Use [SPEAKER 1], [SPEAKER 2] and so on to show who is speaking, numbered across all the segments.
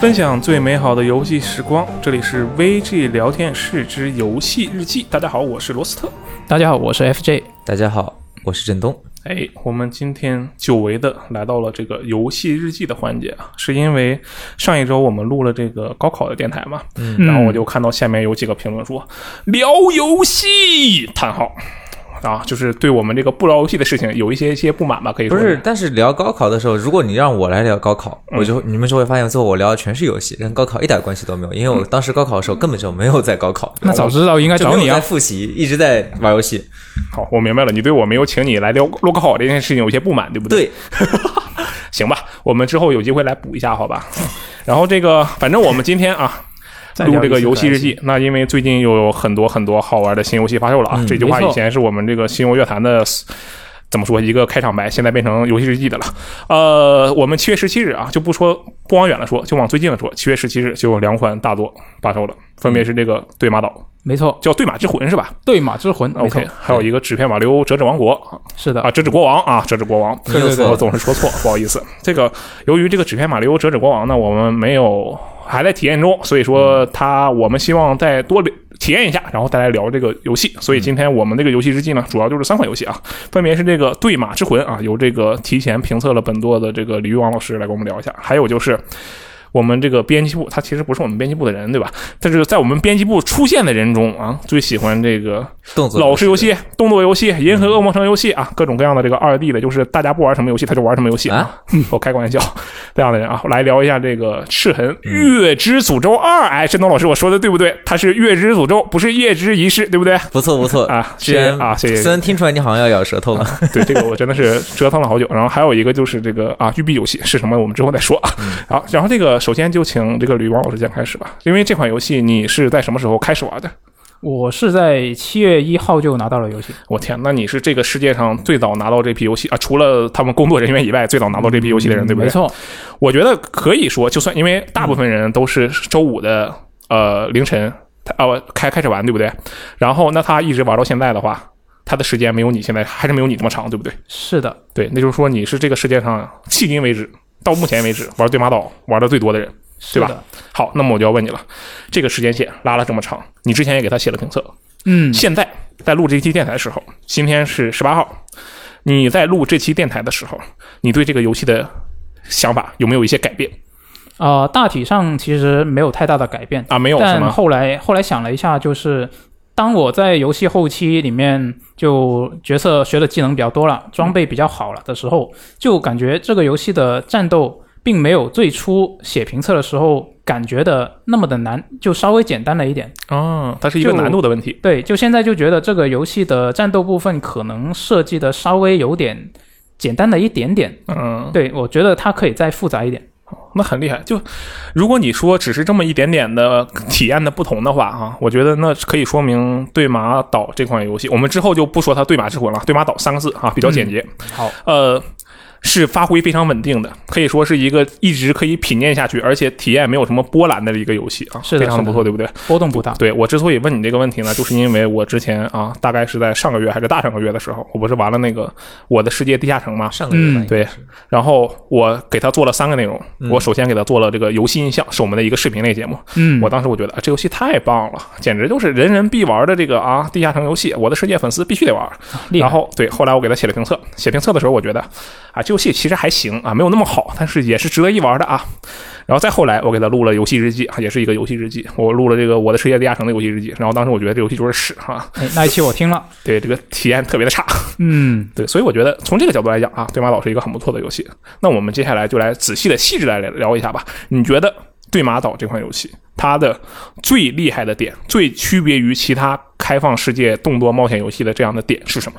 [SPEAKER 1] 分享最美好的游戏时光，这里是 VG 聊天室之游戏日记。大家好，我是罗斯特。
[SPEAKER 2] 大家好，我是 FJ。
[SPEAKER 3] 大家好，我是振东。
[SPEAKER 1] 哎，我们今天久违的来到了这个游戏日记的环节啊，是因为上一周我们录了这个高考的电台嘛，
[SPEAKER 2] 嗯
[SPEAKER 1] 然后我就看到下面有几个评论说、聊游戏，叹号啊，就是对我们这个不聊游戏的事情有一些一些不满吧，可以
[SPEAKER 3] 不
[SPEAKER 1] 说
[SPEAKER 3] 是，但是聊高考的时候，如果你让我来聊高考，
[SPEAKER 1] 嗯
[SPEAKER 3] 我就你们就会发现，最后我聊的全是游戏，跟高考一点关系都没有。因为我当时高考的时候根本就没有在高考，
[SPEAKER 2] 那早知道应该
[SPEAKER 3] 就
[SPEAKER 2] 找
[SPEAKER 3] 没
[SPEAKER 2] 你
[SPEAKER 3] 有在
[SPEAKER 2] 啊！
[SPEAKER 3] 复习，一直在玩游戏。
[SPEAKER 1] 好，我明白了，你对我没有请你来聊录高考这件事情有些不满，对不对？
[SPEAKER 3] 对，
[SPEAKER 1] 行吧，我们之后有机会来补一下，好吧？然后这个，反正我们今天啊。
[SPEAKER 2] 再聊
[SPEAKER 1] 录
[SPEAKER 2] 一
[SPEAKER 1] 这个
[SPEAKER 2] 次
[SPEAKER 1] 游戏日
[SPEAKER 2] 游戏
[SPEAKER 1] 记，那因为最近又有很多很多好玩的新游戏发售了啊！这句话
[SPEAKER 2] 嗯没错
[SPEAKER 1] 以前是我们这个新游乐坛的怎么说一个开场白，现在变成游戏日记的了。呃，我们七月十七日啊，就不说不往远了说，就往最近了说，七月十七日就有两款大作发售了，分别是这个《对马岛》
[SPEAKER 2] 没错，
[SPEAKER 1] 叫《对马之魂》是吧
[SPEAKER 2] 对马之魂，没错
[SPEAKER 1] ？OK，，还有一个《纸片马溜折纸王国》
[SPEAKER 2] 是的
[SPEAKER 1] 啊，，折纸国王啊，折纸国王，
[SPEAKER 3] 你又错
[SPEAKER 1] 我
[SPEAKER 3] 了。
[SPEAKER 1] 总是说错，不好意思。这个由于这个纸片马里欧折纸国王呢，我们没有还在体验中，所以说它我们希望再多了体验一下，然后再来聊这个游戏。所以今天我们这个游戏日记呢，主要就是三款游戏啊，分别是这个《对马之魂》啊，由这个提前评测了本作的这个李玉王老师来跟我们聊一下，还有就是。我们这个编辑部，他其实不是我们编辑部的人，对吧？但是在我们编辑部出现的人中啊，最喜欢这个
[SPEAKER 3] 动作
[SPEAKER 1] 老式游戏、动作游戏、银河恶魔城游戏啊，各种各样的这个二 D 的，就是大家不玩什么游戏，他就玩什么游戏嗯
[SPEAKER 3] 啊。
[SPEAKER 1] 我开个玩笑，这样的人啊，来聊一下这个《赤痕月之诅咒二》。哎，振东老师，我说的对不对？它是《月之诅咒》，不是《夜之仪式》，对不对？
[SPEAKER 3] 不错不错
[SPEAKER 1] 啊
[SPEAKER 3] 虽然
[SPEAKER 1] 谢谢啊谢谢
[SPEAKER 3] 虽然听出来你好像要咬舌头 了，
[SPEAKER 1] 对，这个我真的是折腾了好久。然后还有一个就是这个啊，育碧游戏是什么，我们之后再说。啊好，然后这个首先就请这个吕王老师先开始吧，因为这款游戏你是在什么时候开始玩的？
[SPEAKER 2] 我是在七月一号就拿到了游戏，
[SPEAKER 1] 我天，那你是这个世界上最早拿到这批游戏啊，除了他们工作人员以外，最早拿到这批游戏的人，对不对？
[SPEAKER 2] 嗯没，错，
[SPEAKER 1] 我觉得可以说，就算因为大部分人都是周五的呃凌晨，他啊、开开始玩，对不对？然后那他一直玩到现在的话，他的时间没有你现在还是没有你这么长，对不对？
[SPEAKER 2] 是的，
[SPEAKER 1] 对，那就是说你是这个世界上迄今为止到目前为止玩对马岛玩的最多的人。
[SPEAKER 2] 是
[SPEAKER 1] 对
[SPEAKER 2] 的，
[SPEAKER 1] 好，那么我就要问你了，这个时间线拉了这么长，你之前也给他写了评测，
[SPEAKER 2] 嗯，
[SPEAKER 1] 现在在录这期电台的时候，今天是十八号，你在录这期电台的时候，你对这个游戏的想法有没有一些改变
[SPEAKER 2] 呃，大体上其实没有太大的改变，
[SPEAKER 1] 啊？没有是
[SPEAKER 2] 但
[SPEAKER 1] 吗？
[SPEAKER 2] 后来后来想了一下，就是当我在游戏后期里面就角色学的技能比较多了，装备比较好了的时候，就感觉这个游戏的战斗并没有最初写评测的时候感觉的那么的难，就稍微简单了一点。
[SPEAKER 1] 啊，它是一个
[SPEAKER 2] 就
[SPEAKER 1] 难度的问题。
[SPEAKER 2] 对，就现在就觉得这个游戏的战斗部分可能设计的稍微有点简单了一点点。
[SPEAKER 1] 嗯，
[SPEAKER 2] 对，我觉得它可以再复杂一点。
[SPEAKER 1] 那很厉害。就如果你说只是这么一点点的体验的不同的话啊，我觉得那可以说明《对马岛》这款游戏，我们之后就不说它《对马之魂》了，《对马岛》三个字啊比较简洁。
[SPEAKER 2] 好，
[SPEAKER 1] 呃，是发挥非常稳定的，可以说是一个一直可以品鉴下去，而且体验没有什么波澜的一个游戏啊，
[SPEAKER 2] 是的
[SPEAKER 1] 非常的
[SPEAKER 2] 是的
[SPEAKER 1] 不错，对不对？
[SPEAKER 2] 波动不大。
[SPEAKER 1] 对我之所以问你这个问题呢，就是因为我之前啊，大概是在上个月还是大上个月的时候，我不是玩了那个《我的世界地下城》嘛，
[SPEAKER 3] 上个月吧
[SPEAKER 2] 嗯
[SPEAKER 3] 应该
[SPEAKER 1] 对
[SPEAKER 3] 是
[SPEAKER 1] 然后我给他做了三个内容，
[SPEAKER 3] 嗯
[SPEAKER 1] 我首先给他做了这个游戏印象，是我们的一个视频类节目，
[SPEAKER 2] 嗯，
[SPEAKER 1] 我当时我觉得、啊、这游戏太棒了，简直就是人人必玩的这个啊地下城游戏，我的世界粉丝必须得玩。
[SPEAKER 2] 厉害
[SPEAKER 1] 然后对，后来我给他写了评测，写评测的时候我觉得啊这游戏其实还行啊，没有那么好，但是也是值得一玩的啊。然后再后来我给他录了游戏日记，啊也是一个游戏日记，我录了这个我的世界地下城的游戏日记。然后当时我觉得这游戏就是屎啊，
[SPEAKER 2] 哎那一期我听了，
[SPEAKER 1] 对这个体验特别的差。
[SPEAKER 2] 嗯，
[SPEAKER 1] 对，所以我觉得从这个角度来讲啊，对马岛是一个很不错的游戏。那我们接下来就来仔细的、细致地来聊一下吧。你觉得对马岛这款游戏它的最厉害的点，最区别于其他开放世界动作冒险游戏的这样的点是什么？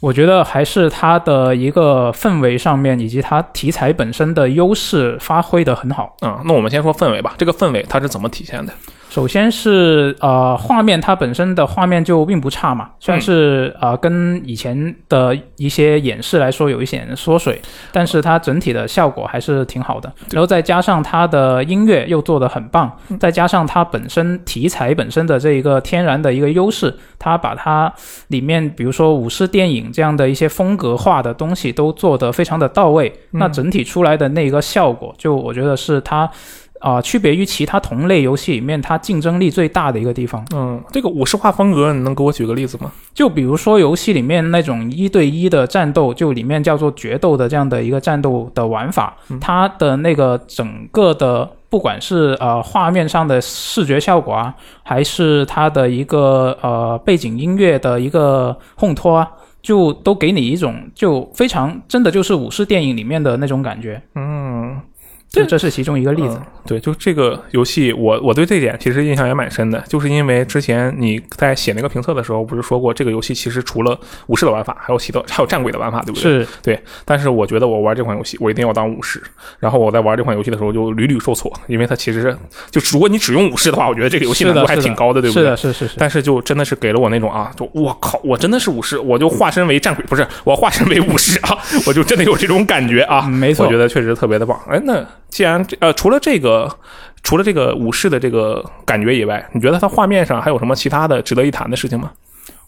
[SPEAKER 2] 我觉得还是它的一个氛围上面，以及它题材本身的优势发挥的很好。
[SPEAKER 1] 啊、那我们先说氛围吧。这个氛围它是怎么体现的？
[SPEAKER 2] 首先是呃，画面它本身的画面就并不差嘛，
[SPEAKER 1] 嗯
[SPEAKER 2] 虽然是、呃跟以前的一些演示来说有一些缩水，但是它整体的效果还是挺好的。然后再加上它的音乐又做得很棒，再加上它本身题材本身的这一个天然的一个优势，它把它里面比如说武士电影这样的一些风格化的东西都做得非常的到位，那整体出来的那个效果，就我觉得是它啊、区别于其他同类游戏里面它竞争力最大的一个地方。
[SPEAKER 1] 嗯，这个武士化风格，你能给我举个例子吗？
[SPEAKER 2] 就比如说游戏里面那种一对一的战斗，就里面叫做决斗的这样的一个战斗的玩法，
[SPEAKER 1] 嗯
[SPEAKER 2] 它的那个整个的不管是呃画面上的视觉效果啊，还是它的一个呃背景音乐的一个烘托啊，就都给你一种就非常真的就是武士电影里面的那种感觉。
[SPEAKER 1] 嗯，
[SPEAKER 2] 就这是其中一个例子。
[SPEAKER 1] 嗯对，就这个游戏，我我对这点其实印象也蛮深的，就是因为之前你在写那个评测的时候，不是说过这个游戏其实除了武士的玩法，还有其他还有战鬼的玩法，对不对？
[SPEAKER 2] 是，
[SPEAKER 1] 但是我觉得我玩这款游戏，我一定要当武士。然后我在玩这款游戏的时候就屡屡受挫，因为它其实是就如果你只用武士的话，我觉得这个游戏难度还挺高的，对不
[SPEAKER 2] 是
[SPEAKER 1] 对
[SPEAKER 2] 的，？是是是。
[SPEAKER 1] 但是就真的是给了我那种啊，就我靠，我真的是武士，我就化身为战鬼，不是我化身为武士啊， 我就真的有这种感觉啊。
[SPEAKER 2] 嗯没错
[SPEAKER 1] 我觉得确实特别的棒。哎，那既然这呃，除了这个。除了这个武士的这个感觉以外，你觉得它画面上还有什么其他的值得一谈的事情吗？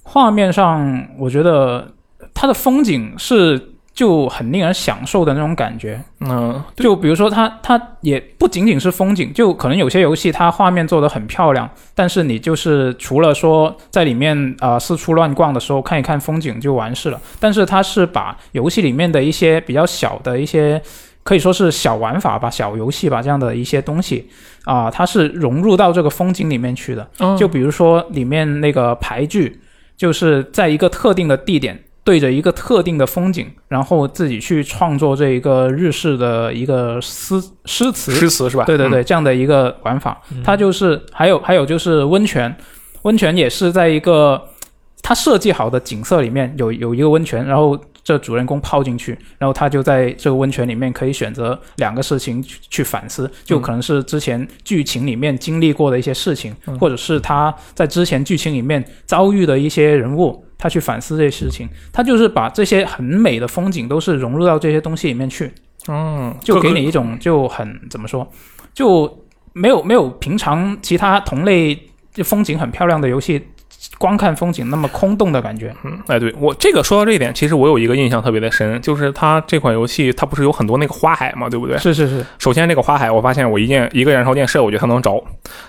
[SPEAKER 2] 画面上，我觉得它的风景是就很令人享受的那种感觉。
[SPEAKER 1] 嗯，
[SPEAKER 2] 就比如说它，它也不仅仅是风景，就可能有些游戏它画面做得很漂亮，但是你就是除了说在里面啊、呃四处乱逛的时候看一看风景就完事了，但是它是把游戏里面的一些比较小的一些。可以说是小玩法吧，小游戏吧，这样的一些东西啊、它是融入到这个风景里面去的。
[SPEAKER 1] 呃嗯
[SPEAKER 2] 就比如说里面那个牌剧，就是在一个特定的地点对着一个特定的风景，然后自己去创作这一个日式的一个诗诗词，
[SPEAKER 1] 诗词是吧？
[SPEAKER 2] 对对
[SPEAKER 1] 嗯
[SPEAKER 2] 对，这样的一个玩法。它就是还有还有就是温泉，温泉也是在一个它设计好的景色里面有有一个温泉，然后。这主人公泡进去，然后他就在这个温泉里面可以选择两个事情去去反
[SPEAKER 1] 嗯
[SPEAKER 2] 思，就可能是之前剧情里面经历过的一些事情，
[SPEAKER 1] 嗯
[SPEAKER 2] 或者是他在之前剧情里面遭遇的一些人物，他去反思这些事情。他就是把这些很美的风景都是融入到这些东西里面去。
[SPEAKER 1] 嗯，
[SPEAKER 2] 就给
[SPEAKER 1] 各个
[SPEAKER 2] 你一种就很怎么说，就没有没有平常其他同类就风景很漂亮的游戏，光看风景那么空洞的感觉。
[SPEAKER 1] 嗯，哎，对我这个说到这一点，其实我有一个印象特别的深，就是它这款游戏它不是有很多那个花海嘛，对不对？
[SPEAKER 2] 是是是，
[SPEAKER 1] 首先这个花海，我发现我一件一个燃烧箭射，我觉得它能着，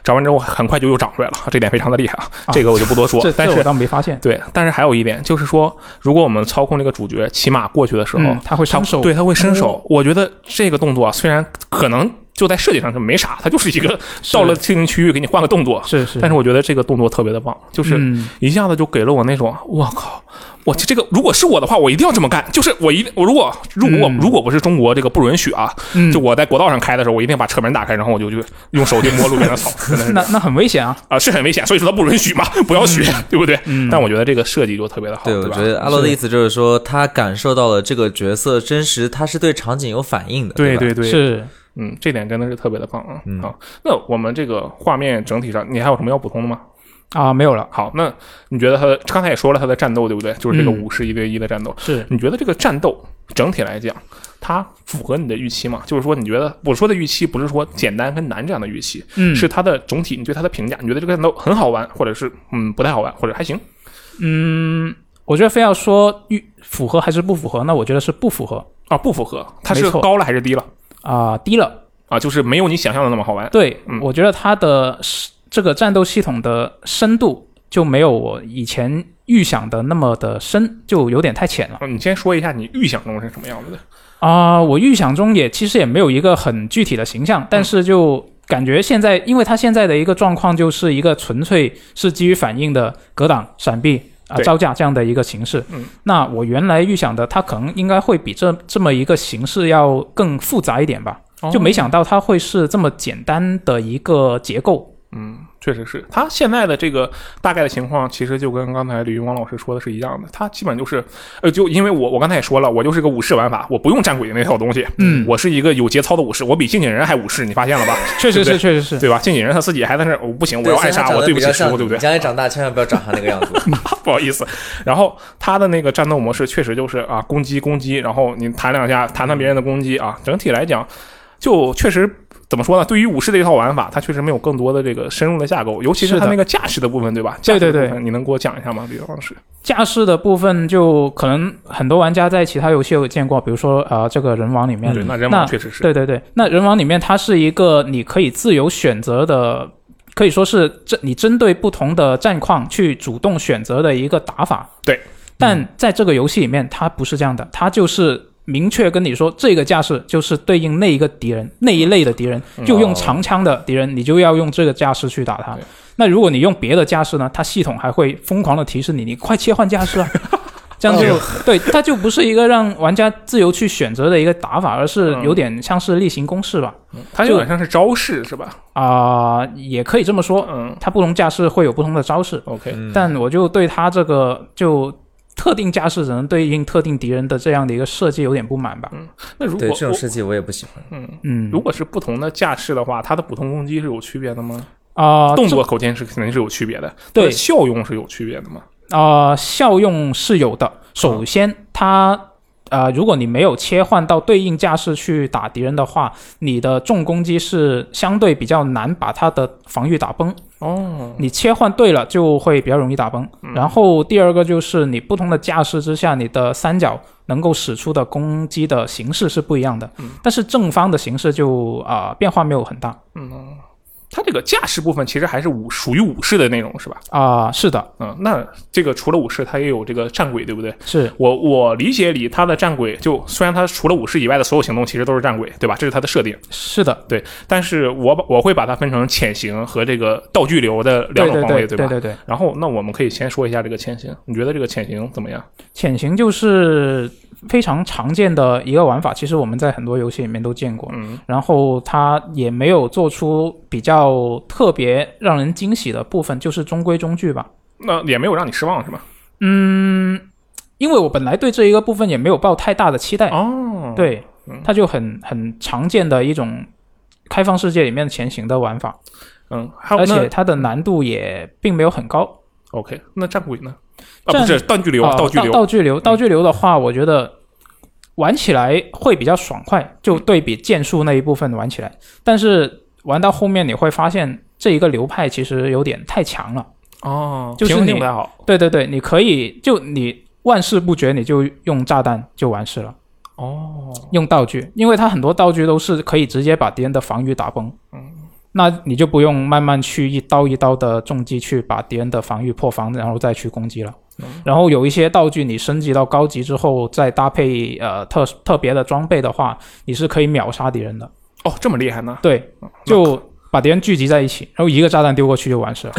[SPEAKER 1] 着完之后很快就又长出来了，这点非常的厉害啊，
[SPEAKER 2] 啊
[SPEAKER 1] 这个我就不多说。
[SPEAKER 2] 这
[SPEAKER 1] 但
[SPEAKER 2] 这我
[SPEAKER 1] 是
[SPEAKER 2] 倒没发现。
[SPEAKER 1] 对，但是还有一点就是说，如果我们操控这个主角骑马过去的时候，
[SPEAKER 2] 嗯他会
[SPEAKER 1] 他
[SPEAKER 2] 伸手哦
[SPEAKER 1] 对，他会伸手。我觉得这个动作啊，虽然可能就在设计上是没啥，它就是一个到了特定区域给你换个动作，
[SPEAKER 2] 是是，
[SPEAKER 1] 但是我觉得这个动作特别的棒，就是。
[SPEAKER 2] 嗯
[SPEAKER 1] 一下子就给了我那种，我靠！我这这个，如果是我的话，我一定要这么干。就是我一定，我如果如果、
[SPEAKER 2] 嗯
[SPEAKER 1] 如果不是中国这个不允许啊，
[SPEAKER 2] 嗯，
[SPEAKER 1] 就我在国道上开的时候，我一定把车门打开，然后我就就用手去摸路边的草， 真的是
[SPEAKER 2] 那那很危险啊。
[SPEAKER 1] 啊，是很危险，所以说它不允许 嘛，不要学，
[SPEAKER 2] 嗯
[SPEAKER 1] 对不对？但我觉得这个设计就特别的好，
[SPEAKER 3] 对，我
[SPEAKER 1] 吧
[SPEAKER 3] 觉？得阿洛的意思就是说，他感受到了这个角色真实，他是对场景有反应的，
[SPEAKER 1] 对
[SPEAKER 3] 对吧，
[SPEAKER 1] 对，
[SPEAKER 2] 是，
[SPEAKER 1] 嗯，这点真的是特别的棒啊！
[SPEAKER 3] 嗯
[SPEAKER 1] 好，那我们这个画面整体上，你还有什么要补充的吗？
[SPEAKER 2] 啊，没有了。
[SPEAKER 1] 好，那你觉得他的刚才也说了他的战斗，对不对？就是这个
[SPEAKER 2] 嗯
[SPEAKER 1] 武士一对一的战斗，
[SPEAKER 2] 是
[SPEAKER 1] 你觉得这个战斗整体来讲，它符合你的预期吗？就是说，你觉得我说的预期不是说简单跟难这样的预期，
[SPEAKER 2] 嗯
[SPEAKER 1] 是它的总体你对它的评价，你觉得这个战斗很好玩，或者是嗯不太好玩，或者还行。
[SPEAKER 2] 嗯，我觉得非要说预符合还是不符合，那我觉得是不符合
[SPEAKER 1] 啊，不符合，它是
[SPEAKER 2] 没错
[SPEAKER 1] 高了还是低了
[SPEAKER 2] 啊，低了。
[SPEAKER 1] 啊？就是没有你想象的那么好玩。
[SPEAKER 2] 对，
[SPEAKER 1] 嗯
[SPEAKER 2] 我觉得它的是这个战斗系统的深度就没有我以前预想的那么的深，就有点太浅了
[SPEAKER 1] 啊你先说一下你预想中是什么样子的？
[SPEAKER 2] 啊、我预想中也其实也没有一个很具体的形象，但是就感觉现在，因为它现在的一个状况就是一个纯粹是基于反应的格挡、闪避。啊，
[SPEAKER 1] 对
[SPEAKER 2] 招架这样的一个形式，
[SPEAKER 1] 嗯，
[SPEAKER 2] 那我原来预想的，它可能应该会比这这么一个形式要更复杂一点吧，
[SPEAKER 1] 哦
[SPEAKER 2] 就没想到它会是这么简单的一个结构，
[SPEAKER 1] 嗯，确实是他现在的这个大概的情况，其实就跟刚才李云光老师说的是一样的。他基本就是，呃，就因为我我刚才也说了，我就是个武士玩法，我不用战鬼的那套东西，
[SPEAKER 2] 嗯
[SPEAKER 1] 我是一个有节操的武士，我比近景人还武士，你发现了吧？
[SPEAKER 2] 确实
[SPEAKER 1] 对
[SPEAKER 2] 是，
[SPEAKER 1] 不
[SPEAKER 2] 确实是。
[SPEAKER 1] 对吧？近景人他自己还在那儿，我哦不行，我要暗杀，我对不起师傅，对不对？
[SPEAKER 3] 将来长大千万不要长成那个样 子。
[SPEAKER 1] 不好意思。然后他的那个战斗模式确实就是啊，攻击攻击，然后你弹两下，弹弹别人的攻击啊。整体来讲，就确实怎么说呢？对于武士的一套玩法，它确实没有更多的这个深入的架构，尤其
[SPEAKER 2] 是
[SPEAKER 1] 是它
[SPEAKER 2] 的
[SPEAKER 1] 那个驾驶的部分，对吧？
[SPEAKER 2] 对
[SPEAKER 1] 驾
[SPEAKER 2] 对
[SPEAKER 1] 驶的
[SPEAKER 2] 对
[SPEAKER 1] 部分，你能给我讲一下吗？李老师，
[SPEAKER 2] 架势的部分就可能很多玩家在其他游戏有见过，比如说呃这个人王里面，
[SPEAKER 1] 对，那人
[SPEAKER 2] 那
[SPEAKER 1] 马确实是，
[SPEAKER 2] 对对对，那人王里面它是一个你可以自由选择的，可以说是这你针对不同的战况去主动选择的一个打法。
[SPEAKER 1] 对，
[SPEAKER 2] 但在这个游戏里面，它不是这样的，它就是明确跟你说，这个架势就是对应那一个敌人那一类的敌人，就用长枪的敌人，你就要用这个架势去打他
[SPEAKER 1] 嗯对。
[SPEAKER 2] 那如果你用别的架势呢，它系统还会疯狂的提示你，你快切换架势 啊。这样就对，它就不是一个让玩家自由去选择的一个打法，
[SPEAKER 1] 嗯
[SPEAKER 2] 而是有点像是例行公事吧。
[SPEAKER 1] 它有点像是招式是吧？
[SPEAKER 2] 啊、也可以这么说，
[SPEAKER 1] 嗯
[SPEAKER 2] 它不同架势会有不同的招式，
[SPEAKER 1] ，OK，
[SPEAKER 3] 嗯
[SPEAKER 2] 但我就对它这个就特定架势只能对应特定敌人的这样的一个设计有点不满吧。
[SPEAKER 1] 那如
[SPEAKER 3] 对
[SPEAKER 1] 果
[SPEAKER 3] 这种
[SPEAKER 1] 我
[SPEAKER 3] 设计我也不喜欢。
[SPEAKER 1] 嗯，
[SPEAKER 2] 嗯，
[SPEAKER 1] 如果是不同的架势的话，它的普通攻击是有区别的吗？
[SPEAKER 2] 啊、
[SPEAKER 1] 动作口径是肯定是有区别的，
[SPEAKER 2] 对
[SPEAKER 1] 它的效用是有区别的吗？
[SPEAKER 2] 啊，效用是有的。首先，它呃，如果你没有切换到对应架势去打敌人的话，你的重攻击是相对比较难把他的防御打崩。
[SPEAKER 1] 哦，
[SPEAKER 2] 你切换对了就会比较容易打崩。
[SPEAKER 1] 嗯
[SPEAKER 2] 然后第二个就是你不同的架势之下，你的三角能够使出的攻击的形式是不一样的。但是正方的形式就啊、呃变化没有很大
[SPEAKER 1] 嗯，它这个驾驶部分其实还是武属于武士的内容是吧？
[SPEAKER 2] 啊、是的，
[SPEAKER 1] 嗯，那这个除了武士，它也有这个战鬼，对不对？
[SPEAKER 2] 是
[SPEAKER 1] 我我理解里，它的战鬼就虽然它除了武士以外的所有行动其实都是战鬼，对吧？这是它的设定，
[SPEAKER 2] 是的，
[SPEAKER 1] 但是我把我会把它分成潜行和这个道具流的两
[SPEAKER 2] 对
[SPEAKER 1] 种
[SPEAKER 2] 对
[SPEAKER 1] 方位，
[SPEAKER 2] 对
[SPEAKER 1] 吧？
[SPEAKER 2] 对对对。
[SPEAKER 1] 然后，那我们可以先说一下这个潜行，你觉得这个潜行怎么样？
[SPEAKER 2] 潜行就是非常常见的一个玩法，其实我们在很多游戏里面都见过。
[SPEAKER 1] 嗯，
[SPEAKER 2] 然后它也没有做出比较特别让人惊喜的部分，就是中规中矩吧。
[SPEAKER 1] 那也没有让你失望是吧？
[SPEAKER 2] 嗯，因为我本来对这一个部分也没有抱太大的期待，
[SPEAKER 1] 哦，，
[SPEAKER 2] 对
[SPEAKER 1] 嗯，
[SPEAKER 2] 它就很很常见的一种开放世界里面潜行的玩法，
[SPEAKER 1] 嗯，还有
[SPEAKER 2] 而且
[SPEAKER 1] 那
[SPEAKER 2] 它的难度也并没有很高。
[SPEAKER 1] OK，那战鬼呢？啊，
[SPEAKER 2] 战
[SPEAKER 1] 不是道具流，
[SPEAKER 2] 啊
[SPEAKER 1] 道具
[SPEAKER 2] 道
[SPEAKER 1] 流，嗯
[SPEAKER 2] 道具流，道具流的话，我觉得玩起来会比较爽快，就对比剑术那一部分玩起来。但是玩到后面你会发现，这一个流派其实有点太强了。
[SPEAKER 1] 哦，
[SPEAKER 2] 就是
[SPEAKER 1] 平衡性
[SPEAKER 2] 你
[SPEAKER 1] 不太好。
[SPEAKER 2] 对对对，你可以就你万事不决，你就用炸弹就完事了。
[SPEAKER 1] 哦，
[SPEAKER 2] 用道具，因为它很多道具都是可以直接把敌人的防御打崩。嗯，那你就不用慢慢去一刀一刀的重击去把敌人的防御破防，然后再去攻击了。
[SPEAKER 1] 嗯
[SPEAKER 2] 然后有一些道具，你升级到高级之后，再搭配呃特特别的装备的话，你是可以秒杀敌人的。
[SPEAKER 1] 哦，这么厉害呢？
[SPEAKER 2] 对，就把敌人聚集在一起，然后一个炸弹丢过去就完事了。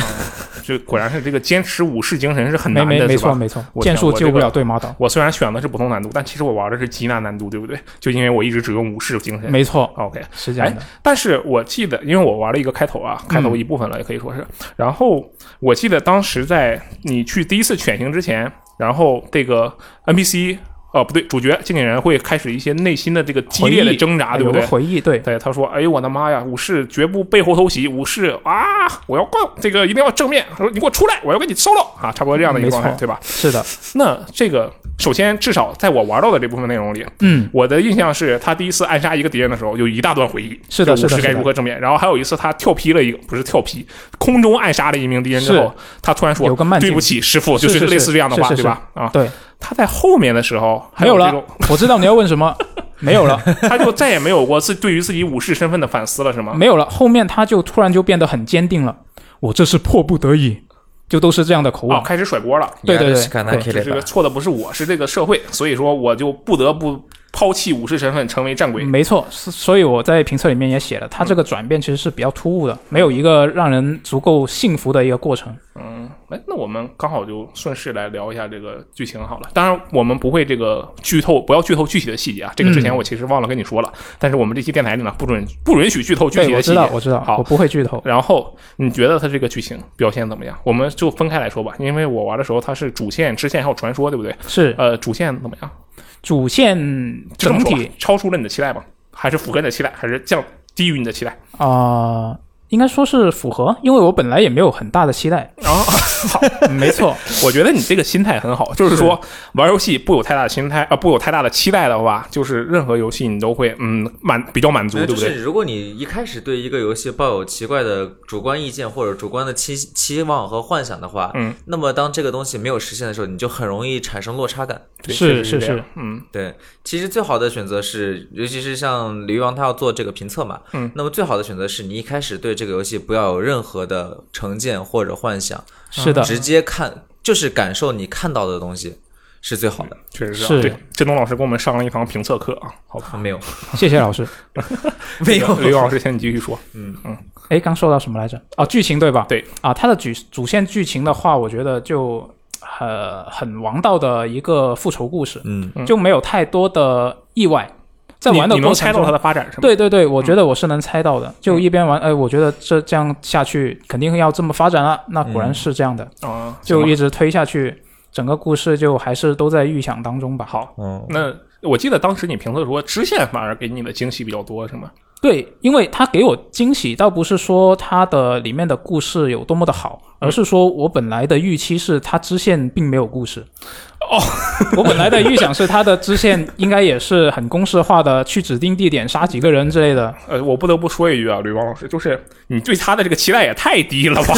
[SPEAKER 1] 这果然是这个坚持武士精神是很
[SPEAKER 2] 没
[SPEAKER 1] 难的，
[SPEAKER 2] 没没
[SPEAKER 1] 是吧
[SPEAKER 2] 错没错，
[SPEAKER 1] 我天
[SPEAKER 2] 剑术
[SPEAKER 1] 我这
[SPEAKER 2] 救不
[SPEAKER 1] 个
[SPEAKER 2] 了对马岛。
[SPEAKER 1] 我虽然选的是普通难度，但其实我玩的是极难难度，对不对？就因为我一直只用武士精神。
[SPEAKER 2] 没错，
[SPEAKER 1] OK，
[SPEAKER 2] 是这样的。
[SPEAKER 1] 但是我记得，因为我玩了一个开头啊，开
[SPEAKER 2] 嗯
[SPEAKER 1] 头一部分了，也可以说是。然后我记得当时在你去第一次犬行之前，然后这个 NPC 呃不对，主角经纪人会开始一些内心的这个激烈的挣扎，对
[SPEAKER 2] 有
[SPEAKER 1] 不
[SPEAKER 2] 个
[SPEAKER 1] 对？
[SPEAKER 2] 回哎忆，对，
[SPEAKER 1] 对，他说：“哎呦我的妈呀，武士绝不背后偷袭，武士啊，我要逛这个一定要正面。”他说：“你给我出来，我要跟你 solo 啊，差不多这样的一个
[SPEAKER 2] 嗯没
[SPEAKER 1] 状态，
[SPEAKER 2] 错
[SPEAKER 1] 对吧？
[SPEAKER 2] 是的，
[SPEAKER 1] 那这个首先，至少在我玩到的这部分内容里，
[SPEAKER 2] 嗯，
[SPEAKER 1] 我的印象是他第一次暗杀一个敌人的时候，有一大段回忆，
[SPEAKER 2] 是
[SPEAKER 1] 就
[SPEAKER 2] 的
[SPEAKER 1] 武
[SPEAKER 2] 是的
[SPEAKER 1] 士该
[SPEAKER 2] 是的
[SPEAKER 1] 如何正面。然后还有一次他跳劈了一个，不是跳劈，空中暗杀了一名敌人之后，他突然
[SPEAKER 2] 有
[SPEAKER 1] 说
[SPEAKER 2] 个慢
[SPEAKER 1] 对
[SPEAKER 2] 镜
[SPEAKER 1] 不。起，师傅，就是
[SPEAKER 2] 是
[SPEAKER 1] 类似这样的话，
[SPEAKER 2] 是是
[SPEAKER 1] 对吧？啊，
[SPEAKER 2] 对，
[SPEAKER 1] 他在后面的时候还
[SPEAKER 2] 没有
[SPEAKER 1] 这
[SPEAKER 2] 了
[SPEAKER 1] 种，
[SPEAKER 2] 我知道你要问 什么，没有了，
[SPEAKER 1] 他就再也没有过自对于自己武士身份的反思了，是吗？
[SPEAKER 2] 没有了。后面他就突然就变得很坚定了，我这是迫不得已，就都是这样的口吻。
[SPEAKER 1] 哦，开始甩锅了。
[SPEAKER 2] 对对对
[SPEAKER 3] 亚历山大
[SPEAKER 2] 对
[SPEAKER 3] 克
[SPEAKER 1] 就
[SPEAKER 3] 雷
[SPEAKER 1] 是这个
[SPEAKER 3] 吧
[SPEAKER 1] 错的不是我，是这个社会，所以说我就不得不抛弃武士身份，成为战鬼。
[SPEAKER 2] 没错，是所以我在评测里面也写了，他这个转变其实是比较突兀的，没有一个让人足够幸福的一个过程。
[SPEAKER 1] 嗯，哎，那我们刚好就顺势来聊一下这个剧情好了。当然，我们不会这个剧透，不要剧透具体的细节啊。这个之前
[SPEAKER 2] 嗯
[SPEAKER 1] 我其实忘了跟你说了，但是我们这期电台里呢，不准不允许剧透具体
[SPEAKER 2] 对，
[SPEAKER 1] 的
[SPEAKER 2] 我
[SPEAKER 1] 细
[SPEAKER 2] 知道，
[SPEAKER 1] 节。
[SPEAKER 2] 我知道，
[SPEAKER 1] 好
[SPEAKER 2] 我不会 剧透。
[SPEAKER 1] 然后你觉得它这个剧情表现怎么样？我们就分开来说吧，因为我玩的时候它是主线、支线还有传说，对不对？
[SPEAKER 2] 是
[SPEAKER 1] 呃，主线怎么样？
[SPEAKER 2] 主线
[SPEAKER 1] 就这
[SPEAKER 2] 整
[SPEAKER 1] 么说吧
[SPEAKER 2] 体
[SPEAKER 1] 超出了你的期待吗？还是符合你的期待？还是降低于你的期待？
[SPEAKER 2] 啊、应该说是符合，因为我本来也没有很大的期待。
[SPEAKER 1] 然后，好，
[SPEAKER 2] 没错，
[SPEAKER 1] 我觉得你这个心态很好，就是说玩游戏不有太大的心态啊、呃不有太大的期待的话，就是任何游戏你都会嗯满比较满足，
[SPEAKER 2] 哎
[SPEAKER 1] 对
[SPEAKER 3] 就
[SPEAKER 1] 不对？
[SPEAKER 3] 是如果你一开始对一个游戏抱有奇怪的主观意见或者主观的期期望和幻想的话，
[SPEAKER 1] 嗯，
[SPEAKER 3] 那么当这个东西没有实现的时候，你就很容易产生落差感。
[SPEAKER 1] 对
[SPEAKER 2] 是
[SPEAKER 1] 确实
[SPEAKER 2] 是
[SPEAKER 1] 这样，嗯，
[SPEAKER 3] 对，其实最好的选择是，尤其是像《鲤鱼王》，他要做这个评测嘛，
[SPEAKER 1] 嗯，
[SPEAKER 3] 那么最好的选择是你一开始对这个游戏不要有任何的成见或者幻想，
[SPEAKER 2] 是的，
[SPEAKER 3] 直接看就是感受你看到的东西是最好的。
[SPEAKER 1] 确实是这样。
[SPEAKER 2] 是
[SPEAKER 1] 对，振东老师给我们上了一堂评测课啊， 好吧？
[SPEAKER 3] 没有，
[SPEAKER 2] 谢谢老师。
[SPEAKER 3] 没有，嗯
[SPEAKER 1] 刘老师先你继续说，
[SPEAKER 2] 哎，刚说到什么来着？哦，剧情对吧？
[SPEAKER 1] 对
[SPEAKER 2] 啊，它的主主线剧情的话，我觉得就呃很王道的一个复仇故事，
[SPEAKER 3] 嗯，
[SPEAKER 2] 就没有太多的意外。 在玩
[SPEAKER 1] 你
[SPEAKER 2] 的
[SPEAKER 1] 你
[SPEAKER 2] 过
[SPEAKER 1] 能
[SPEAKER 2] 程
[SPEAKER 1] 猜到
[SPEAKER 2] 中
[SPEAKER 1] 它，的发展是吗？
[SPEAKER 2] 对对对，我
[SPEAKER 1] 嗯
[SPEAKER 2] 觉得我是能猜到的。就一边玩，哎，我觉得这这样下去肯定要这么发展了，那
[SPEAKER 1] 嗯
[SPEAKER 2] 果然是这样的，
[SPEAKER 1] 啊，
[SPEAKER 2] 就
[SPEAKER 1] 行吧
[SPEAKER 2] 一直推下去，整个故事就还是都在预想当中吧。好，
[SPEAKER 3] 嗯，
[SPEAKER 1] 那。我记得当时你评测说支线反而给你的惊喜比较多，是吗？
[SPEAKER 2] 对，因为它给我惊喜，倒不是说它的里面的故事有多么的好，而是说我本来的预期是它支线并没有故事。
[SPEAKER 1] 哦，
[SPEAKER 2] 我本来的预想是它的支线应该也是很公式化的，去指定地点杀几个人之类的。
[SPEAKER 1] 呃，我不得不说一句啊，吕王老师，就是你对他的这个期待也太低了吧？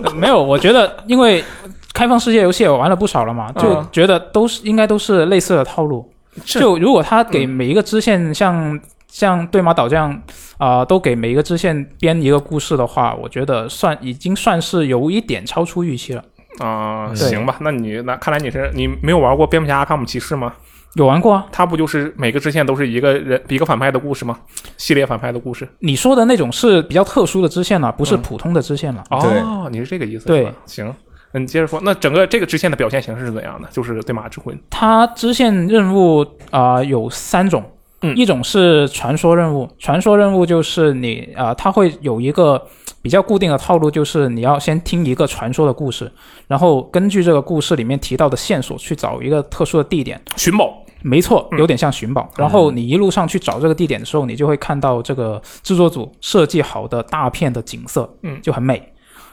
[SPEAKER 2] 呃没有，我觉得因为开放世界游戏也玩了不少了嘛，就
[SPEAKER 1] 嗯
[SPEAKER 2] 觉得都是应该都是类似的套路。
[SPEAKER 1] 这
[SPEAKER 2] 就如果他给每一个支线像、像对马岛这样啊、都给每一个支线编一个故事的话，我觉得算已经算是有一点超出预期了。
[SPEAKER 1] 啊、
[SPEAKER 3] 嗯
[SPEAKER 1] 行吧，那你那看来你是你没有玩过蝙蝠侠阿卡姆骑士吗？
[SPEAKER 2] 有玩过啊？
[SPEAKER 1] 他不就是每个支线都是一个人一个反派的故事吗？系列反派的故事。
[SPEAKER 2] 你说的那种是比较特殊的支线了，不是
[SPEAKER 1] 嗯
[SPEAKER 2] 普通的支线了。
[SPEAKER 1] 哦，你是这个意思。
[SPEAKER 2] 对
[SPEAKER 1] 是吧，行，那你接着说。那整个这个支线的表现形式是怎样的？就是对马之魂。
[SPEAKER 2] 它支线任务啊、呃有三种，
[SPEAKER 1] 嗯
[SPEAKER 2] 一种是传说任务，传说任务就是你啊、呃它会有一个比较固定的套路，就是你要先听一个传说的故事，然后根据这个故事里面提到的线索去找一个特殊的地点。
[SPEAKER 1] 寻宝。
[SPEAKER 2] 没错，
[SPEAKER 1] 嗯
[SPEAKER 2] 有点像寻宝。然后你一路上去找这个地点的时候，你就会看到这个制作组设计好的大片的景色，
[SPEAKER 1] 嗯
[SPEAKER 2] 就很美。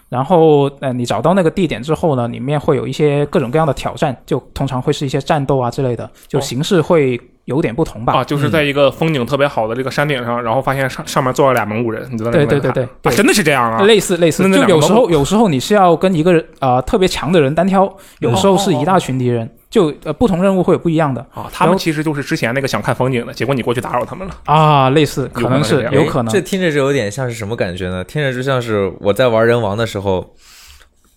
[SPEAKER 2] 然后，呃，你找到那个地点之后呢，里面会有一些各种各样的挑战，就通常会是一些战斗啊之类的，就
[SPEAKER 1] 哦
[SPEAKER 2] 形式会有点不同吧。
[SPEAKER 1] 啊，就是在一个风景特别好的这个山顶上，然后发现上上面坐着俩蒙古人，你就在那里
[SPEAKER 2] 对
[SPEAKER 1] 面
[SPEAKER 2] 对对
[SPEAKER 1] 看
[SPEAKER 2] 对对
[SPEAKER 1] 啊，真的是这样啊。
[SPEAKER 2] 类似类似，
[SPEAKER 1] 那那
[SPEAKER 2] 就
[SPEAKER 1] 两个
[SPEAKER 2] 有时
[SPEAKER 1] 都
[SPEAKER 2] 候有时候你是要跟一个人啊、呃特别强的人单挑，有
[SPEAKER 1] 哦
[SPEAKER 2] 时候是一大群敌人，就呃不同任务会有不一样的
[SPEAKER 1] 啊，他们其实就是之前那个想看风景的，结果你过去打扰他们了。
[SPEAKER 2] 啊，类似
[SPEAKER 1] 有可
[SPEAKER 2] 可
[SPEAKER 1] 能
[SPEAKER 2] 能
[SPEAKER 1] 是
[SPEAKER 2] 是
[SPEAKER 1] 这样
[SPEAKER 2] 有可能
[SPEAKER 3] 哎这听着就有点像是什么感觉呢？听着就像是我在玩人王的时候，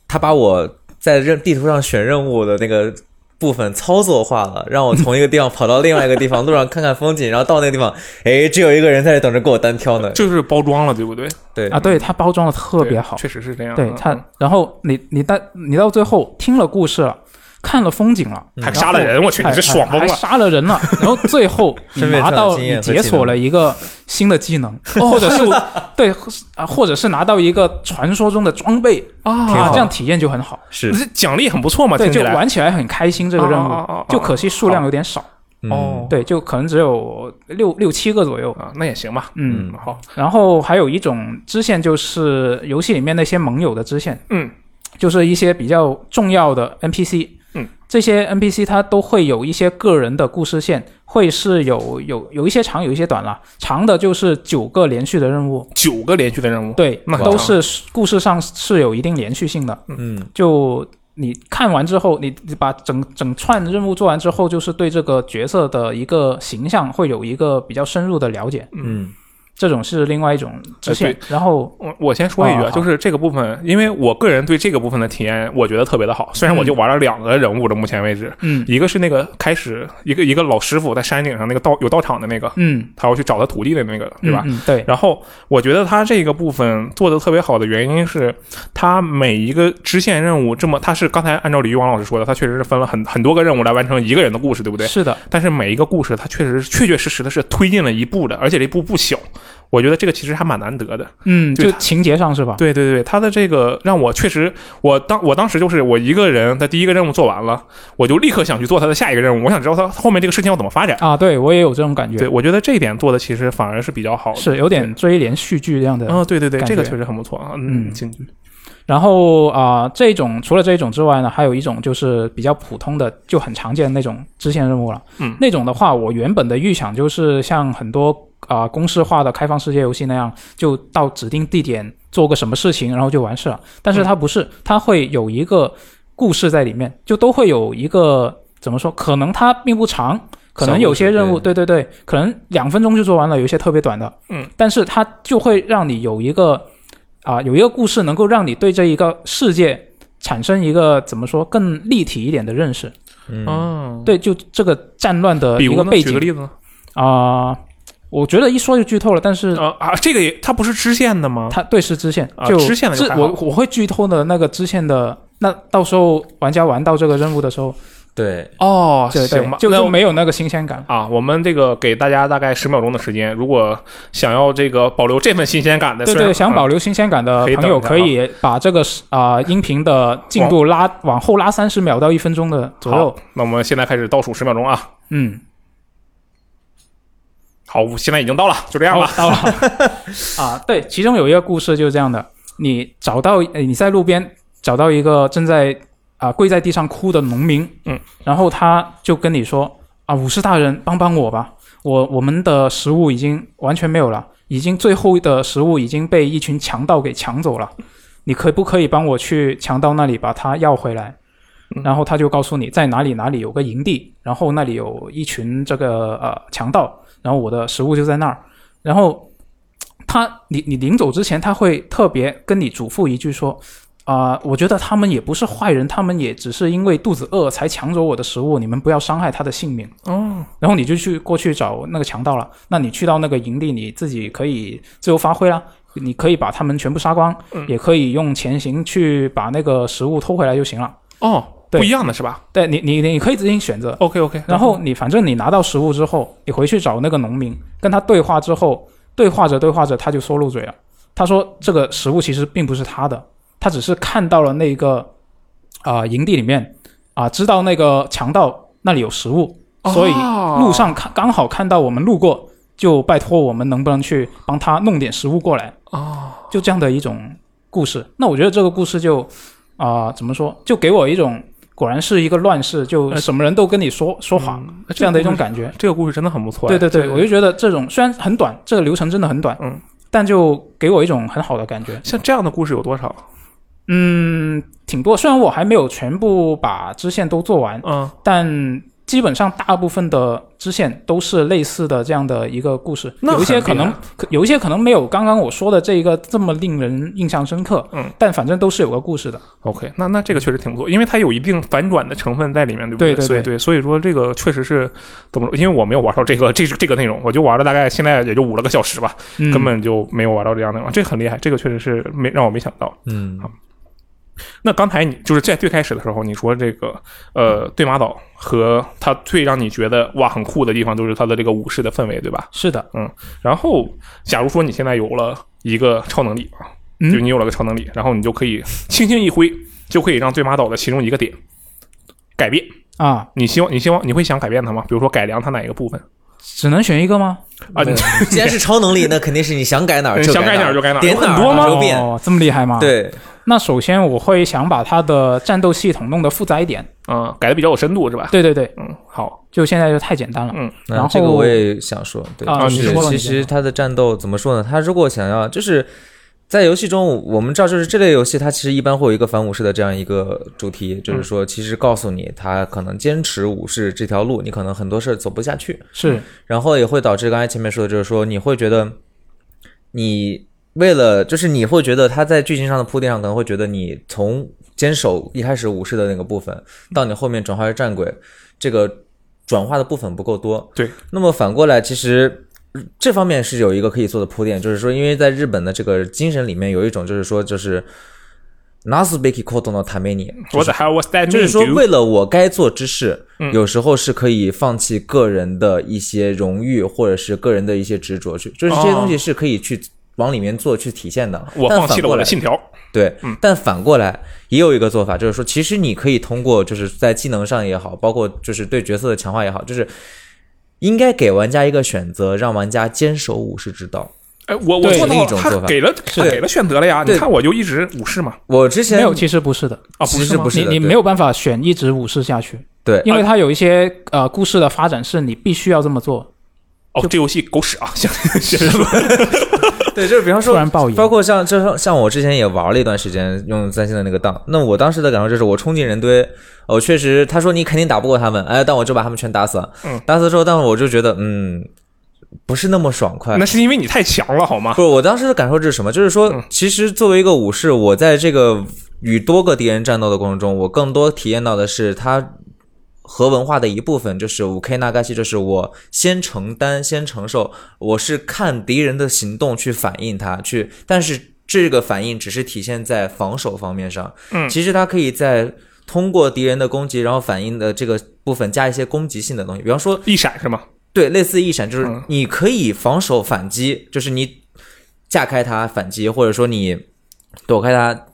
[SPEAKER 3] 他把我在任地图上选任务的那个部分操作化了，让我从一个地方跑到另外一个地方，路上看看风景，然后到那个地方，哎，只有一个人在这等着跟我单挑呢。
[SPEAKER 1] 就是包装了，对不对？
[SPEAKER 3] 对
[SPEAKER 2] 啊，，对它包装的特别
[SPEAKER 1] 对
[SPEAKER 2] 好，
[SPEAKER 1] 确实是这样啊。
[SPEAKER 2] 对他
[SPEAKER 1] 嗯，
[SPEAKER 2] 然后你你到你到最后听了故事了，看了风景了，
[SPEAKER 1] 还嗯杀了人，我去，你
[SPEAKER 2] 还
[SPEAKER 1] 这爽疯
[SPEAKER 2] 还
[SPEAKER 1] 了！
[SPEAKER 2] 杀了人了，然后最 后你
[SPEAKER 3] 顺便
[SPEAKER 2] 拿
[SPEAKER 3] 赚了
[SPEAKER 2] 到
[SPEAKER 3] 经
[SPEAKER 2] 你
[SPEAKER 3] 验和技
[SPEAKER 2] 解锁了一个新的 技能，哦或者是对啊，或者是拿到一个传说中的装备
[SPEAKER 1] 啊
[SPEAKER 2] 啊，这样体验就很好，
[SPEAKER 3] 是
[SPEAKER 1] 这奖励很不错嘛，
[SPEAKER 2] 对，
[SPEAKER 1] 听起
[SPEAKER 2] 就
[SPEAKER 1] 来
[SPEAKER 2] 玩起来很开心这个任
[SPEAKER 1] 啊啊啊啊
[SPEAKER 2] 务，就可惜数量有点少，
[SPEAKER 3] 嗯
[SPEAKER 1] 哦
[SPEAKER 2] 对，就可能只有六六七个左右，
[SPEAKER 1] 啊，那也行吧。
[SPEAKER 2] 嗯。
[SPEAKER 1] 嗯，好，
[SPEAKER 2] 然后还有一种支线就是游戏里面那些盟友的支线，
[SPEAKER 1] 嗯，
[SPEAKER 2] 就是一些比较重要的 NPC，
[SPEAKER 1] 嗯，
[SPEAKER 2] 这些 NPC 它都会有一些个人的故事线，会是有有有一些长，有一些短了。长的就是九个连续的任务，
[SPEAKER 1] 九个连续的任务，
[SPEAKER 2] 对
[SPEAKER 1] 那，很
[SPEAKER 2] 都
[SPEAKER 1] 长
[SPEAKER 2] 是故事上是有一定连续性的。
[SPEAKER 3] 嗯，
[SPEAKER 2] 就你看完之后，你你把整整串任务做完之后，就是对这个角色的一个形象会有一个比较深入的了解。
[SPEAKER 3] 嗯
[SPEAKER 2] 这种是另外一种支
[SPEAKER 1] 呃
[SPEAKER 2] 线，然后
[SPEAKER 1] 我我先说一句啊，
[SPEAKER 2] 啊好
[SPEAKER 1] 就是这个部分，因为我个人对这个部分的体验，我觉得特别的好。虽然我就玩了两个人物了，目前为止，
[SPEAKER 2] 嗯
[SPEAKER 1] 一个是那个开始一个一个老师傅在山顶上那个道有道场的那个，
[SPEAKER 2] 嗯，
[SPEAKER 1] 他要去找他徒弟的那个，对吧？
[SPEAKER 2] 嗯？嗯对，
[SPEAKER 1] 然后我觉得他这个部分做的特别好的原因是，他每一个支线任务这么，他是刚才按照李玉王老师说的，他确实是分了很很多个任务来完成一个人的故事，对不对？
[SPEAKER 2] 是的，
[SPEAKER 1] 但是每一个故事，它确实是确确实实的是推进了一步的，而且这一步不小。我觉得这个其实还蛮难得的。
[SPEAKER 2] 嗯，
[SPEAKER 1] 对
[SPEAKER 2] 就
[SPEAKER 1] 它
[SPEAKER 2] 情节上是吧？
[SPEAKER 1] 对对对，他的这个让我确实，我当我当时就是我一个人，他第一个任务做完了，我就立刻想去做他的下一个任务，我想知道他后面这个事情要怎么发展。
[SPEAKER 2] 啊，对我也有这种感觉，
[SPEAKER 1] 对，我觉得这一点做的其实反而是比较好的。
[SPEAKER 2] 是有点追连续剧这样的。
[SPEAKER 1] 啊、对对对，
[SPEAKER 2] 感
[SPEAKER 1] 这个
[SPEAKER 2] 觉
[SPEAKER 1] 确实很不错啊。
[SPEAKER 2] 嗯
[SPEAKER 1] 嗯，进
[SPEAKER 2] 然后啊、这种除了这一种之外呢，还有一种就是比较普通的，就很常见的那种支线任务了。
[SPEAKER 1] 嗯
[SPEAKER 2] 那种的话，我原本的预想就是像很多啊、公式化的开放世界游戏那样，就到指定地点做个什么事情，然后就完事了。但是它不是，它会有一个故事在里面，就都会有一个怎么说？可能它并不长。可能有些任
[SPEAKER 3] 小
[SPEAKER 2] 务，
[SPEAKER 3] 故
[SPEAKER 2] 对对对，可能两分钟就做完了，有一些特别短的，
[SPEAKER 1] 嗯，
[SPEAKER 2] 但是它就会让你有一个啊、有一个故事能够让你对这一个世界产生一个怎么说更立体一点的认识。
[SPEAKER 3] 嗯，
[SPEAKER 1] 嗯，
[SPEAKER 2] 对，就这个战乱的
[SPEAKER 1] 比
[SPEAKER 2] 一
[SPEAKER 1] 如
[SPEAKER 2] 个
[SPEAKER 1] 呢
[SPEAKER 2] 背
[SPEAKER 1] 举
[SPEAKER 2] 景
[SPEAKER 1] 个例子呢？
[SPEAKER 2] 啊、我觉得一说就剧透了，但是
[SPEAKER 1] 呃啊，这个也它不是支线的吗？
[SPEAKER 2] 它对是支线，
[SPEAKER 1] 啊
[SPEAKER 2] 就
[SPEAKER 1] 支线的就还好
[SPEAKER 2] 我我会剧透的那个支线的，那到时候玩家玩到这个任务的时候，
[SPEAKER 3] 对，
[SPEAKER 1] 哦
[SPEAKER 2] 对对
[SPEAKER 1] 行吧，，
[SPEAKER 2] 就
[SPEAKER 1] 那
[SPEAKER 2] 就没有那个新鲜感。
[SPEAKER 1] 啊，我们这个给大家大概十秒钟的时间，如果想要这个保留这份新鲜感的，
[SPEAKER 2] 对
[SPEAKER 1] 虽然
[SPEAKER 2] 对，想保
[SPEAKER 1] 啊
[SPEAKER 2] 留新鲜感的
[SPEAKER 1] 可以
[SPEAKER 2] 朋友
[SPEAKER 1] 等一下
[SPEAKER 2] 可以把这个啊、音频的进度拉往后拉三十秒到一分钟的左右
[SPEAKER 1] 好。那我们现在开始倒数十秒钟啊，
[SPEAKER 2] 嗯，
[SPEAKER 1] 好，现在已经到了，就这样吧。
[SPEAKER 2] 到了 啊，对，其中有一个故事就是这样的：你找到呃你在路边找到一个正在啊、跪在地上哭的农民，
[SPEAKER 1] 嗯，
[SPEAKER 2] 然后他就跟你说啊，武士大人，帮帮我吧，我我们的食物已经完全没有了，已经最后的食物已经被一群强盗给抢走了，你可不可以帮我去强盗那里把它要回来？
[SPEAKER 1] 嗯
[SPEAKER 2] 然后他就告诉你在哪里哪里有个营地，然后那里有一群这个呃强盗，然后我的食物就在那儿。然后他你你临走之前，他会特别跟你嘱咐一句说。啊、我觉得他们也不是坏人，他们也只是因为肚子饿才抢走我的食物，你们不要伤害他的性命。
[SPEAKER 1] 哦，
[SPEAKER 2] 然后你就去过去找那个强盗了。那你去到那个营地，你自己可以自由发挥啦，你可以把他们全部杀光，
[SPEAKER 1] 嗯
[SPEAKER 2] 也可以用潜行去把那个食物偷回来就行了。
[SPEAKER 1] 哦，
[SPEAKER 2] 对
[SPEAKER 1] 不一样的是吧
[SPEAKER 2] 对你，你你可以自行选择。
[SPEAKER 1] ？OK OK，
[SPEAKER 2] 然后你反正你拿到食物之后，你回去找那个农民，跟他对话之后，对话着对话着，他就说漏嘴了。他说这个食物其实并不是他的，他只是看到了那个啊、营地里面啊、知道那个强盗那里有食物，
[SPEAKER 1] 哦
[SPEAKER 2] 所以路上看刚好看到我们路过，就拜托我们能不能去帮他弄点食物过来，
[SPEAKER 1] 哦，
[SPEAKER 2] 就这样的一种故事。那我觉得这个故事就啊、怎么说，就给我一种果然是一个乱世，就什么人都跟你说说谎、
[SPEAKER 1] 嗯
[SPEAKER 2] 这样的一
[SPEAKER 1] 这
[SPEAKER 2] 种
[SPEAKER 1] 个故事
[SPEAKER 2] 感觉。
[SPEAKER 1] 这个故事真的很不错哎。
[SPEAKER 2] 对对对，我就觉得这种虽然很短，这个流程真的很短，
[SPEAKER 1] 嗯，
[SPEAKER 2] 但就给我一种很好的感觉。
[SPEAKER 1] 像这样的故事有多少？
[SPEAKER 2] 嗯，挺多。虽然我还没有全部把支线都做完，
[SPEAKER 1] 嗯，
[SPEAKER 2] 但基本上大部分的支线都是类似的这样的一个故事，
[SPEAKER 1] 那
[SPEAKER 2] 有一些
[SPEAKER 1] 很
[SPEAKER 2] 可
[SPEAKER 1] 厉害
[SPEAKER 2] 能可有一些可能没有刚刚我说的这一个这么令人印象深刻，
[SPEAKER 1] 嗯，
[SPEAKER 2] 但反正都是有个故事的，
[SPEAKER 1] OK，那那这个确实挺不错，因为它有一定反转的成分在里面，对不
[SPEAKER 2] 对对
[SPEAKER 1] 所以
[SPEAKER 2] 对
[SPEAKER 1] 对，所以说这个确实是怎么说？因为我没有玩到这个这这个内容，我就玩了大概现在也就五六个小时吧，
[SPEAKER 2] 嗯
[SPEAKER 1] 根本就没有玩到这样的内容，这很厉害，这个确实是没让我没想到。
[SPEAKER 3] 嗯，
[SPEAKER 1] 那刚才你就是在最开始的时候，你说这个呃对马岛和它最让你觉得哇很酷的地方，就是它的这个武士的氛围，对吧？
[SPEAKER 2] 是的，
[SPEAKER 1] 然后假如说你现在有了一个超能力啊，
[SPEAKER 2] 嗯
[SPEAKER 1] 就你有了个超能力，然后你就可以轻轻一挥，就可以让对马岛的其中一个点改变。
[SPEAKER 2] 啊，
[SPEAKER 1] 你希望你希望你会想改变它吗？比如说改良它哪一个部分
[SPEAKER 2] 只能选一个吗？呃
[SPEAKER 1] 啊？你
[SPEAKER 3] 既然是超能力，那肯定是你想改哪儿
[SPEAKER 1] 你
[SPEAKER 3] 就
[SPEAKER 1] 想改哪儿就改哪儿啊
[SPEAKER 3] 点
[SPEAKER 1] 有
[SPEAKER 3] 哪
[SPEAKER 1] 很
[SPEAKER 3] 儿
[SPEAKER 1] 多吗
[SPEAKER 3] 就变。
[SPEAKER 2] 哦，这么厉害吗？，
[SPEAKER 3] 对，
[SPEAKER 2] 那首先我会想把它的战斗系统弄得复杂一点，
[SPEAKER 1] 嗯，改的比较有深度是吧？
[SPEAKER 2] 对对对，
[SPEAKER 1] 嗯，好，
[SPEAKER 2] 就现在就太简单了，
[SPEAKER 1] 嗯
[SPEAKER 3] 那
[SPEAKER 2] 然后
[SPEAKER 3] 这个我也想说，对，
[SPEAKER 2] 啊
[SPEAKER 3] 就
[SPEAKER 1] 你
[SPEAKER 3] 是
[SPEAKER 2] 说吧
[SPEAKER 3] 其
[SPEAKER 2] 你先
[SPEAKER 3] 实
[SPEAKER 2] 说
[SPEAKER 3] 它的战斗怎么说呢？它如果想要就是。在游戏中，我们知道，就是这类游戏，它其实一般会有一个反武士的这样一个主题，
[SPEAKER 2] 嗯
[SPEAKER 3] 就是说，其实告诉你，他可能坚持武士这条路，你可能很多事儿走不下去。
[SPEAKER 2] 是
[SPEAKER 3] 然后也会导致刚才前面说的，就是说你会觉得你为了，就是你会觉得他在剧情上的铺垫上，可能会觉得你从坚守一开始武士的那个部分，到你后面转化为战鬼，这个转化的部分不够多。
[SPEAKER 1] 对，
[SPEAKER 3] 那么反过来，其实嗯这方面是有一个可以做的铺垫，就是说，因为在日本的这个精神里面有一种，就是说，就是ナスベキコトのために，
[SPEAKER 1] 我的 How was that？
[SPEAKER 3] 就是说
[SPEAKER 1] mean, dude？
[SPEAKER 3] 为了我该做之事，有时候是可以放弃个人的一些荣誉或者是个人的一些执着去，就是这些
[SPEAKER 1] 哦
[SPEAKER 3] 东西是可以去往里面做去体现的。
[SPEAKER 1] 我
[SPEAKER 3] 但
[SPEAKER 1] 放弃了
[SPEAKER 3] 反过
[SPEAKER 1] 我的
[SPEAKER 3] 来
[SPEAKER 1] 信条。
[SPEAKER 3] 对，但反过来也有一个做法，就是说，其实你可以通过就是在技能上也好，包括就是对角色的强化也好，就是应该给玩家一个选择，让玩家坚守武士之道。
[SPEAKER 1] 哎，我我
[SPEAKER 2] 对
[SPEAKER 1] 做到
[SPEAKER 3] 另
[SPEAKER 1] 了，
[SPEAKER 3] 一种做
[SPEAKER 1] 他
[SPEAKER 3] 法
[SPEAKER 1] 给了他
[SPEAKER 3] 对
[SPEAKER 1] 给了选择了呀。你
[SPEAKER 3] 对
[SPEAKER 1] 看我就一直武士嘛，
[SPEAKER 3] 我之前
[SPEAKER 2] 没有，其实不是的，
[SPEAKER 1] 啊，
[SPEAKER 3] 其
[SPEAKER 1] 不
[SPEAKER 3] 实
[SPEAKER 1] 吗
[SPEAKER 3] 不？是
[SPEAKER 2] 你
[SPEAKER 3] 的
[SPEAKER 2] 你
[SPEAKER 3] 对
[SPEAKER 2] 没有办法选一直武士下去，
[SPEAKER 3] 对
[SPEAKER 2] 因为它有一些呃故事的发展是你必须要这么做，
[SPEAKER 1] 哦，这游戏狗屎啊！ 行，行
[SPEAKER 3] 对，就是比方
[SPEAKER 2] 突
[SPEAKER 3] 说
[SPEAKER 2] 然爆炎。
[SPEAKER 3] 包括像就像像我之前也玩了一段时间用三星的那个档，那我当时的感受就是我冲进人堆，我确实他说你肯定打不过他们，哎，但我就把他们全打死了。
[SPEAKER 1] 嗯
[SPEAKER 3] 打死之后，但我就觉得嗯，不是那么爽快。
[SPEAKER 1] 那是因为你太强了，好吗？
[SPEAKER 3] 不是我当时的感受是什么？就是说
[SPEAKER 1] 嗯，
[SPEAKER 3] 其实作为一个武士，我在这个与多个敌人战斗的过程中，我更多体验到的是它和文化的一部分，就是五 K 纳嘎西，就是我先承担、先承受，我是看敌人的行动去反应它，去，但是这个反应只是体现在防守方面上，
[SPEAKER 1] 嗯
[SPEAKER 3] 其实它可以在。通过敌人的攻击，然后反应的这个部分加一些攻击性的东西，比方说
[SPEAKER 1] 一闪是吗？
[SPEAKER 3] 对，类似一闪就是
[SPEAKER 1] 嗯
[SPEAKER 3] 你可以防守反击，就是你架开它反击，或者说你躲开它，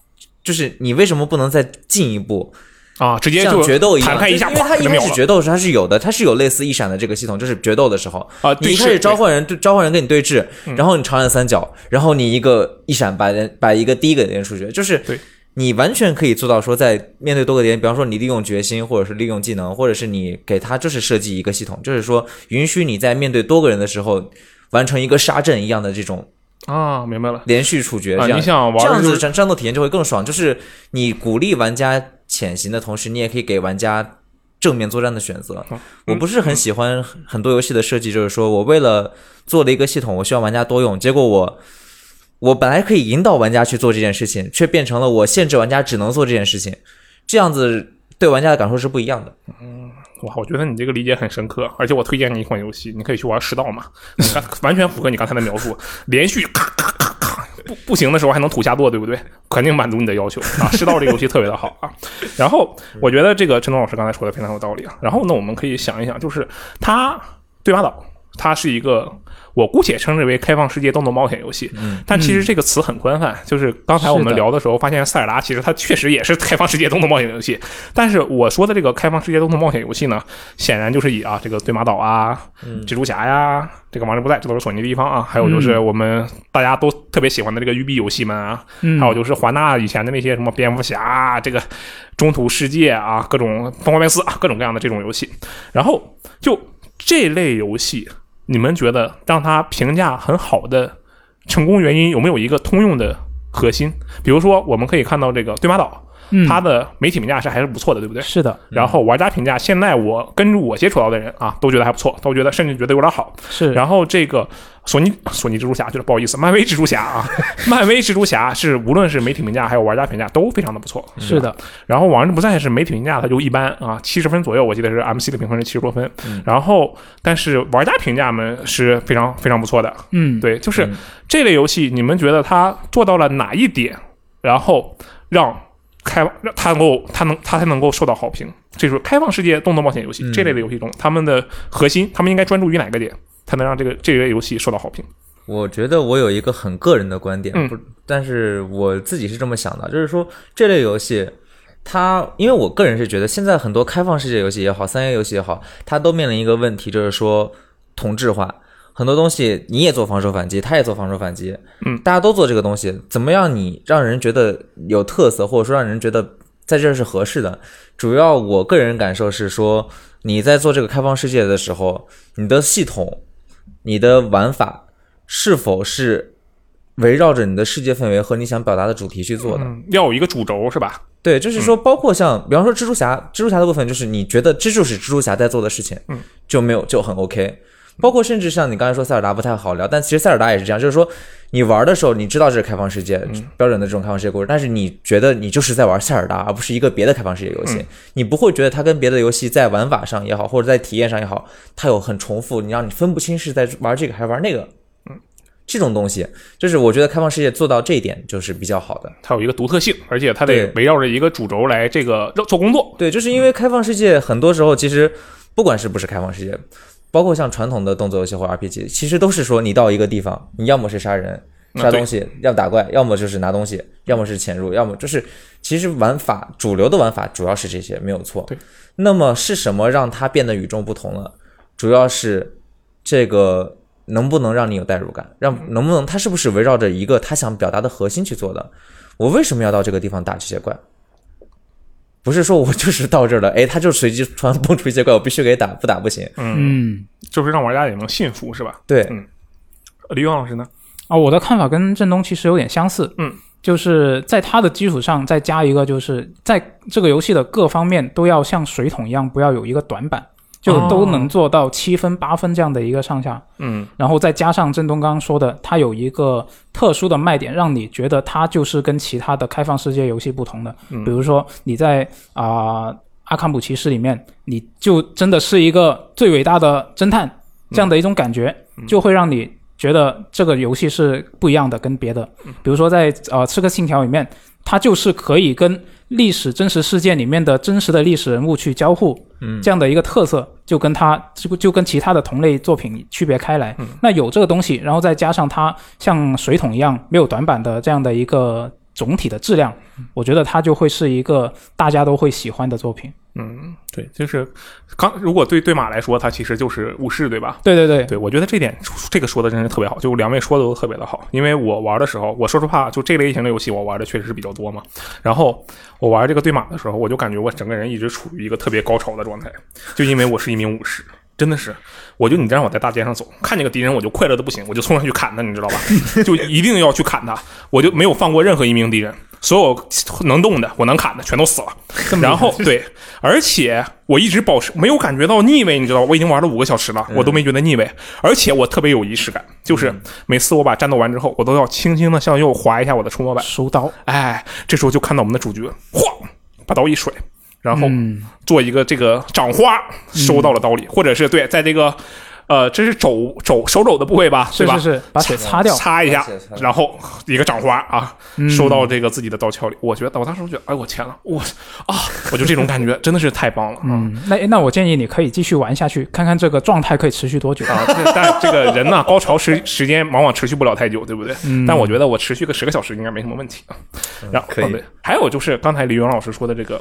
[SPEAKER 3] 就是你为什么不能再进一步，
[SPEAKER 1] 啊，直接
[SPEAKER 3] 像
[SPEAKER 1] 就
[SPEAKER 3] 决斗一样？
[SPEAKER 1] 弹开一下，
[SPEAKER 3] 就是因
[SPEAKER 1] 咵
[SPEAKER 3] 为它一
[SPEAKER 1] 就没有
[SPEAKER 3] 开始
[SPEAKER 1] 了
[SPEAKER 3] 决斗的时候它是有的，它是有类似一闪的这个系统，就是决斗的时候，
[SPEAKER 1] 啊！
[SPEAKER 3] 你
[SPEAKER 1] 对，
[SPEAKER 3] 一开始
[SPEAKER 1] 是嗯
[SPEAKER 3] 召唤人，对召唤人跟你对峙，然后你长按三角，然后你一个一闪把人把一个第一个敌人处决，就是
[SPEAKER 1] 对
[SPEAKER 3] 你完全可以做到说，在面对多个敌人，比方说你利用决心，或者是利用技能，或者是你给他就是设计一个系统，就是说允许你在面对多个人的时候。完成一个杀阵一样的这种
[SPEAKER 1] 啊，明白了
[SPEAKER 3] 连续处决，
[SPEAKER 1] 啊！
[SPEAKER 3] 这样、
[SPEAKER 1] 你想
[SPEAKER 3] 这
[SPEAKER 1] 玩
[SPEAKER 3] 样
[SPEAKER 1] 儿就
[SPEAKER 3] 子
[SPEAKER 1] 是
[SPEAKER 3] 战战斗体验就会更爽。就是你鼓励玩家潜行的同时，你也可以给玩家正面作战的选择。我不是很喜欢很多游戏的设计，就是说我为了做了一个系统，我希望玩家多用，结果我。我本来可以引导玩家去做这件事情，却变成了我限制玩家只能做这件事情，这样子对玩家的感受是不一样的。
[SPEAKER 1] 哇，我觉得你这个理解很深刻，而且我推荐你一款游戏，你可以去玩《食道嘛》，你 看完全符合你刚才的描述，连续咔咔咔咔，不不行的时候还能吐下舵，对不对？肯定满足你的要求啊！《食道》这个游戏特别的好啊。 然后我觉得这个陈东老师刚才说的非常有道理啊。然后呢，我们可以想一想，就是它对马岛，它是一个。我姑且称之为开放世界动作冒险游戏，但其实这个词很宽泛。就是刚才我
[SPEAKER 2] 嗯是
[SPEAKER 1] 们
[SPEAKER 2] 的
[SPEAKER 1] 聊的时候，发现塞尔达其实它确实也是开放世界动作冒险游戏，但是我说的这个开放世界动作冒险游戏呢，显然就是以啊这个对马岛啊、
[SPEAKER 2] 嗯
[SPEAKER 1] 蜘蛛侠呀、这个王者不在，这都是索尼的地方啊，还有就是我们大家都特别喜欢的这个育碧游戏们啊，
[SPEAKER 2] 嗯
[SPEAKER 1] 还有就是华纳以前的那些什么蝙蝠侠啊、这个中土世界啊、各种疯狂麦斯啊、各种各样的这种游戏。然后就这类游戏，你们觉得让它评价很好的成功原因有没有一个通用的核心？比如说，我们可以看到这个《对马岛》，
[SPEAKER 2] 嗯
[SPEAKER 1] 它的媒体评价是还是不错的，对不对？
[SPEAKER 2] 是的，
[SPEAKER 1] 然后玩家评价，现在我跟我接触到的人啊，都觉得还不错，都觉得甚至觉得有点好。
[SPEAKER 2] 是，
[SPEAKER 1] 然后这个索尼索尼蜘蛛侠就是不好意思，漫威蜘蛛侠啊， 漫威蜘蛛侠是无论是媒体评价还有玩家评价都非常的不错。
[SPEAKER 2] 是的，
[SPEAKER 1] 然后《往日不再》是媒体评价它就一般啊，七十分左右，我记得是 MC 的评分是七十多分。然后但是玩家评价们是非常非常不错的，
[SPEAKER 2] 嗯，
[SPEAKER 1] 对，就是这类游戏，你们觉得它做到了哪一点，然后让开让它能够它能它才能够受到好评？这就是开放世界动作冒险游戏、这类的游戏中，他们的核心，他们应该专注于哪个点，才能让这个这类游戏受到好评？
[SPEAKER 3] 我觉得我有一个很个人的观点，
[SPEAKER 1] 嗯
[SPEAKER 3] 不，但是我自己是这么想的，就是说这类游戏，它因为我个人是觉得现在很多开放世界游戏也好，三 A 游戏也好，它都面临一个问题，就是说同质化。很多东西你也做防守反击，他也做防守反击，
[SPEAKER 1] 嗯
[SPEAKER 3] 大家都做这个东西，怎么样你让人觉得有特色，或者说让人觉得在这儿是合适的？主要我个人感受是说，你在做这个开放世界的时候，你的系统、你的玩法是否是围绕着你的世界氛围和你想表达的主题去做的？
[SPEAKER 1] 嗯，要有一个主轴是吧？
[SPEAKER 3] 对，就是说，包括像比方说蜘蛛侠，蜘蛛侠的部分就是你觉得这就是蜘蛛侠在做的事情，
[SPEAKER 1] 嗯，
[SPEAKER 3] 就没有就很 OK。包括甚至像你刚才说塞尔达不太好聊，但其实塞尔达也是这样，就是说你玩的时候你知道这是开放世界、标准的这种开放世界故事，但是你觉得你就是在玩塞尔达，而不是一个别的开放世界游戏，你不会觉得它跟别的游戏在玩法上也好，或者在体验上也好，它有很重复，你让你分不清是在玩这个还是玩那个。这种东西，就是我觉得开放世界做到这一点就是比较好的。
[SPEAKER 1] 它有一个独特性，而且它得
[SPEAKER 3] 对
[SPEAKER 1] 围绕着一个主轴来这个做工作。
[SPEAKER 3] 对，就是因为开放世界很多时候其实不管是不是开放世界，包括像传统的动作游戏或 RPG，其实都是说你到一个地方，你要么是杀人。
[SPEAKER 1] 嗯
[SPEAKER 3] 杀东西，要么打怪，要么就是拿东西，要么是潜入，要么就是，其实玩法主流的玩法主要是这些，没有错
[SPEAKER 1] 对。
[SPEAKER 3] 那么是什么让它变得与众不同了？主要是这个能不能让你有代入感，让能不能它是不是围绕着一个他想表达的核心去做的？我为什么要到这个地方打这些怪？不是说我就是到这儿了，哎，他就随机突然蹦出一些怪，我必须给打，不打不行。
[SPEAKER 2] 嗯，
[SPEAKER 1] 就是让玩家也能信服，是吧？
[SPEAKER 3] 对，
[SPEAKER 1] 嗯李勇老师呢？
[SPEAKER 2] 啊，我的看法跟振东其实有点相似，
[SPEAKER 1] 嗯，
[SPEAKER 2] 就是在它的基础上再加一个，就是在这个游戏的各方面都要像水桶一样，不要有一个短板，就都能做到七分八分这样的一个上下，
[SPEAKER 1] 嗯，
[SPEAKER 2] 然后再加上振东刚刚说的，它有一个特殊的卖点，让你觉得它就是跟其他的开放世界游戏不同的。比如说你在啊、阿康姆骑士里面，你就真的是一个最伟大的侦探这样的一种感觉，就会让你觉得这个游戏是不一样的，跟别的。比如说在呃《刺客信条》里面，它就是可以跟历史真实事件里面的真实的历史人物去交互，
[SPEAKER 3] 嗯
[SPEAKER 2] 这样的一个特色，就跟它就就跟其他的同类作品区别开来。那有这个东西，然后再加上它像水桶一样没有短板的这样的一个总体的质量，我觉得它就会是一个大家都会喜欢的作品。
[SPEAKER 1] 嗯，对，就是刚如果对对马来说，它其实就是武士，对吧？
[SPEAKER 2] 对对对，
[SPEAKER 1] 对，我觉得这点这个说的真是特别好，就两位说的都特别的好。因为我玩的时候，我说实话，就这类型的游戏我玩的确实是比较多嘛。然后我玩这个对马的时候，我就感觉我整个人一直处于一个特别高潮的状态，就因为我是一名武士。真的是，我就你让我在大街上走，看见个敌人我就快乐的不行，我就冲上去砍他，你知道吧？ 就一定要去砍他，我就没有放过任何一名敌人，所有能动的我能砍的全都死了。然后对，而且我一直保持没有感觉到腻味，你知道吧？我已经玩了五个小时了，我都没觉得腻味，而且我特别有仪式感，就是每次我把战斗完之后，我都要轻轻的向右滑一下我的触摸板，
[SPEAKER 2] 收刀，
[SPEAKER 1] 哎，这时候就看到我们的主角，晃，把刀一甩，然后
[SPEAKER 2] 嗯，
[SPEAKER 1] 做一个这个掌花收到了刀里，或者是对，在这个呃，这是肘肘手肘的部位吧，
[SPEAKER 2] 是
[SPEAKER 1] 对吧
[SPEAKER 2] 是？是，把血擦掉，
[SPEAKER 1] 擦一下
[SPEAKER 3] 擦一下，
[SPEAKER 1] 然后一个掌花啊，
[SPEAKER 2] 嗯
[SPEAKER 1] 收到这个自己的刀鞘里。我觉得我当时就觉得，哎，我天了，我啊，我就这种感觉真的是太 棒了。嗯
[SPEAKER 2] 嗯，那那我建议你可以继续玩下去，看看这个状态可以持续多久。
[SPEAKER 1] 啊，这 但这个人呢，高潮时时间往往持续不了太久，对不对？
[SPEAKER 2] 嗯
[SPEAKER 1] 但我觉得我持续个十个小时应该没什么问题。然后
[SPEAKER 3] 可以
[SPEAKER 1] 哦对，还有就是刚才李云老师说的这个，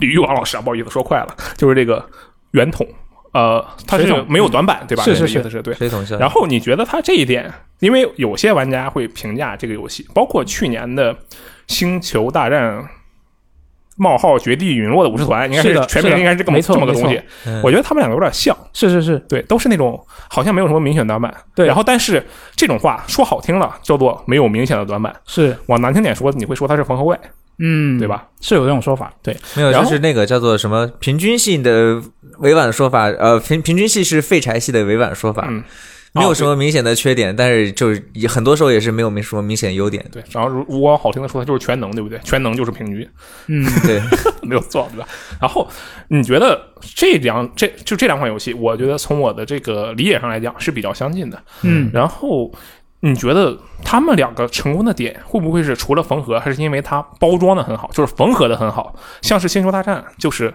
[SPEAKER 1] 李玉王老师啊，不好意思说快了，就是这个圆筒，呃，它是
[SPEAKER 2] 水桶嗯
[SPEAKER 1] 没有短板，对吧？
[SPEAKER 2] 是是
[SPEAKER 1] 这个意思
[SPEAKER 2] 是
[SPEAKER 1] 是对。
[SPEAKER 3] 水桶效应
[SPEAKER 1] 然后你觉得它这一点，因为有些玩家会评价这个游戏，包括去年的《星球大战：冒号绝地陨落的武士团》，应该
[SPEAKER 2] 是的
[SPEAKER 1] 全
[SPEAKER 2] 嗯是
[SPEAKER 1] 名
[SPEAKER 2] 的
[SPEAKER 1] 应该是这么
[SPEAKER 2] 没错
[SPEAKER 1] 这么个东
[SPEAKER 2] 没
[SPEAKER 1] 西
[SPEAKER 2] 错。嗯
[SPEAKER 1] 我觉得他们两个有点像，
[SPEAKER 2] 是是是，
[SPEAKER 1] 对，都是那种好像没有什么明显短板。
[SPEAKER 2] 对
[SPEAKER 1] 然后但是这种话说好听了叫做没有明显的短板，
[SPEAKER 2] 是，
[SPEAKER 1] 往难听点说，你会说他是缝合怪，
[SPEAKER 2] 嗯，
[SPEAKER 1] 对？吧？
[SPEAKER 2] 是有这种说法，
[SPEAKER 3] 没有，
[SPEAKER 1] 然
[SPEAKER 3] 就
[SPEAKER 1] 后
[SPEAKER 3] 是那个叫做什么平均系的委婉说法，呃，平平均系是废柴系的委婉说法，
[SPEAKER 1] 嗯。
[SPEAKER 3] 没有什么明显的缺点，但是就是也很多时候也是没有没什么明显优点
[SPEAKER 1] 对，然后如如果好听的说，他就是全能，对不对？全能就是平均，
[SPEAKER 2] 嗯，
[SPEAKER 3] 对，
[SPEAKER 1] 没有错，对吧？然后你觉得这两这就这两款游戏，我觉得从我的这个理解上来讲是比较相近的。
[SPEAKER 2] 嗯，
[SPEAKER 1] 然后你觉得他们两个成功的点会不会是除了缝合，还是因为它包装的很好，就是缝合的很好？像是《星球大战》，就是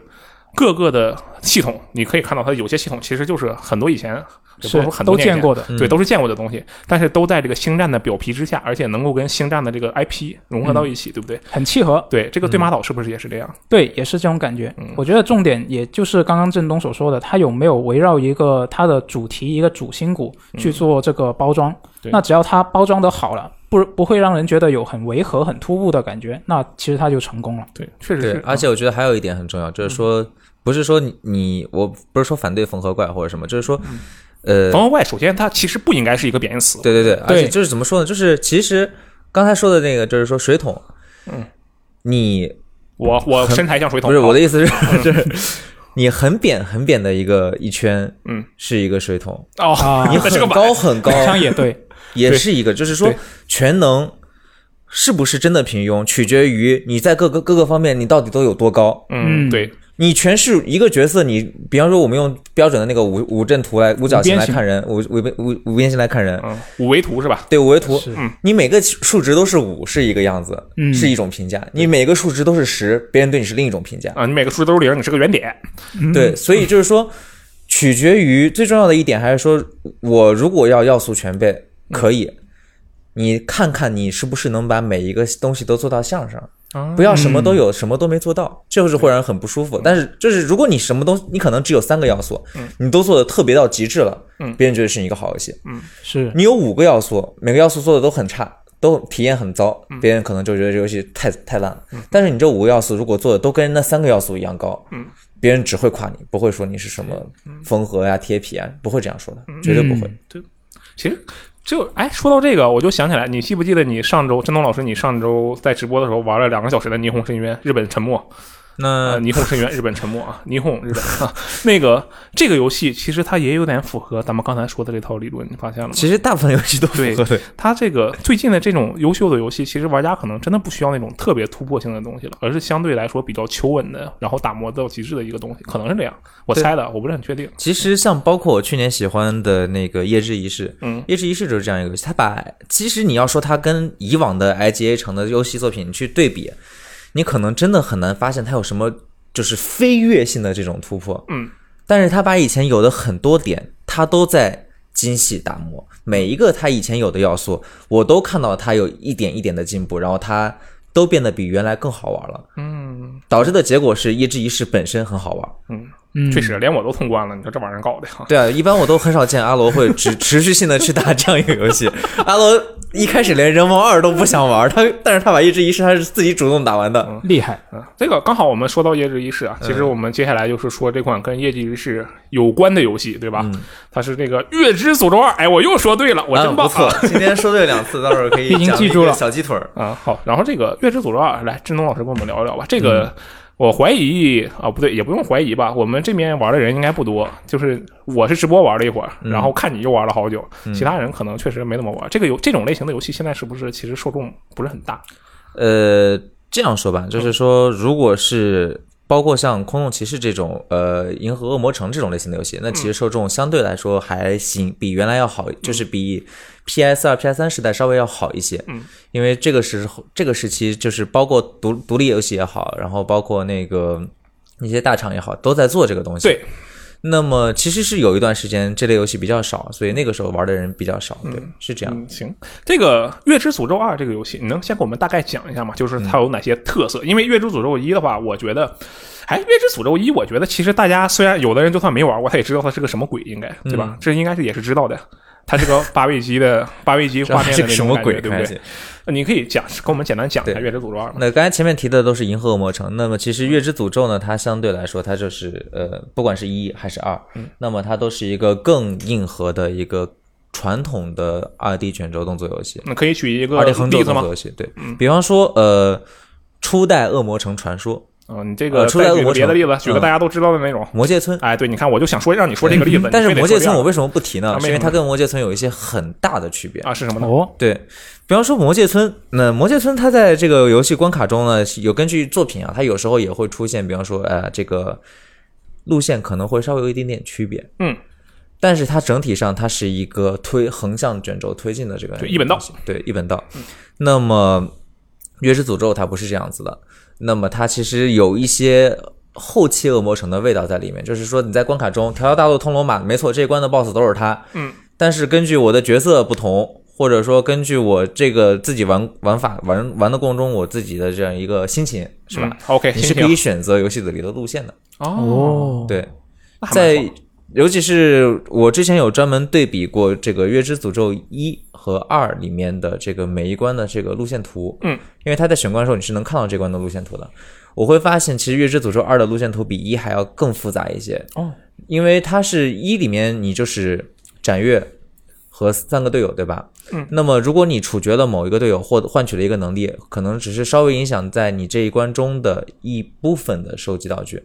[SPEAKER 1] 各个的系统，你可以看到它有些系统其实就是很多以前，也不
[SPEAKER 2] 是
[SPEAKER 1] 说很多
[SPEAKER 2] 都
[SPEAKER 1] 年以前
[SPEAKER 2] 见过嗯的，
[SPEAKER 1] 对，都是见过的东西，但是都在这个星战的表皮之下，而且能够跟星战的这个 IP 融合
[SPEAKER 2] 嗯
[SPEAKER 1] 到一起，对不对？
[SPEAKER 2] 很契合，
[SPEAKER 1] 对，这个对马岛是不是也是这样？
[SPEAKER 2] 对，也是这种感觉。
[SPEAKER 1] 嗯
[SPEAKER 2] 我觉得重点也就是刚刚振东所说的，他有没有围绕一个他的主题、一个主心骨去做这个包装？
[SPEAKER 1] 嗯对
[SPEAKER 2] 那只要他包装的好了，不不会让人觉得有很违和、很突兀的感觉，那其实他就成功了。
[SPEAKER 1] 对，确实
[SPEAKER 3] 对
[SPEAKER 1] 是，。嗯
[SPEAKER 3] 而且我觉得还有一点很重要，就是说，不是说你你我不是说反对缝合怪或者什么，就是说，呃，
[SPEAKER 1] 嗯缝合怪，首先它其实不应该是一个贬义词，
[SPEAKER 3] 对对对，而且
[SPEAKER 2] 对
[SPEAKER 3] 就是怎么说呢？就是其实刚才说的那个，就是说水桶，嗯，你
[SPEAKER 1] 我我身材像水桶，
[SPEAKER 3] 不是
[SPEAKER 1] 好
[SPEAKER 3] 我的意思是，就是你很扁很扁的一个一圈，
[SPEAKER 1] 嗯，
[SPEAKER 3] 是一个水桶，
[SPEAKER 1] 哦
[SPEAKER 2] 啊，
[SPEAKER 3] 你
[SPEAKER 1] 那这
[SPEAKER 3] 很
[SPEAKER 1] 个吧
[SPEAKER 3] 高很高，
[SPEAKER 2] 好像 也对，
[SPEAKER 3] 也
[SPEAKER 1] 对
[SPEAKER 3] 是一个，就是说
[SPEAKER 1] 对
[SPEAKER 3] 全能是不是真的平庸，取决于你在各个各个方面你到底都有多高。
[SPEAKER 1] 嗯，
[SPEAKER 2] 嗯
[SPEAKER 1] 对，
[SPEAKER 3] 你全是一个角色，你比方说我们用标准的那个五五阵图来五角形来看人，五五边五五边形来看人，
[SPEAKER 1] 嗯，五维图是吧？
[SPEAKER 3] 对五维图，
[SPEAKER 2] 是
[SPEAKER 3] 你每个数值都是五是一个样子，
[SPEAKER 2] 嗯
[SPEAKER 3] 嗯是一种评价；你每个数值都是十，别人对你是另一种评价。
[SPEAKER 1] 啊，你每个数值都是零，你是个原点。
[SPEAKER 2] 嗯
[SPEAKER 3] 对，所以就是说，取决于最重要的一点还是说，我如果要要素全备，可以，你看看你是不是能把每一个东西都做到项上，
[SPEAKER 1] 啊
[SPEAKER 3] 不要什么都有，什么都没做到，就是会让人很不舒服。但是就是如果你什么东西，你可能只有三个要素，你都做的特别到极致了，别人觉得是你一个好游戏。
[SPEAKER 2] 是
[SPEAKER 3] 你有五个要素，每个要素做的都很差，都体验很糟，别人可能就觉得这游戏太太烂了。但是你这五个要素如果做的都跟那三个要素一样高，别人只会夸你，不会说你是什么缝合呀、贴皮啊，不会这样说的，绝
[SPEAKER 2] 嗯
[SPEAKER 3] 对不会。
[SPEAKER 1] 其实就哎，说到这个，我就想起来，你记不记得你上周振东老师，你上周在直播的时候玩了两个小时的《霓虹深渊》日本沉没？呃，
[SPEAKER 3] 那
[SPEAKER 1] 霓虹深渊，日本沉没啊，霓虹日本啊， 那个这个游戏其实它也有点符合咱们刚才说的这套理论，你发现了吗？
[SPEAKER 3] 其实大部分游戏都符合的，
[SPEAKER 1] 它这个最近的这种优秀的游戏，其实玩家可能真的不需要那种特别突破性的东西了，而是相对来说比较求稳的，然后打磨到极致的一个东西，可能是这样，我
[SPEAKER 3] 对嗯
[SPEAKER 1] 猜的，我不是很确定。
[SPEAKER 3] 其实像包括我去年喜欢的那个《夜之仪式》，
[SPEAKER 1] 嗯
[SPEAKER 3] 《夜之仪式》就是这样一个游戏。它把其实你要说它跟以往的 IGA 城的游戏作品去对比，你可能真的很难发现它有什么就是飞跃性的这种突破。
[SPEAKER 1] 嗯，
[SPEAKER 3] 但是它把以前有的很多点，它都在精细打磨，每一个它以前有的要素，我都看到它有一点一点的进步，然后它都变得比原来更好玩了。
[SPEAKER 1] 嗯，
[SPEAKER 3] 导致的结果是《夜之仪式》本身很好玩。
[SPEAKER 2] 嗯
[SPEAKER 1] 确实，连我都通关了，你说这玩意儿搞的哈。
[SPEAKER 3] 对啊，一般我都很少见阿罗会持持续性的去打这样一个游戏。 阿罗一开始连人王二都不想玩，他但是他把一只一是他是自己主动打完的。
[SPEAKER 2] 厉害，
[SPEAKER 1] 嗯，这个刚好我们说到《夜之仪式》
[SPEAKER 3] 嗯
[SPEAKER 1] 啊，其实我们接下来就是说这款跟《夜之仪式》有关的游戏，对吧？它是这个《月之诅咒二》。哎，我又说对了，我真
[SPEAKER 3] 嗯
[SPEAKER 1] 棒、
[SPEAKER 3] 不错，今天说对两次，到时候可以
[SPEAKER 2] 已经
[SPEAKER 3] 讲
[SPEAKER 2] 记
[SPEAKER 3] 一
[SPEAKER 2] 住
[SPEAKER 3] 个
[SPEAKER 2] 了
[SPEAKER 3] 小鸡腿儿。
[SPEAKER 1] 啊！好，然后这个《月之诅咒二》，来，振东老师跟我们聊一聊吧。这个、
[SPEAKER 3] 嗯
[SPEAKER 1] 我怀疑啊，不对，也不用怀疑吧，我们这边玩的人应该不多，就是我是直播玩了一会儿，
[SPEAKER 3] 嗯
[SPEAKER 1] 然后看你又玩了好久，其他人可能确实没怎么玩。这个游这种类型的游戏现在是不是其实受众不是很大？
[SPEAKER 3] 呃，这样说吧，就是说，如果是包括像《空洞骑士》这种，呃，《银河恶魔城》这种类型的游戏，那其
[SPEAKER 1] 嗯
[SPEAKER 3] 实受众相对来说还行，比原来要好，就是比 PS 二、PS 三时代稍微要好一些。
[SPEAKER 1] 嗯，
[SPEAKER 3] 因为这个时候这个时期，就是包括独独立游戏也好，然后包括那个一些大厂也好，都在做这个东西。
[SPEAKER 1] 对。
[SPEAKER 3] 那么其实是有一段时间这类游戏比较少，所以那个时候玩的人比较少，对，是这样。
[SPEAKER 1] 嗯，行，这个《月之诅咒二》这个游戏，你能先给我们大概讲一下吗？就是
[SPEAKER 3] 嗯
[SPEAKER 1] 它有哪些特色？因为《月之诅咒一》的话，我觉得，哎，《月之诅咒一》，我觉得其实大家虽然有的人就算没玩过，他也知道它是个什么鬼，应该对
[SPEAKER 3] 嗯
[SPEAKER 1] 吧？这应该是也是知道的。它是个八位机的八位机画面
[SPEAKER 3] 这
[SPEAKER 1] 的
[SPEAKER 3] 个
[SPEAKER 1] 那
[SPEAKER 3] 什
[SPEAKER 1] 种
[SPEAKER 3] 么
[SPEAKER 1] 感觉，
[SPEAKER 3] 鬼
[SPEAKER 1] 对不
[SPEAKER 3] 看
[SPEAKER 1] 对
[SPEAKER 3] 起？
[SPEAKER 1] 你可以讲，跟我们简单讲一下《
[SPEAKER 3] 对
[SPEAKER 1] 月之诅咒二》吗？
[SPEAKER 3] 那刚才前面提的都是银河恶魔城，那么其
[SPEAKER 1] 嗯
[SPEAKER 3] 实月之诅咒呢，它相对来说，它就是呃，不管是一还是二、
[SPEAKER 1] 嗯
[SPEAKER 3] 那么它都是一个更硬核的一个传统的二 D 卷轴动作游戏，
[SPEAKER 1] 那可以举一个
[SPEAKER 3] 二 D 横轴
[SPEAKER 1] 例子
[SPEAKER 3] 动作
[SPEAKER 1] 吗？嗯
[SPEAKER 3] 游戏。对、比方说呃，初代恶魔城传说、
[SPEAKER 1] 啊，你这个
[SPEAKER 3] 呃出来
[SPEAKER 1] 再举
[SPEAKER 3] 恶魔
[SPEAKER 1] 个别的
[SPEAKER 3] 城
[SPEAKER 1] 例子，举个
[SPEAKER 3] 嗯
[SPEAKER 1] 大家都知道的那种。
[SPEAKER 3] 魔界村。
[SPEAKER 1] 哎，对，你看，我就想说让你说这个例子，
[SPEAKER 3] 但是
[SPEAKER 1] 你非得
[SPEAKER 3] 魔界
[SPEAKER 1] 说这
[SPEAKER 3] 村
[SPEAKER 1] 样
[SPEAKER 3] 我为什么不提呢
[SPEAKER 1] 啊？
[SPEAKER 3] 是因
[SPEAKER 1] 为
[SPEAKER 3] 为
[SPEAKER 1] 什
[SPEAKER 3] 它跟魔界村有一些很大的区别
[SPEAKER 1] 啊是什么呢？
[SPEAKER 2] 哦，
[SPEAKER 3] 对，比方说《魔界村》，那《魔界村》它在这个游戏关卡中呢，有根据作品啊，它有时候也会出现，比方说，呃，这个路线可能会稍微有一点点区别，
[SPEAKER 1] 嗯，
[SPEAKER 3] 但是它整体上它是一个推横向卷轴推进的这个
[SPEAKER 1] 对一本道
[SPEAKER 3] 东西，对一本道。那么《月之诅咒》它不是这样子的，那么它其实有一些。后期恶魔城的味道在里面，就是说你在关卡中条条大路通罗马，没错，这一关的 BOSS 都是他，但是根据我的角色不同，或者说根据我这个自己玩玩法玩玩的过程中，我自己的这样一个心情，是吧？
[SPEAKER 1] 嗯？OK，
[SPEAKER 3] 你是
[SPEAKER 1] 心
[SPEAKER 3] 可以
[SPEAKER 1] 情
[SPEAKER 3] 选择游戏里的路线的。
[SPEAKER 1] 哦，
[SPEAKER 3] 嗯对，
[SPEAKER 1] 那还蛮
[SPEAKER 3] 在
[SPEAKER 1] 好
[SPEAKER 3] 尤其是我之前有专门对比过这个《月之诅咒一》和二里面的这个每一关的这个路线图，
[SPEAKER 1] 嗯，
[SPEAKER 3] 因为它在选关的时候你是能看到这关的路线图的。我会发现，其实《月之诅咒二》的路线图比一还要更复杂一些
[SPEAKER 1] 哦，
[SPEAKER 3] 因为它是一里面你就是斩月和三个队友，对吧？
[SPEAKER 1] 嗯，
[SPEAKER 3] 那么如果你处决了某一个队友或换取了一个能力，可能只是稍微影响在你这一关中的一部分的收集道具，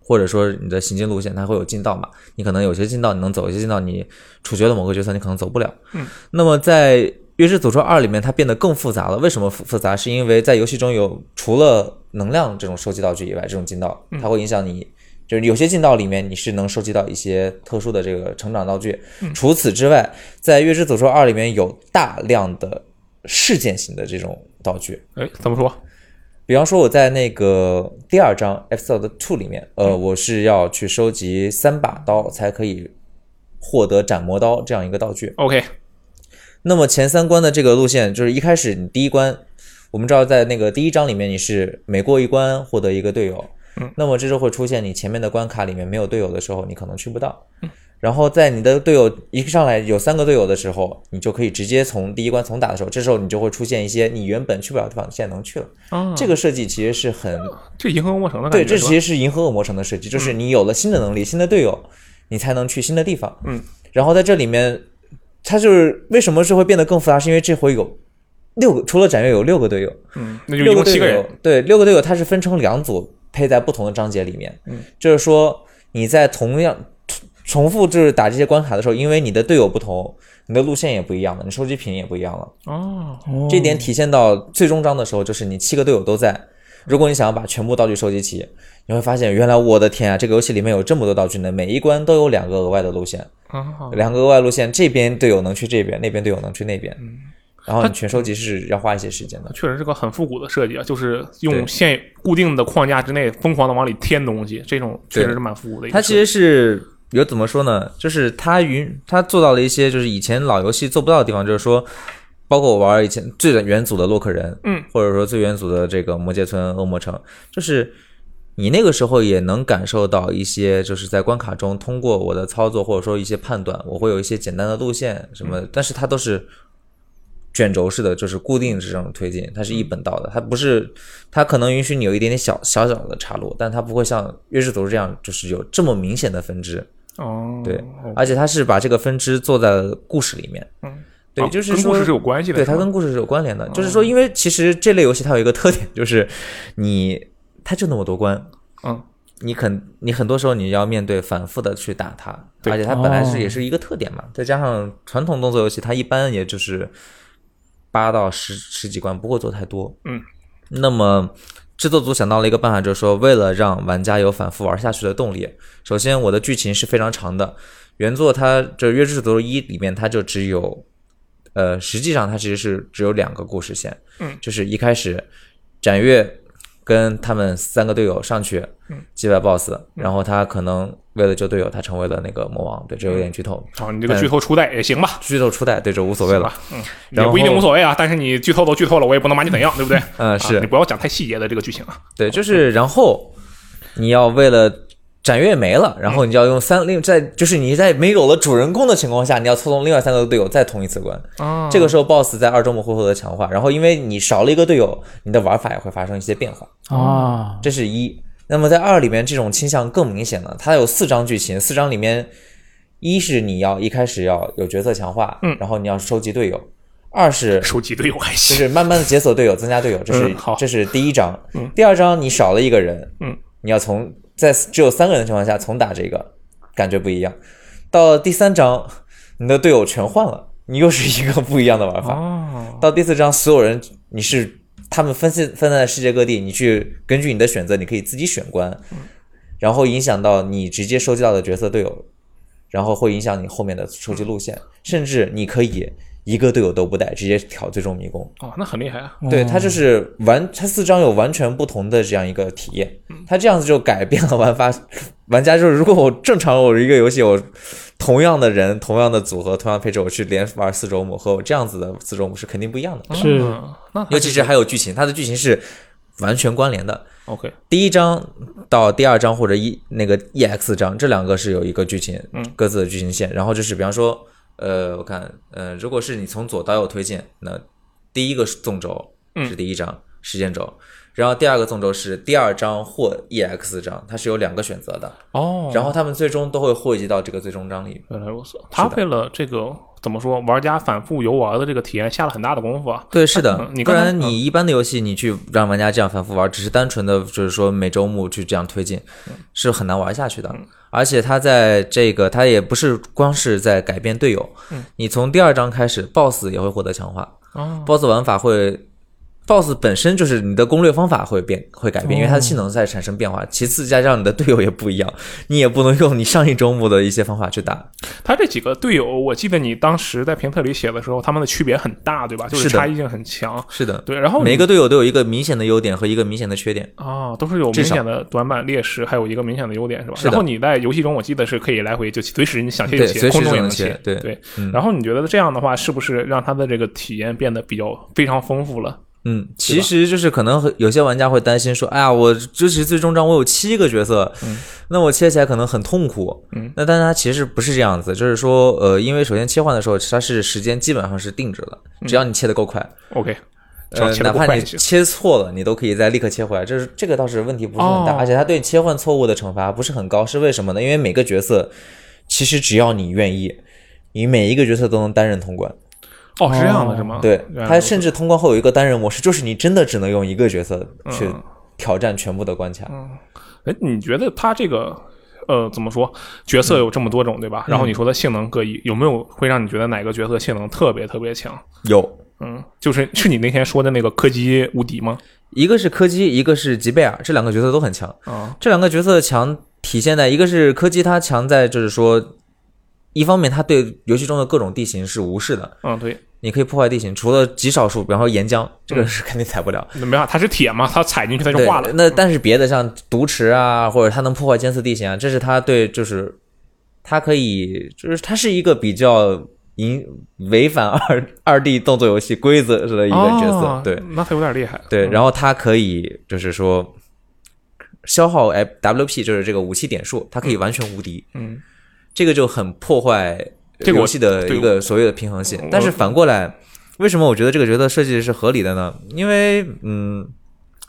[SPEAKER 3] 或者说你的行进路线，它会有近道嘛？你可能有些近道你能走，有些近道你处决了某个角色，你可能走不了。
[SPEAKER 1] 嗯，
[SPEAKER 3] 那么在《月之诅咒二》里面，它变得更复杂了。为什么复复杂？是因为在游戏中有除了能量这种收集道具以外，这种进道，它会影响你。就是有些进道里面你是能收集到一些特殊的这个成长道具。除此之外，在《月之诅咒二》里面有大量的事件型的这种道具，
[SPEAKER 1] 哎，怎么说？
[SPEAKER 3] 比方说我在那个第二章 episode two 里面，呃，我是要去收集三把刀才可以获得斩魔刀这样一个道具。
[SPEAKER 1] OK，
[SPEAKER 3] 那么前三关的这个路线，就是一开始你第一关，我们知道在那个第一章里面，你是每过一关获得一个队友。
[SPEAKER 1] 嗯，
[SPEAKER 3] 那么这就会出现你前面的关卡里面没有队友的时候，你可能去不到。然后在你的队友一上来有三个队友的时候，你就可以直接从第一关重打的时候，这时候你就会出现一些你原本去不了的地方，你现在能去了。
[SPEAKER 1] 啊，
[SPEAKER 3] 这个设计其实是很
[SPEAKER 1] 这银河恶魔城的感
[SPEAKER 3] 对，
[SPEAKER 1] 觉
[SPEAKER 3] 这
[SPEAKER 1] 是
[SPEAKER 3] 其
[SPEAKER 1] 吧
[SPEAKER 3] 实是银河恶魔城的设计，
[SPEAKER 1] 嗯
[SPEAKER 3] 就是你有了新的能力、新的队友，你才能去新的地方。
[SPEAKER 1] 嗯，
[SPEAKER 3] 然后在这里面，它就是为什么是会变得更复杂，是因为这回有六个，除了展越有六个队友，
[SPEAKER 1] 嗯，那就一
[SPEAKER 3] 六
[SPEAKER 1] 共
[SPEAKER 3] 队
[SPEAKER 1] 七个
[SPEAKER 3] 友
[SPEAKER 1] 人，
[SPEAKER 3] 对，六个队友它是分成两组配在不同的章节里面。
[SPEAKER 1] 嗯，
[SPEAKER 3] 就是说你在同样重复就是打这些关卡的时候，因为你的队友不同，你的路线也不一样了，你收集品也不一样了。
[SPEAKER 1] 哦，
[SPEAKER 3] 这点体现到最终章的时候，就是你七个队友都在。如果你想要把全部道具收集齐，你会发现，原来我的天啊，这个游戏里面有这么多道具呢，每一关都有两个额外的路线，
[SPEAKER 1] 啊，
[SPEAKER 3] 两个额外路线，这边队友能去这边，那边队友能去那边。然后你全收集是要花一些时间的，
[SPEAKER 1] 确实是个很复古的设计啊，就是用
[SPEAKER 3] 对
[SPEAKER 1] 现固定的框架之内疯狂的往里添东西，这种确
[SPEAKER 3] 对
[SPEAKER 1] 实是蛮复古的一个
[SPEAKER 3] 它
[SPEAKER 1] 设计。
[SPEAKER 3] 其实是有怎么说呢？就是它允它做到了一些就是以前老游戏做不到的地方，就是说，包括我玩以前最元祖的洛克人，
[SPEAKER 1] 嗯，
[SPEAKER 3] 或者说最元祖的这个魔界村、恶魔城，就是你那个时候也能感受到一些，就是在关卡中通过我的操作或者说一些判断，我会有一些简单的路线什
[SPEAKER 1] 嗯
[SPEAKER 3] 么的，但是它都是卷轴式的，就是固定这种推进，它是一本道的，它不是它可能允许你有一点点小小小的岔路，但它不会像《月之族》这样，就是有这么明显的分支，
[SPEAKER 1] 哦，
[SPEAKER 3] 对，
[SPEAKER 1] 哦
[SPEAKER 3] 而且它是把这个分支做在了故事里面，
[SPEAKER 1] 嗯，
[SPEAKER 3] 对，
[SPEAKER 1] 啊
[SPEAKER 3] 就是
[SPEAKER 1] 跟
[SPEAKER 3] 说
[SPEAKER 1] 故事是有关系的，
[SPEAKER 3] 对，
[SPEAKER 1] 是
[SPEAKER 3] 它
[SPEAKER 1] 吗
[SPEAKER 3] 跟故事是有关联的。就是说，因为其实这类游戏它有一个特点，就是你它就那么多关，
[SPEAKER 1] 嗯
[SPEAKER 3] 你肯你很多时候你要面对反复的去打它，
[SPEAKER 1] 对
[SPEAKER 3] 而且它本来
[SPEAKER 2] 哦
[SPEAKER 3] 是也是一个特点嘛，再加上传统动作游戏它一般也就是八到十十几关，不会做太多。
[SPEAKER 1] 嗯，
[SPEAKER 3] 那么。制作组想到了一个办法，就是说，为了让玩家有反复玩下去的动力，首先我的剧情是非常长的，原作它这《月之族一》里面它就只有，呃，实际上它其实是只有两个故事线，
[SPEAKER 1] 嗯，
[SPEAKER 3] 就是一开始展越跟他们三个队友上去
[SPEAKER 1] 嗯
[SPEAKER 3] 击败 BOSS，、然后他可能为了救队友，他成为了那个魔王，对，这有点剧透，
[SPEAKER 1] 好，你这个剧透初代也行吧，
[SPEAKER 3] 剧透初代，对，这无所谓了，
[SPEAKER 1] 也
[SPEAKER 3] 然
[SPEAKER 1] 不一定
[SPEAKER 3] 后
[SPEAKER 1] 无所谓啊。但是你剧透都剧透了，我也不能把你怎样，对不对？
[SPEAKER 3] 嗯、是
[SPEAKER 1] 啊你不要讲太细节的这个剧情啊。
[SPEAKER 3] 对，就是然后你要为了展越没了，然后你就要用三另在就是你在没有了主人公的情况下，你要操纵另外三个队友再通一次关。
[SPEAKER 1] 啊
[SPEAKER 3] 这个时候 BOSS 在二周目会获得强化，然后因为你少了一个队友，你的玩法也会发生一些变化，
[SPEAKER 2] 啊，
[SPEAKER 3] 这是一。那么在二里面这种倾向更明显了，它有四章剧情，四章里面一是你要一开始要有角色强化，
[SPEAKER 1] 嗯
[SPEAKER 3] 然后你要收集队友；二是
[SPEAKER 1] 收集队友还
[SPEAKER 3] 就
[SPEAKER 1] 行，
[SPEAKER 3] 是慢慢的解锁队友，增加队友，这是、
[SPEAKER 1] 嗯好
[SPEAKER 3] 这是第一章。第二章你少了一个人，
[SPEAKER 1] 嗯，
[SPEAKER 3] 你要从在只有三个人的情况下重打这个，感觉不一样。到第三章，你的队友全换了，你又是一个不一样的玩法。
[SPEAKER 1] 哦，
[SPEAKER 3] 到第四章，所有人你是他们分散分散在世界各地，你去根据你的选择，你可以自己选关，然后影响到你直接收集到的角色队友，然后会影响你后面的收集路线，甚至你可以一个队友都不带，直接挑最终迷宫。
[SPEAKER 1] 哦，那很厉害啊。
[SPEAKER 2] 嗯
[SPEAKER 3] 对，它就是完，它四张有完全不同的这样一个体验，它这样子就改变了玩法。 玩家就是，如果我正常我一个游戏，我同样的人、同样的组合、同样配置，我去连玩四周目，和我这样子的四周目是肯定不一样的。
[SPEAKER 2] 是
[SPEAKER 1] 嗯那
[SPEAKER 3] 尤其是还有剧情，它的剧情是完全关联的。
[SPEAKER 1] OK，
[SPEAKER 3] 第一章到第二章或者一那个 EX 章，这两个是有一个剧情，
[SPEAKER 1] 嗯，
[SPEAKER 3] 各自的剧情线。然后就是比方说，呃，我看，呃，如果是你从左到右推进，那第一个纵轴
[SPEAKER 1] 嗯
[SPEAKER 3] 是第一章、时间轴，然后第二个纵轴是第二章或 EX 章，它是有两个选择的，
[SPEAKER 1] 哦，
[SPEAKER 3] 然后他们最终都会汇集到这个最终章里。
[SPEAKER 1] 原来如此，他为了这个怎么说，玩家反复游玩的这个体验下了很大的功夫啊。
[SPEAKER 3] 对，是的
[SPEAKER 1] 嗯，你
[SPEAKER 3] 不
[SPEAKER 1] 刚才
[SPEAKER 3] 然你一般的游戏，你去让玩家这样反复玩，只是单纯的就是说每周目去这样推进，
[SPEAKER 1] 嗯
[SPEAKER 3] 是很难玩下去的。而且它在这个，它也不是光是在改变队友，你从第二章开始，BOSS 也会获得强化
[SPEAKER 1] 嗯哦
[SPEAKER 3] ，BOSS 玩法会。 BOSS 本身就是你的攻略方法会变，会改变，因
[SPEAKER 1] 哦
[SPEAKER 3] 为它的性能在产生变化。其次，加上你的队友也不一样，你也不能用你上一周目的一些方法去打。
[SPEAKER 1] 他这几个队友，我记得你当时在评测里写的时候，他们的区别很大，对吧？就是是
[SPEAKER 3] 的
[SPEAKER 1] 差异性很强。
[SPEAKER 3] 是的，
[SPEAKER 1] 对，然后
[SPEAKER 3] 每一个队友都有一个明显的优点和一个明显的缺点。
[SPEAKER 1] 啊、都是有
[SPEAKER 3] 至
[SPEAKER 1] 明
[SPEAKER 3] 少
[SPEAKER 1] 显的短板劣势，还有一个明显的优点，是吧？
[SPEAKER 3] 是的
[SPEAKER 1] 然后你在游戏中，我记得是可以来回就随时你想切就
[SPEAKER 3] 对
[SPEAKER 1] 切，
[SPEAKER 3] 随时
[SPEAKER 1] 空中
[SPEAKER 3] 就
[SPEAKER 1] 也能
[SPEAKER 3] 能切对
[SPEAKER 1] 对。
[SPEAKER 3] 嗯
[SPEAKER 1] 然后你觉得这样的话，是不是让他的这个体验变得比较非常丰富了？
[SPEAKER 3] 嗯，其实就是可能有些玩家会担心说，哎呀，我支持最终章我有七个角色，那我切起来可能很痛苦。
[SPEAKER 1] 嗯，
[SPEAKER 3] 那但是它其实不是这样子，就是说，呃，因为首先切换的时候，它是时间基本上是定制的，只要你切的够快，
[SPEAKER 1] OK，只要
[SPEAKER 3] 呃，
[SPEAKER 1] 切
[SPEAKER 3] 哪
[SPEAKER 1] 得
[SPEAKER 3] 怕
[SPEAKER 1] 快
[SPEAKER 3] 你
[SPEAKER 1] 就行。
[SPEAKER 3] 切错了，你都可以再立刻切回来，这是这个倒是问题不是很大，
[SPEAKER 1] 哦
[SPEAKER 3] 而且它对切换错误的惩罚不是很高，是为什么呢？因为每个角色其实只要你愿意，你每一个角色都能单人通关。
[SPEAKER 1] 哦，是这样的，是吗？
[SPEAKER 3] 对，
[SPEAKER 1] 原来
[SPEAKER 3] 它
[SPEAKER 1] 如此
[SPEAKER 3] 甚至通关后有一个单人模式，就是你真的只能用一个角色去挑战全部的关卡。
[SPEAKER 1] 哎，你觉得它这个呃怎么说？角
[SPEAKER 3] 嗯
[SPEAKER 1] 色有这么多种，对吧？然后你说它性能各异，有没有会让你觉得哪个角色性能特别特别强？
[SPEAKER 3] 有
[SPEAKER 1] 嗯，就是是你那天说的那个柯基无敌吗？
[SPEAKER 3] 一个是柯基，一个是吉贝尔，这两个角色都很强。
[SPEAKER 1] 啊，
[SPEAKER 3] 这两个角色的强体现在一个是柯基，他强在就是说，一方面他对游戏中的各种地形是无视的，
[SPEAKER 1] 嗯，对，
[SPEAKER 3] 你可以破坏地形，除了极少数，比方说岩浆，这个是肯定踩 不了。
[SPEAKER 1] 那没法，它是铁嘛，它踩进去它就
[SPEAKER 3] 对
[SPEAKER 1] 化了，。
[SPEAKER 3] 那但是别的像毒池啊，或者它能破坏监测地形啊，这是它对，就是它可以，就是它是一个比较引违反二二 D 动作游戏规则的一个角色，
[SPEAKER 1] 哦
[SPEAKER 3] 对
[SPEAKER 1] 那它有点厉害。
[SPEAKER 3] 对。
[SPEAKER 1] 嗯
[SPEAKER 3] 然后它可以就是说消耗 WP，就是这个武器点数，它可以完全无敌，
[SPEAKER 1] 嗯，
[SPEAKER 3] 这个就很破坏
[SPEAKER 1] 这个我
[SPEAKER 3] 游戏的
[SPEAKER 1] 对
[SPEAKER 3] 一个所谓的平衡性
[SPEAKER 1] 我。
[SPEAKER 3] 但是反过来，为什么我觉得这个角色设计是合理的呢？因为，嗯，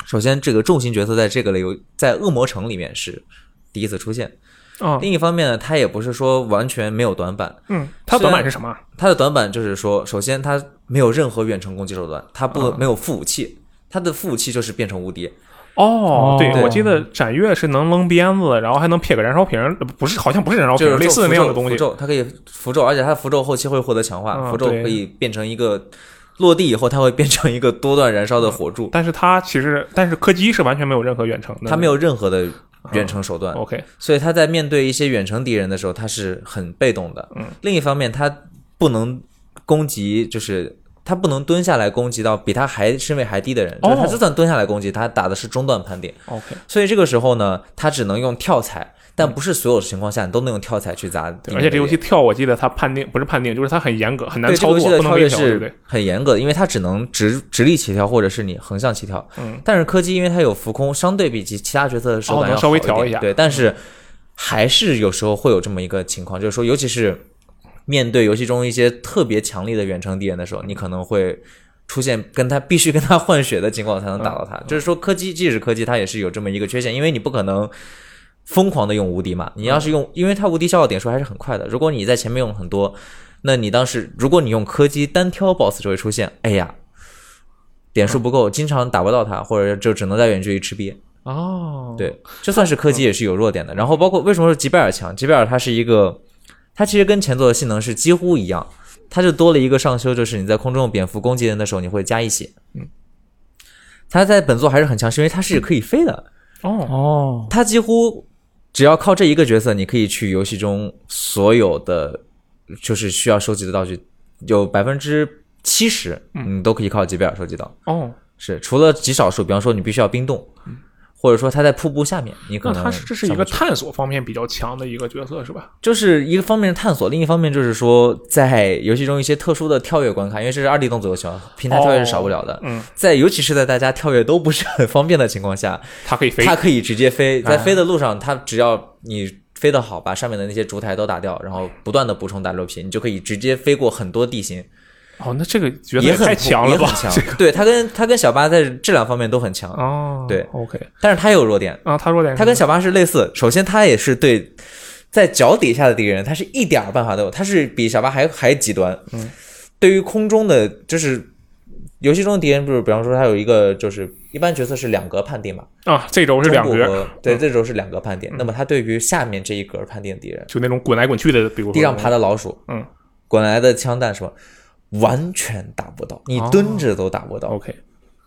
[SPEAKER 3] 首先这个重型角色在这个类游在恶魔城里面是第一次出现。
[SPEAKER 1] 啊，
[SPEAKER 3] 另一方面呢，它也不是说完全没有短板，
[SPEAKER 1] 嗯，它短板是什么？
[SPEAKER 3] 它的短板就是说，首先它没有任何远程攻击手段，它不
[SPEAKER 1] 嗯
[SPEAKER 3] 没有副武器。它的副武器就是变成无敌，
[SPEAKER 1] 哦对，
[SPEAKER 2] 对
[SPEAKER 1] 我记得斩月是能扔鞭子，然后还能撇个燃烧瓶儿，呃不是，好像不是燃烧瓶
[SPEAKER 3] 就
[SPEAKER 1] 儿，
[SPEAKER 3] 是
[SPEAKER 1] 类似的那样的东
[SPEAKER 3] 符
[SPEAKER 1] 西。
[SPEAKER 3] 咒，它可以符咒，而且它的符咒后期会获得强化，
[SPEAKER 1] 嗯
[SPEAKER 3] 符咒
[SPEAKER 1] 对
[SPEAKER 3] 可以变成一个落地以后，它会变成一个多段燃烧的火柱，
[SPEAKER 1] 但是它其实，但是柯基是完全没有任何远程的，
[SPEAKER 3] 它没有任何
[SPEAKER 1] 嗯
[SPEAKER 3] 的远程手段，
[SPEAKER 1] OK，
[SPEAKER 3] 所以他在面对一些远程敌人的时候，他是很被动的。
[SPEAKER 1] 嗯，
[SPEAKER 3] 另一方面，他不能攻击，就是他不能蹲下来攻击到比他还身位还低的人。
[SPEAKER 1] 哦
[SPEAKER 3] 就是他就算蹲下来攻击，他打的是中段盘点，
[SPEAKER 1] OK，
[SPEAKER 3] 所以这个时候呢，他只能用跳踩，但不是所有情况下你都能用跳踩去砸
[SPEAKER 1] 嗯
[SPEAKER 3] 敌
[SPEAKER 1] 对
[SPEAKER 3] 人的脸。
[SPEAKER 1] 而且这游戏跳，我记得它判定不是判定，就是它很严格，很难
[SPEAKER 3] 对这
[SPEAKER 1] 操
[SPEAKER 3] 个游戏
[SPEAKER 1] 作，
[SPEAKER 3] 的
[SPEAKER 1] 不能
[SPEAKER 3] 跳
[SPEAKER 1] 微
[SPEAKER 3] 跃
[SPEAKER 1] 调，对不
[SPEAKER 3] 是
[SPEAKER 1] 对？
[SPEAKER 3] 很严格的，因为它只能直直立起跳，或者是你横向起跳。
[SPEAKER 1] 嗯，
[SPEAKER 3] 但是柯基因为它有浮空，相对比其其他角色的手
[SPEAKER 1] 哦
[SPEAKER 3] 感
[SPEAKER 1] 能
[SPEAKER 3] 要
[SPEAKER 1] 稍微
[SPEAKER 3] 好点
[SPEAKER 1] 调一下嗯
[SPEAKER 3] 对，但是还是有时候会有这么一个情况，就是说，尤其是面对游戏中一些特别强力的远程敌人的时候，你可能会。出现跟他必须跟他换血的情况才能打到他，就是说柯基即使柯基，它也是有这么一个缺陷，因为你不可能疯狂的用无敌嘛。你要是用，因为它无敌消耗点数还是很快的。如果你在前面用很多，那你当时如果你用柯基单挑 BOSS 就会出现，哎呀，点数不够，经常打不到他，或者就只能在远距离吃瘪。
[SPEAKER 1] 哦，
[SPEAKER 3] 对，就算是柯
[SPEAKER 1] 嗯
[SPEAKER 3] 基也是有弱点的。然后包括为什么说吉贝尔强？吉贝尔它是一个，它其实跟前作的性能是几乎一样，它就多了一个上修，就是你在空中蝙蝠攻击人的时候，你会加一血。
[SPEAKER 1] 嗯，
[SPEAKER 3] 它在本作还是很强，是因为它是可以飞的。
[SPEAKER 1] 哦，
[SPEAKER 2] 哦，
[SPEAKER 3] 他几乎只要靠这一个角色，你可以去游戏中所有的就是需要收集的道具，有百分之七十
[SPEAKER 1] 嗯
[SPEAKER 3] 你都可以靠吉贝尔收集到。
[SPEAKER 1] 哦，
[SPEAKER 3] 是，除了极少数，比方说你必须要冰冻，或者说他在瀑布下面，你可
[SPEAKER 1] 嗯那
[SPEAKER 3] 能
[SPEAKER 1] 它是这是一
[SPEAKER 3] 上不
[SPEAKER 1] 个
[SPEAKER 3] 去
[SPEAKER 1] 探索方面比较强的一个角色是吧？
[SPEAKER 3] 就是一个方面是探索，另一方面就是说在游戏中一些特殊的跳跃关卡，因为这是二 D 动作游戏嘛，平台跳跃是少不 了的。
[SPEAKER 1] 嗯，
[SPEAKER 3] 在尤其是在大家跳跃都不是很方便的情 况下，
[SPEAKER 1] 它可以飞
[SPEAKER 3] 它可以直接飞，在飞的路上，它只要你飞得好，把上面的那些烛台都打掉，然后不断的补充 WP，你就可以直接飞过很多地形，
[SPEAKER 1] 哦，那这个角色
[SPEAKER 3] 也很
[SPEAKER 1] 太强了吧
[SPEAKER 3] 也很？ 强。对，它跟它跟小巴在这两方面都很强，
[SPEAKER 1] 哦，
[SPEAKER 3] 对
[SPEAKER 1] ，OK，
[SPEAKER 3] 但是它也有弱点，
[SPEAKER 1] 啊，他弱点是
[SPEAKER 3] 它跟小巴是类似。首先，它也是对在脚底下的敌人，它是一点儿办法都有，它是比小巴还还极端。嗯，对于空中的就是。游戏中的敌人，就是比方说，它有一个就是一般角色是两格判定嘛，
[SPEAKER 1] 啊，这周是
[SPEAKER 3] 中
[SPEAKER 1] 两
[SPEAKER 3] 部
[SPEAKER 1] 格，嗯
[SPEAKER 3] 和对，这时候是两个判定。那么他对于下面这一格判定的敌人，
[SPEAKER 1] 就那种滚来滚去的，比如说
[SPEAKER 3] 地上爬的老鼠，
[SPEAKER 1] 嗯，哦
[SPEAKER 3] 滚来的枪弹什么，完全打不到，你蹲着都打不到。
[SPEAKER 1] ，OK，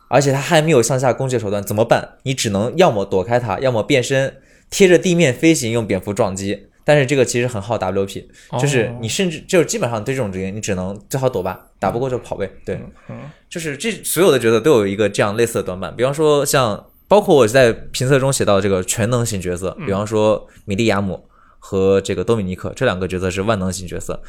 [SPEAKER 3] 而且它还没有上下攻击手段，怎么办？你只能要么躲开它，要么变身，贴着地面飞行用蝙蝠撞击。但是这个其实很耗 WP，就是
[SPEAKER 1] 哦
[SPEAKER 3] 你甚至就基本上对这种职业，你只能最好躲吧，打不过就跑呗。对，
[SPEAKER 1] 嗯
[SPEAKER 3] 就是这所有的角色都有一个这样类似的短板。比方说像，包括我在评测中写到这个全能型角色，比
[SPEAKER 1] 嗯
[SPEAKER 3] 方说米利亚姆和这个多米尼克这两个角色是万能型角色，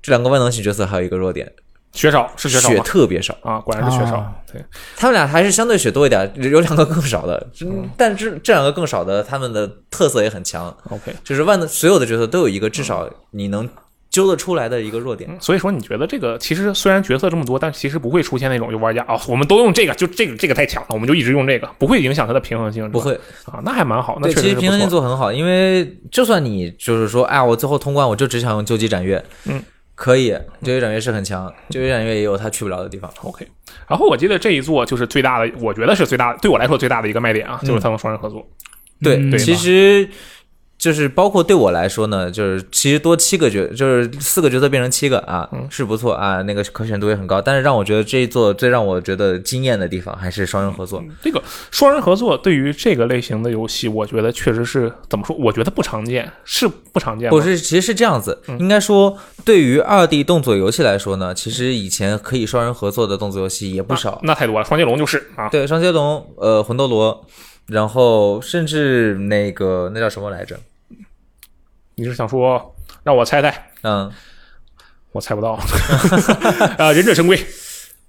[SPEAKER 3] 这两个万能型角色还有一个弱点，
[SPEAKER 1] 血少是血少
[SPEAKER 3] 血
[SPEAKER 1] 吗？
[SPEAKER 3] 特别少。
[SPEAKER 1] 啊，果然是血少
[SPEAKER 2] 啊。
[SPEAKER 1] 对，
[SPEAKER 3] 他们俩还是相对血多一点，有两个更 少的，
[SPEAKER 1] 嗯
[SPEAKER 3] 嗯但这这两个更少的，他们的特色也很强，
[SPEAKER 1] OK。
[SPEAKER 3] 就是万能所有的角色都有一个至少你能揪得出来的一个弱点。
[SPEAKER 1] 嗯所以说，你觉得这个其实虽然角色这么多，但其实不会出现那种就玩家啊、我们都用这个，就这个这个太强了，我们就一直用这个，不会影响它的平衡性，是吧
[SPEAKER 3] 不会，
[SPEAKER 1] 啊，那还蛮好，那
[SPEAKER 3] 对，
[SPEAKER 1] 确实
[SPEAKER 3] 其实
[SPEAKER 1] 是不
[SPEAKER 3] 平衡性
[SPEAKER 1] 错。
[SPEAKER 3] 做很好，因为就算你就是说，哎，我最后通关，我就只想用究极斩月，
[SPEAKER 1] 嗯，
[SPEAKER 3] 可以，究极斩月是很强，究极斩月也有他去不了的地方。
[SPEAKER 1] OK，然后我记得这一座就是最大的，我觉得是最大对我来说最大的一个卖点啊，
[SPEAKER 3] 嗯
[SPEAKER 1] 就是他们双人合作。
[SPEAKER 3] 对，
[SPEAKER 2] 嗯
[SPEAKER 3] 其
[SPEAKER 1] 对吧
[SPEAKER 3] 实就是包括对我来说呢，就是其实多七个角，就是四个角色变成七个啊，
[SPEAKER 1] 嗯
[SPEAKER 3] 是不错啊，那个可选度也很高。但是让我觉得这一座最让我觉得惊艳的地方还是双人合作。
[SPEAKER 1] 这个双人合作对于这个类型的游戏，我觉得确实是怎么说？我觉得不常见，是不常见吗。
[SPEAKER 3] 不是，其实是这样子，
[SPEAKER 1] 嗯
[SPEAKER 3] 应该说对于二 D 动作游戏来说呢，其实以前可以双人合作的动作游戏也不少
[SPEAKER 1] 啊，那太多了。双截龙就是啊，
[SPEAKER 3] 对，双截龙，呃，魂斗罗，然后甚至那个那叫什么来着？
[SPEAKER 1] 你是想说让我猜猜？
[SPEAKER 3] 嗯，
[SPEAKER 1] 我猜不到。 呃，忍者神龟，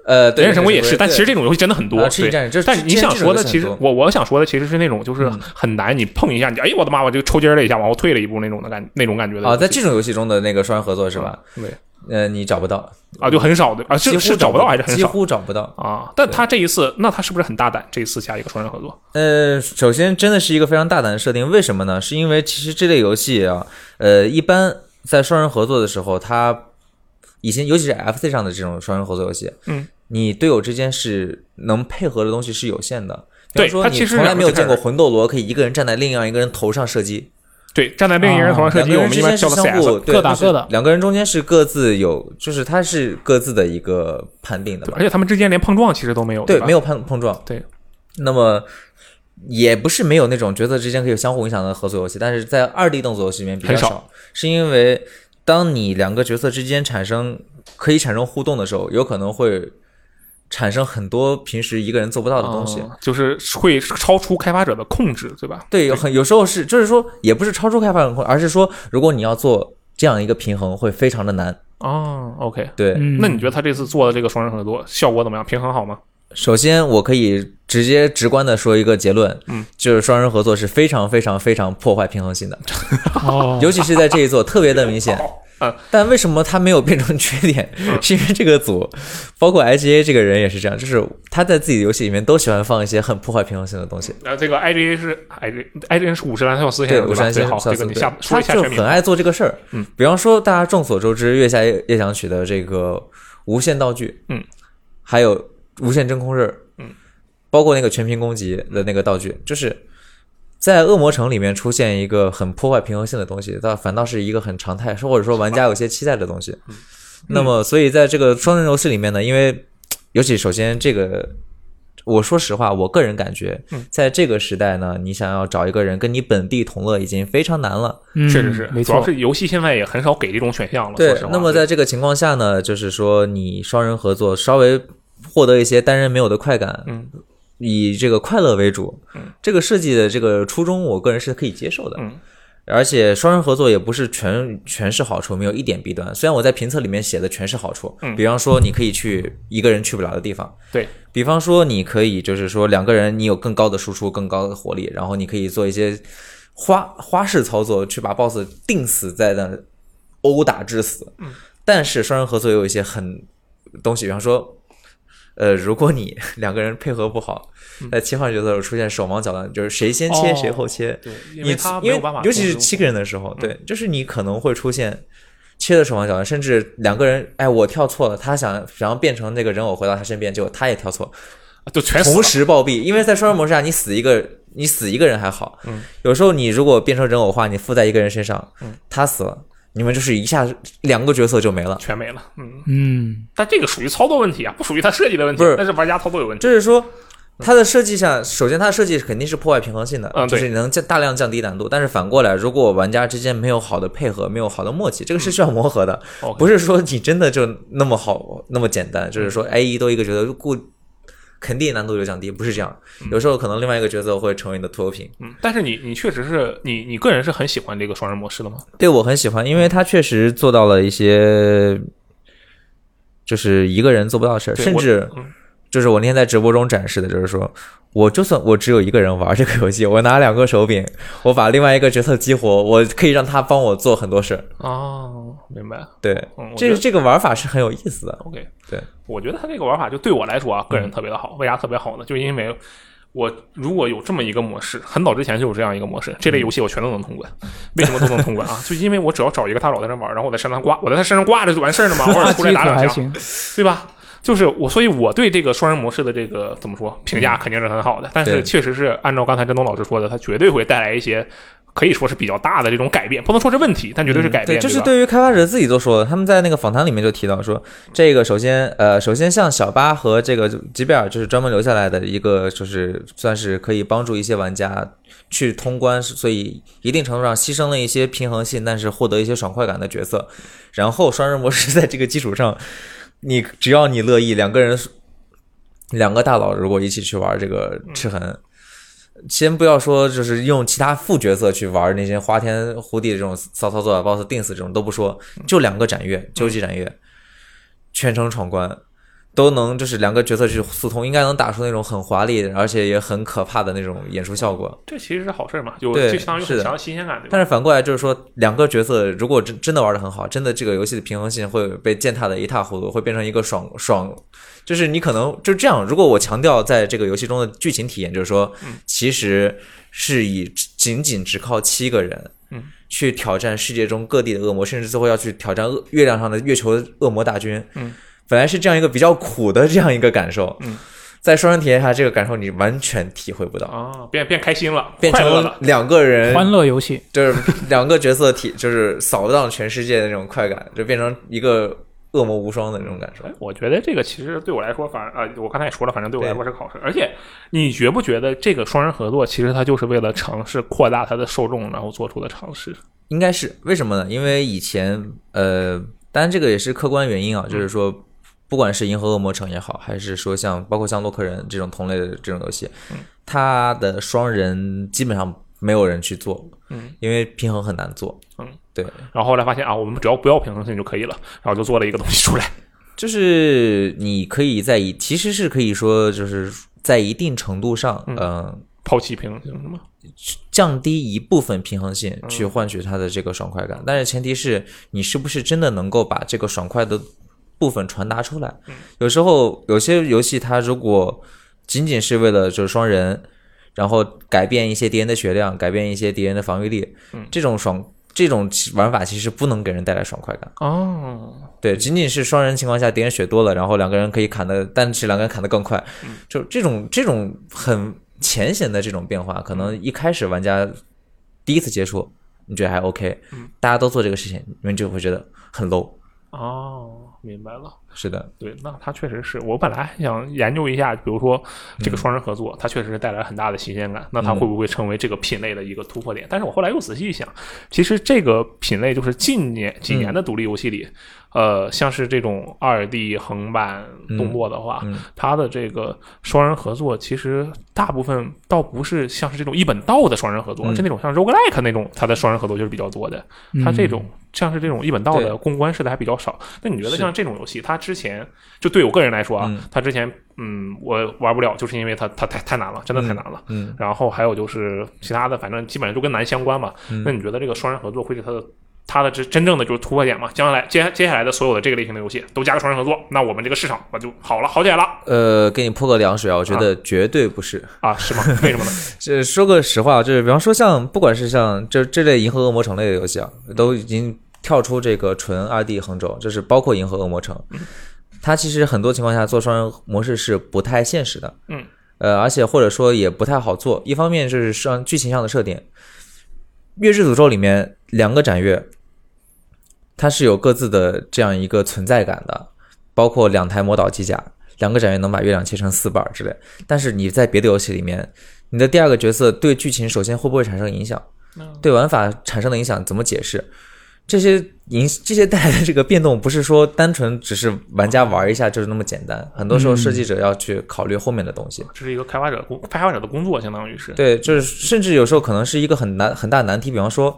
[SPEAKER 3] 呃，对，
[SPEAKER 1] 忍者神龟也是，但其实
[SPEAKER 3] 这
[SPEAKER 1] 这种游戏真的很多。
[SPEAKER 3] 啊吃鸡
[SPEAKER 1] 对
[SPEAKER 3] 战这
[SPEAKER 1] 但你想说的，
[SPEAKER 3] 这这种游戏很
[SPEAKER 1] 其实
[SPEAKER 3] 多嗯
[SPEAKER 1] 我我想说的其实是那种就是很难，你碰一下，你就哎我的妈，我就抽筋儿了一下，往后退了一步那种的感，那种感觉的
[SPEAKER 3] 啊，
[SPEAKER 1] 游戏
[SPEAKER 3] 在这种游戏中的那个双人合作是吧？
[SPEAKER 1] 对
[SPEAKER 3] 呃，你找不到，
[SPEAKER 1] 啊，就很少的啊，
[SPEAKER 3] 几
[SPEAKER 1] 嗯是
[SPEAKER 3] 乎
[SPEAKER 1] 是找不到还是很
[SPEAKER 3] 几
[SPEAKER 1] 少
[SPEAKER 3] 乎找不到。
[SPEAKER 1] 啊？但他这一次，那他是不是很大胆？这一次加一个双人合作，
[SPEAKER 3] 呃，首先真的是一个非常大胆的设定，为什么呢？是因为其实这类游戏啊，呃，一般在双人合作的时候，它以前尤其是 FC 上的这种双人合作游戏，
[SPEAKER 1] 嗯，
[SPEAKER 3] 你队友之间是能配合的东西是有限的。比
[SPEAKER 1] 对
[SPEAKER 3] 方说
[SPEAKER 1] 它
[SPEAKER 3] 你
[SPEAKER 1] 其实
[SPEAKER 3] 从来
[SPEAKER 1] 两个
[SPEAKER 3] 没有
[SPEAKER 1] 机器
[SPEAKER 3] 见
[SPEAKER 1] 人
[SPEAKER 3] 过魂斗罗可以一个人站在另外一个人头上射击，
[SPEAKER 1] 对，站在另一个人头上啊射
[SPEAKER 3] 啊两
[SPEAKER 1] 击，
[SPEAKER 3] 个
[SPEAKER 1] 我
[SPEAKER 3] 人
[SPEAKER 1] 们
[SPEAKER 3] 之
[SPEAKER 1] 一般
[SPEAKER 3] 间是
[SPEAKER 1] 叫做
[SPEAKER 3] 相
[SPEAKER 1] CS
[SPEAKER 3] 互。对
[SPEAKER 2] 各打
[SPEAKER 3] 就是
[SPEAKER 2] 各的
[SPEAKER 3] 两个人中间是各自有，就是它是各自的一个判定的
[SPEAKER 1] 对
[SPEAKER 3] 嘛
[SPEAKER 1] 而，且他们之间连碰撞其实都没有，
[SPEAKER 3] 对，
[SPEAKER 1] 吧
[SPEAKER 3] 没有碰碰撞，
[SPEAKER 1] 对。
[SPEAKER 3] 那么也不是没有那种角色之间可以相互影响的合作游戏，但是在二 D 动作游戏里面比较
[SPEAKER 1] 很少
[SPEAKER 3] 是因为当你两个角色之间产生可以产生互动的时候，有可能会产生很多平时一个人做不到的东西。
[SPEAKER 1] 啊就是会超出开发者的控制，对吧？
[SPEAKER 3] 对，有很有时候是，就是说，也不是超出开发很困，而是说，如果你要做这样一个平衡，会非常的难。
[SPEAKER 1] 哦，OK，
[SPEAKER 3] 对，
[SPEAKER 2] 嗯，
[SPEAKER 1] 那你觉得他这次做的这个双人合作效果怎么样？平衡好吗？
[SPEAKER 3] 首先我可以直接直观的说一个结论，
[SPEAKER 1] 嗯，
[SPEAKER 3] 就是双人合作是非常非常非常破坏平衡性的。
[SPEAKER 2] 哦，
[SPEAKER 3] 尤其是在这一座特别的 明显
[SPEAKER 1] 好。嗯
[SPEAKER 3] 但为什么它没有变成缺点？是因为这个组，包括 IGA 这个人也是这样，就是他在自己的游戏里面都喜欢放一些很破坏平衡性的东西。
[SPEAKER 1] 呃，这个 IGA 是 IGA IGA 是五十岚孝司先生
[SPEAKER 3] 武
[SPEAKER 1] 吧？
[SPEAKER 3] 山
[SPEAKER 1] 最
[SPEAKER 3] 先
[SPEAKER 1] 好，
[SPEAKER 3] 生
[SPEAKER 1] 这个你下
[SPEAKER 3] 对
[SPEAKER 1] 说一下
[SPEAKER 3] 他就
[SPEAKER 1] 全名
[SPEAKER 3] 很爱做这个事儿。
[SPEAKER 1] 嗯，
[SPEAKER 3] 比方说大家众所周知，《月下夜夜想曲》的这个无限道具，
[SPEAKER 1] 嗯，
[SPEAKER 3] 还有无限真空刃，
[SPEAKER 1] 嗯，
[SPEAKER 3] 包括那个全屏攻击的那个道具，就是在恶魔城里面出现一个很破坏平衡性的东西，它反倒是一个很常态，或者说玩家有些期待的东西。
[SPEAKER 1] 嗯
[SPEAKER 3] 那么，所以在这个双人游戏里面呢，因为尤其首先这个。我说实话，我个人感觉
[SPEAKER 1] 嗯，
[SPEAKER 3] 在这个时代呢，你想要找一个人跟你本地同乐已经非常难了。
[SPEAKER 2] 嗯
[SPEAKER 1] 确实是，
[SPEAKER 2] 没
[SPEAKER 1] 主要
[SPEAKER 2] 错，
[SPEAKER 1] 是游戏现在也很少给这种选项了。
[SPEAKER 3] 对
[SPEAKER 1] 说实，话
[SPEAKER 3] 那么在这个情况下呢，就是说你双人合作稍微获得一些单人没有的快感，
[SPEAKER 1] 嗯，
[SPEAKER 3] 以这个快乐为主，
[SPEAKER 1] 嗯，
[SPEAKER 3] 这个设计的这个初衷，我个人是可以接受的，
[SPEAKER 1] 嗯。
[SPEAKER 3] 而且双人合作也不是全全是好处，没有一点弊端。虽然我在评测里面写的全是好处，
[SPEAKER 1] 嗯
[SPEAKER 3] 比方说你可以去一个人去不了的地方，
[SPEAKER 1] 对
[SPEAKER 3] 比方说你可以就是说两个人你有更高的输出、更高的火力，然后你可以做一些花花式操作去把 BOSS 定死在那殴打致死。
[SPEAKER 1] 嗯
[SPEAKER 3] 但是双人合作也有一些很东西，比方说，呃，如果你两个人配合不好，在切换角色的时候出现手忙脚乱，就是谁先
[SPEAKER 1] 嗯
[SPEAKER 3] 切
[SPEAKER 1] 哦
[SPEAKER 3] 谁后切，
[SPEAKER 1] 对，因
[SPEAKER 3] 你
[SPEAKER 1] 为他没
[SPEAKER 3] 因
[SPEAKER 1] 有
[SPEAKER 3] 为
[SPEAKER 1] 办法控制，嗯
[SPEAKER 3] 尤其是七个人的时候，对，就是你可能会出现。切的手忙脚乱，甚至两个人，哎，我跳错了，他想想要变成那个人偶回到他身边，结果他也跳错，
[SPEAKER 1] 就全死
[SPEAKER 3] 同
[SPEAKER 1] 了
[SPEAKER 3] 时暴毙，因为在双人模式下，你死一个，
[SPEAKER 1] 嗯
[SPEAKER 3] 你死一个人还好，有时候你如果变成人偶化，你附在一个人身上，他死了，你们就是一下两个角色就没了。
[SPEAKER 1] 全没了。嗯，
[SPEAKER 2] 嗯，
[SPEAKER 1] 但这个属于操作问题啊，不属于它设计的问题
[SPEAKER 3] 不是，
[SPEAKER 1] 但是玩家操作有问题。
[SPEAKER 3] 就是说，它的设计下，首先它的设计肯定是破坏平衡性的，
[SPEAKER 1] 嗯
[SPEAKER 3] 就
[SPEAKER 1] 对
[SPEAKER 3] 是你能降大量降低难度。但是反过来，如果玩家之间没有好的配合，没有好的默契，这个是需要磨合的，
[SPEAKER 1] 嗯 OK 嗯
[SPEAKER 3] 不是说你真的就那么好那么简单。就是说，哎，一多一个角色故肯定难度就降低，不是这样。有时候可能另外一个角色会成为你的拖油瓶。
[SPEAKER 1] 嗯，但是你你确实是你你个人是很喜欢这个双人模式的吗？
[SPEAKER 3] 对我很喜欢，因为他确实做到了一些就是一个人做不到的事儿，
[SPEAKER 1] 对
[SPEAKER 3] 甚
[SPEAKER 1] 我
[SPEAKER 3] 至
[SPEAKER 1] 嗯
[SPEAKER 3] 就是我那天在直播中展示的，就是说我就算我只有一个人玩这个游戏，我拿两个手柄，我把另外一个角色激活，我可以让他帮我做很多事儿。
[SPEAKER 1] 哦，明白。
[SPEAKER 3] 对，
[SPEAKER 1] 嗯我觉
[SPEAKER 3] 这
[SPEAKER 1] 得
[SPEAKER 3] 这个玩法是很有意思的。
[SPEAKER 1] OK，
[SPEAKER 3] 对，
[SPEAKER 1] 我觉得他这个玩法就对我来说啊，个人特别的好。为啥特别好呢？就因为我如果有这么一个模式，很早之前就有这样一个模式，这类游戏我全都能通关。为什么都能通关啊？就因为我只要找一个大佬在那玩，然后我在身上挂，我在他身上挂着就完事儿了嘛，偶尔
[SPEAKER 2] 那
[SPEAKER 1] 出来
[SPEAKER 2] 技术
[SPEAKER 1] 打两
[SPEAKER 2] 还
[SPEAKER 1] 枪，
[SPEAKER 2] 行，
[SPEAKER 1] 对吧？就是我，所以我对这个双人模式的这个怎么说评价肯定是很好的，但
[SPEAKER 3] 对
[SPEAKER 1] 是确实是按照刚才振东老师说的，它绝对会带来一些可以说是比较大的这种改变，不能说是问题，但绝对是改变。
[SPEAKER 3] 对，这是
[SPEAKER 1] 吧
[SPEAKER 3] 对于开发者自己都说的，他们在那个访谈里面就提到说，这个首先呃，首先像小巴和这个吉贝尔就是专门留下来的一个，就是算是可以帮助一些玩家去通关，所以一定程度上牺牲了一些平衡性，但是获得一些爽快感的角色。然后双人模式在这个基础上，你只要你乐意，两个人两个大佬如果一起去玩这个
[SPEAKER 1] 嗯
[SPEAKER 3] 赤痕。先不要说，就是用其他副角色去玩那些花天呼地的这种骚操作啊，boss 定死这种都不说，就两个斩月，究极斩月，全程闯关，都能就是两个角色去速通，应该能打出那种很华丽，而且也很可怕的那种演出效果。
[SPEAKER 1] 这其实是好事嘛，就
[SPEAKER 3] 对
[SPEAKER 1] 就相当于
[SPEAKER 3] 是
[SPEAKER 1] 很
[SPEAKER 3] 的
[SPEAKER 1] 强的新鲜感，对吧？
[SPEAKER 3] 但是反过来就是说，两个角色如果真真的玩的很好，真的这个游戏的平衡性会被践踏的一塌糊涂，会变成一个爽爽，就是你可能就这样。如果我强调在这个游戏中的剧情体验，就是说，
[SPEAKER 1] 嗯
[SPEAKER 3] 其实是以仅仅只靠七个人，
[SPEAKER 1] 嗯，
[SPEAKER 3] 去挑战世界中各地的恶魔，甚至最后要去挑战恶月亮上的月球恶魔大军，
[SPEAKER 1] 嗯，
[SPEAKER 3] 本来是这样一个比较苦的这样一个感受，
[SPEAKER 1] 嗯，
[SPEAKER 3] 在双人体验下，这个感受你完全体会不到。
[SPEAKER 1] 啊，变变开心了，
[SPEAKER 3] 变
[SPEAKER 1] 快乐
[SPEAKER 3] 成
[SPEAKER 1] 了。
[SPEAKER 3] 两个人
[SPEAKER 2] 欢乐游戏，
[SPEAKER 3] 就是两个角色体，就是扫荡全世界的那种快感，就变成一个恶魔无双的那种感受
[SPEAKER 1] 哎。我觉得这个其实对我来说，反正啊、我刚才也说了，反正对我来说是个好事。而且，你觉不觉得这个双人合作其实它就是为了尝试扩大它的受众，然后做出的尝试？
[SPEAKER 3] 应该是为什么呢？因为以前呃，当然这个也是客观原因啊，就是说，不管是《银河恶魔城》也好，还是说像包括像《洛克人》这种同类的这种游戏，它的双人基本上没有人去做，
[SPEAKER 1] 嗯，
[SPEAKER 3] 因为平衡很难做，
[SPEAKER 1] 嗯，
[SPEAKER 3] 对，
[SPEAKER 1] 然后后来发现啊，我们只要不要平衡性就可以了，然后就做了一个东西出来。
[SPEAKER 3] 就是你可以在一其实是可以说就是在一定程度上，嗯。
[SPEAKER 1] 抛弃平衡性是吗？
[SPEAKER 3] 降低一部分平衡性去换取它的这个爽快感，但是前提是你是不是真的能够把这个爽快的部分传达出来。有时候有些游戏它如果仅仅是为了就是双人，然后改变一些敌人的血量，改变一些敌人的防御力，这种爽这种玩法其实不能给人带来爽快感。
[SPEAKER 1] 哦，
[SPEAKER 3] 对，仅仅是双人情况下，敌人血多了，然后两个人可以砍的，但是两个人砍得更快，就这种这种很浅显的这种变化，可能一开始玩家第一次接触，你觉得还 OK，大家都做这个事情，你们就会觉得很 low。
[SPEAKER 1] 哦，明白了。
[SPEAKER 3] 是的，
[SPEAKER 1] 对，那它确实是我本来还想研究一下，比如说这个双人合作，它确实是带来很大的新鲜感。那它会不会成为这个品类的一个突破点？但是我后来又仔细一想，其实这个品类就是近年几年的独立游戏里，呃，像是这种二 D 横版动作的话，它的这个双人合作其实大部分倒不是像是这种一本道的双人合作，是那种像 roguelike 那种，它的双人合作就是比较多的。它这种像是这种一本道的
[SPEAKER 3] 嗯对
[SPEAKER 1] 公关式的还比较少。那你觉得
[SPEAKER 3] 是
[SPEAKER 1] 像这种游戏，它之前就对我个人来说啊，
[SPEAKER 3] 嗯
[SPEAKER 1] 它之前嗯我玩不了，就是因为它它太太难了，真的太难了。
[SPEAKER 3] 嗯，
[SPEAKER 1] 然后还有就是其他的，反正基本上就跟难相关嘛。
[SPEAKER 3] 嗯
[SPEAKER 1] 那你觉得这个双人合作会是它的它的真真正的就是突破点嘛？将来接接下来的所有的这个类型的游戏都加个双人合作，那我们这个市场我就好了好起来了
[SPEAKER 3] 呃，给你泼个凉水啊，我觉得绝对不是。
[SPEAKER 1] 啊？是吗？为什么呢？
[SPEAKER 3] 这说个实话，就是比方说像不管是像这这类银河恶魔城类的游戏啊，都已经跳出这个纯二 D 横轴，就是包括银河恶魔城，它其实很多情况下做双人模式是不太现实的。
[SPEAKER 1] 嗯，
[SPEAKER 3] 呃，而且或者说也不太好做。一方面就是上剧情上的设定，《月之诅咒》里面两个斩月，它是有各自的这样一个存在感的，包括两台魔导机甲，两个展员能把月亮切成四瓣儿之类。但是你在别的游戏里面，你的第二个角色对剧情首先会不会产生影响？对玩法产生的影响怎么解释？这些影这些带来的这个变动，不是说单纯只是玩家玩一下就是那么简单，很多时候设计者要去考虑后面的东西。
[SPEAKER 1] 这是一个开发者工开发者的工作，相当于是。
[SPEAKER 3] 对，就是甚至有时候可能是一个很难很大的难题，比方说，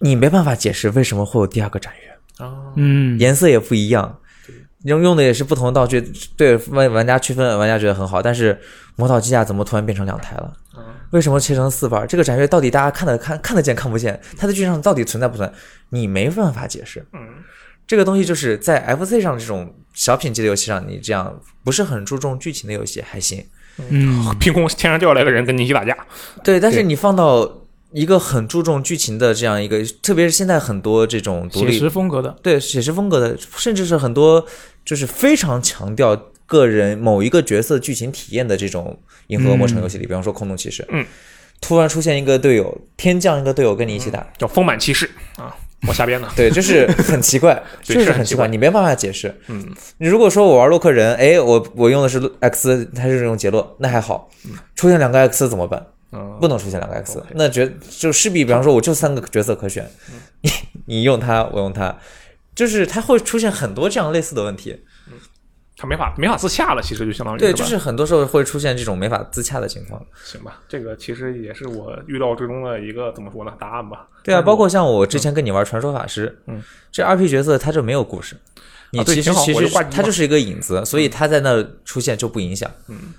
[SPEAKER 3] 你没办法解释为什么会有第二个展员，
[SPEAKER 1] 啊，
[SPEAKER 2] 嗯，
[SPEAKER 3] 颜色也不一样，用用的也是不同的道具，对玩玩家区分，玩家觉得很好，但是魔导机甲怎么突然变成两台了？为什么切成四瓣儿？这个展月到底大家看得看看得见看不见？它在剧上到底存在不存在？你没办法解释。
[SPEAKER 1] 嗯，
[SPEAKER 3] 这个东西就是在 FC 上这种小品级的游戏上，你这样不是很注重剧情的游戏还行，
[SPEAKER 2] 嗯，
[SPEAKER 1] 凭空天上掉下来个人跟你一起打架，
[SPEAKER 3] 对，但是
[SPEAKER 1] 对
[SPEAKER 3] 你放到一个很注重剧情的这样一个，特别是现在很多这种独
[SPEAKER 2] 写
[SPEAKER 3] 立
[SPEAKER 2] 实风格的，
[SPEAKER 3] 对写实风格的，甚至是很多就是非常强调个人某一个角色剧情体验的这种银河恶魔城游戏里，比方说《空洞骑士》，
[SPEAKER 1] 嗯，
[SPEAKER 3] 突然出现一个队友，天降一个队友跟你一起打，
[SPEAKER 1] 叫丰满骑士啊，我瞎编的。
[SPEAKER 3] 对，就是很奇 怪，
[SPEAKER 1] 嗯对
[SPEAKER 3] 就是是
[SPEAKER 1] 很
[SPEAKER 3] 很
[SPEAKER 1] 奇
[SPEAKER 3] 奇怪，
[SPEAKER 1] 怪
[SPEAKER 3] 你没办法解释。
[SPEAKER 1] 嗯，
[SPEAKER 3] 你如果说我玩洛克人，哎，我我用的是 X，他是用杰洛，那还好，出现两个 X 怎么办？
[SPEAKER 1] 嗯，
[SPEAKER 3] 不能出现两个 X，、那角就势必，比方说我就三个角色可选，
[SPEAKER 1] 嗯
[SPEAKER 3] 你你用它，我用它，就是它会出现很多这样类似的问题。
[SPEAKER 1] 他没法没法自洽了，其实就相当于
[SPEAKER 3] 对，
[SPEAKER 1] 吧
[SPEAKER 3] 就是很多时候会出现这种没法自洽的情况。
[SPEAKER 1] 行吧。这个其实也是我预料之中的一个怎么说呢答案吧。
[SPEAKER 3] 对啊，包括像我之前跟你玩《传说法师》，
[SPEAKER 1] 嗯，啊
[SPEAKER 3] 这 RP 角色他就没有故事，你
[SPEAKER 1] 对
[SPEAKER 3] 其实、
[SPEAKER 1] 挺好
[SPEAKER 3] 其
[SPEAKER 1] 我就
[SPEAKER 3] 实
[SPEAKER 1] 挂机嘛
[SPEAKER 3] 他就是一个影子，所以他在那出现就不影响。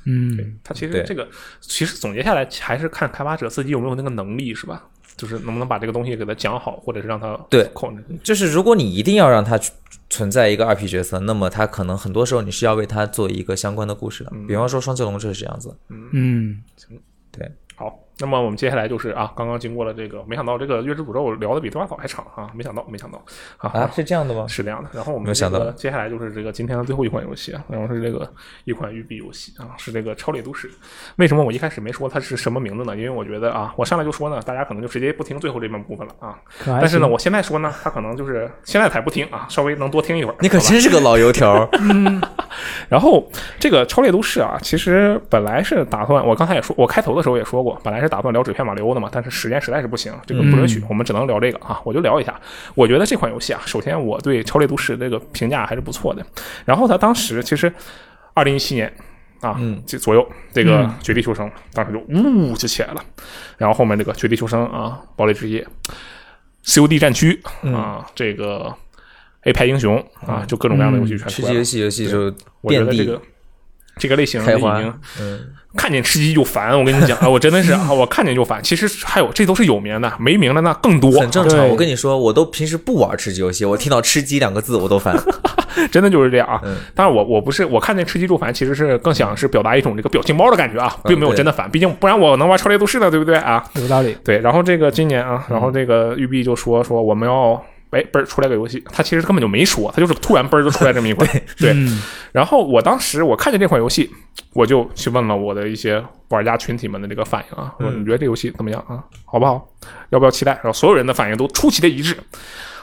[SPEAKER 2] 嗯，
[SPEAKER 1] 他其实
[SPEAKER 3] 对
[SPEAKER 1] 这个其实总结下来还是看开发者自己有没有那个能力，是吧？就是能不能把这个东西给他讲好，或者是让他
[SPEAKER 3] 对
[SPEAKER 1] 控制。
[SPEAKER 3] 就是如果你一定要让它存在一个 RP 角色，那么它可能很多时候你是要为它做一个相关的故事的。
[SPEAKER 1] 嗯
[SPEAKER 3] 比方说双截龙就是这样子。
[SPEAKER 2] 嗯，
[SPEAKER 1] 好，那么我们接下来就是啊，刚刚经过了这个，没想到这个月之诅咒聊的比对话草还长啊，没想到，没想到啊
[SPEAKER 3] 啊，是这样的吗？
[SPEAKER 1] 是这样的，然后我们
[SPEAKER 3] 没想
[SPEAKER 1] 这个
[SPEAKER 3] 到
[SPEAKER 1] 接下来就是这个今天的最后一款游戏啊，然后是这个一款育碧游戏啊，是这个《超猎都市》。为什么我一开始没说它是什么名字呢？因为我觉得啊，我上来就说呢，大家可能就直接不听最后这半部分了啊。
[SPEAKER 2] 可爱型。
[SPEAKER 1] 但是呢，我现在说呢，他可能就是现在才不听啊，稍微能多听一会儿。
[SPEAKER 3] 你可
[SPEAKER 1] 好吧
[SPEAKER 3] 真是个老油条儿。
[SPEAKER 1] 然后这个《超猎都市》啊，其实本来是打算，我刚才也说，我开头的时候也说过，本来是打算聊《纸片马里欧》的嘛，但是时间实在是不行，这个不允许，我们只能聊这个啊，我就聊一下。我觉得这款游戏啊，首先我对《超猎都市》这个评价还是不错的。然后它当时其实二零一七年啊，
[SPEAKER 3] 嗯
[SPEAKER 1] 这左右这个
[SPEAKER 2] 嗯
[SPEAKER 1] 《绝地求生》当时就呜就起来了，然后后面这个《绝地求生》啊，《堡垒之夜》、COD 战区啊，这个 A 派英雄啊，就各种各样的游戏全出
[SPEAKER 3] 吃鸡
[SPEAKER 1] 来了
[SPEAKER 3] 游。戏游戏就
[SPEAKER 1] 我觉
[SPEAKER 3] 遍
[SPEAKER 1] 得这
[SPEAKER 3] 地
[SPEAKER 1] 个这个类型
[SPEAKER 3] 开
[SPEAKER 1] 已
[SPEAKER 3] 花
[SPEAKER 1] 经。
[SPEAKER 3] 嗯，
[SPEAKER 1] 看见吃鸡就烦，我跟你讲啊，我真的是啊，我看见就烦。其实还有这都是有名的，没名的那更多，
[SPEAKER 3] 很正常。
[SPEAKER 2] 对
[SPEAKER 3] 我跟你说，我都平时不玩吃鸡游戏，我听到“吃鸡”两个字我都烦。
[SPEAKER 1] 真的就是这样啊
[SPEAKER 3] 嗯。
[SPEAKER 1] 但是我我不是我看见吃鸡就烦，其实是更想是表达一种这个表情包的感觉啊，
[SPEAKER 3] 嗯
[SPEAKER 1] 并没有
[SPEAKER 3] 对
[SPEAKER 1] 真的烦，毕竟不然我能玩超猎都市呢，对不对啊？
[SPEAKER 2] 有道理，
[SPEAKER 1] 对，然后这个今年啊，
[SPEAKER 3] 嗯
[SPEAKER 1] 然后这个育碧就说说我们要。哎，嘣儿出来个游戏，他其实根本就没说，他就是突然嘣儿就出来这么一款。对，
[SPEAKER 2] 嗯
[SPEAKER 1] 然后我当时我看见这款游戏，我就去问了我的一些玩家群体们的这个反应啊，我说你觉得这游戏怎么样啊？好不好？要不要期待？然后所有人的反应都出奇的一致，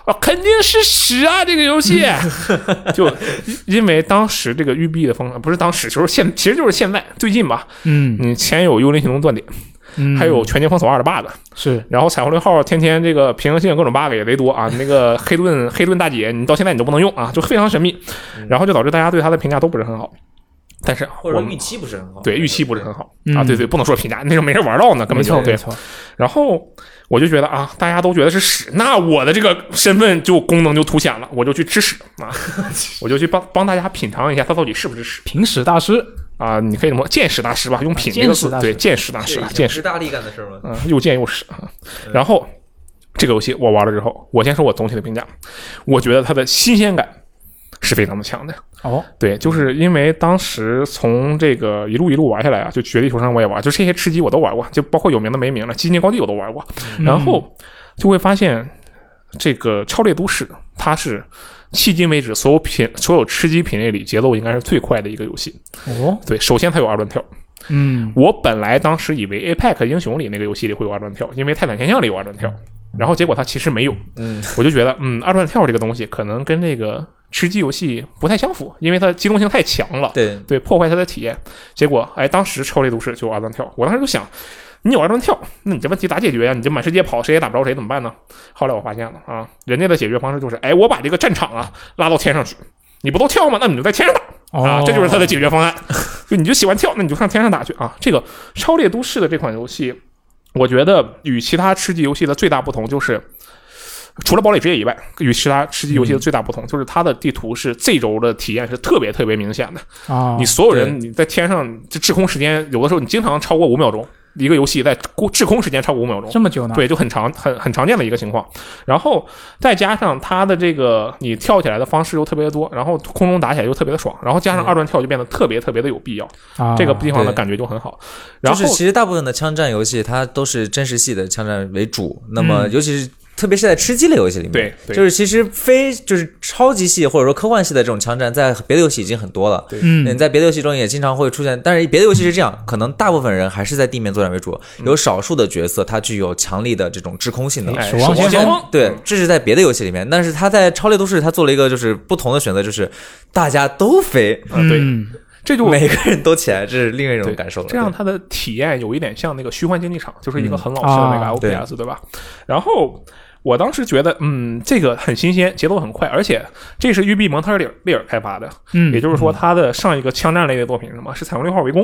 [SPEAKER 1] 啊，肯定是屎啊！这个游戏，就因为当时这个育碧的风，呃不是当时，就是现，其实就是现在最近吧。
[SPEAKER 2] 嗯
[SPEAKER 1] 你前有《幽灵行动》断点，
[SPEAKER 2] 嗯，
[SPEAKER 1] 还有《全境封锁二》的 bug，
[SPEAKER 2] 是
[SPEAKER 1] 然后彩虹六号天天这个平衡性各种 bug 也贼多啊，那 个黑盾黑盾大姐你到现在你都不能用啊，就非常神秘，
[SPEAKER 3] 嗯
[SPEAKER 1] 然后就导致大家对它的评价都不是很好。但是我们
[SPEAKER 3] 期不是很好
[SPEAKER 1] 对预期不是很好啊，
[SPEAKER 2] 嗯
[SPEAKER 1] 对对，不能说评价，那时候没人玩到呢，根本
[SPEAKER 2] 没
[SPEAKER 1] 就
[SPEAKER 2] 错
[SPEAKER 1] 对
[SPEAKER 2] 没。错，
[SPEAKER 1] 然后我就觉得啊，大家都觉得是屎，那我的这个身份就功能就凸显了，我就去吃屎啊， 我就去帮帮大家品尝一下它到底是不是屎
[SPEAKER 2] 评史大师，
[SPEAKER 1] 啊，你可以这么见识大师吧，用品这
[SPEAKER 2] 见
[SPEAKER 1] 个
[SPEAKER 2] 识
[SPEAKER 1] 字
[SPEAKER 2] 大，师
[SPEAKER 1] 对见识大师啊，见识。
[SPEAKER 3] 大力干的事吗？
[SPEAKER 1] 嗯，又贱又屎啊。然后这个游戏我玩了之后，我先说我总体的评价，我觉得它的新鲜感是非常的强的。
[SPEAKER 2] 哦，
[SPEAKER 1] 对，就是因为当时从这个一路一路玩下来啊，就绝地求生我也玩，就这些吃鸡我都玩过，就包括有名的没名的《激进高地》我都玩过，
[SPEAKER 2] 嗯
[SPEAKER 1] 然后就会发现这个《超猎都市》它是。迄今为止，所有品所有吃鸡品类里节奏应该是最快的一个游戏。
[SPEAKER 2] 哦，
[SPEAKER 1] 对，首先它有二段跳，
[SPEAKER 2] 嗯
[SPEAKER 1] E 我本来当时以为 APEC 英雄里那个游戏里会有二段跳，因为泰坦天象里有二段跳，然后结果它其实没有，
[SPEAKER 3] 嗯，
[SPEAKER 1] 我就觉得，嗯，二段跳这个东西可能跟这个吃鸡游戏不太相符，因为它机动性太强了，
[SPEAKER 3] 对，
[SPEAKER 1] 对，破坏它的体验。结果，哎，当时超雷都市就有二段跳，我当时就想，你有二段跳，那你这问题咋解决呀、你这满世界跑，谁也打不着谁，怎么办呢？后来我发现了啊，人家的解决方式就是，哎，我把这个战场啊拉到天上去，你不都跳吗？那你就在天上打。
[SPEAKER 2] 哦
[SPEAKER 1] 啊，这就是它的解决方案。 就你就喜欢跳，那你就上天上打去啊。这个《超猎都市》的这款游戏，我觉得与其他吃鸡游戏的最大不同就是，除了堡垒之夜以外，与其他吃鸡游戏的最大不同、就是它的地图是 Z 轴的体验是特别特别明显的。
[SPEAKER 2] 啊，
[SPEAKER 1] 你所有人你在天上这滞空时间，有的时候你经常超过五秒钟，一个游戏在滞空时间超过五秒钟。
[SPEAKER 2] 这么久呢？
[SPEAKER 1] 对，就很常很很常见的一个情况。然后再加上它的这个你跳起来的方式又特别多，然后空中打起来又特别的爽，然后加上
[SPEAKER 3] 嗯
[SPEAKER 1] 二段跳就变得特别特别的有必要，
[SPEAKER 2] 啊，
[SPEAKER 1] 这个地方的
[SPEAKER 3] 对
[SPEAKER 1] 感觉就很好。然
[SPEAKER 3] 就
[SPEAKER 1] 后、
[SPEAKER 3] 是其实大部分的枪战游戏它都是真实系的枪战为主，那么尤其是。特别是在吃鸡类游戏里
[SPEAKER 1] 嗯
[SPEAKER 3] 面，
[SPEAKER 1] 对对
[SPEAKER 3] 就是其实非就是超级系或者说科幻系的这种枪战，在别的游戏已经很多了。你
[SPEAKER 2] 嗯，
[SPEAKER 3] 在别的游戏中也经常会出现，但是别的游戏是这样，可能大部分人还是在地面作战为主，有少数的角色它具有强力的这种制空性能。
[SPEAKER 1] 嗯哎，
[SPEAKER 2] 守望先
[SPEAKER 1] 先
[SPEAKER 2] 锋
[SPEAKER 1] 锋
[SPEAKER 3] 对，这是在别的游戏里面，但是他在《超猎都市》他做了一个就是不同的选择，就是大家都飞，
[SPEAKER 1] 嗯对
[SPEAKER 2] 嗯
[SPEAKER 1] 这就
[SPEAKER 3] 每个人都起来，这是另外一种
[SPEAKER 1] 对
[SPEAKER 3] 感受了。
[SPEAKER 1] 这样
[SPEAKER 3] 对
[SPEAKER 1] 它的体验有一点像那个虚幻竞技场，就是一个
[SPEAKER 3] 嗯
[SPEAKER 1] 很老式的那
[SPEAKER 2] 啊
[SPEAKER 1] 个 LPS，、对吧？然后我当时觉得，嗯，这个很新鲜，节奏很快，而且这是育碧蒙特利尔利尔开发的，
[SPEAKER 2] 嗯，
[SPEAKER 1] 也就是说，它的上一个枪战类的作品是什么是《彩虹六号围攻》。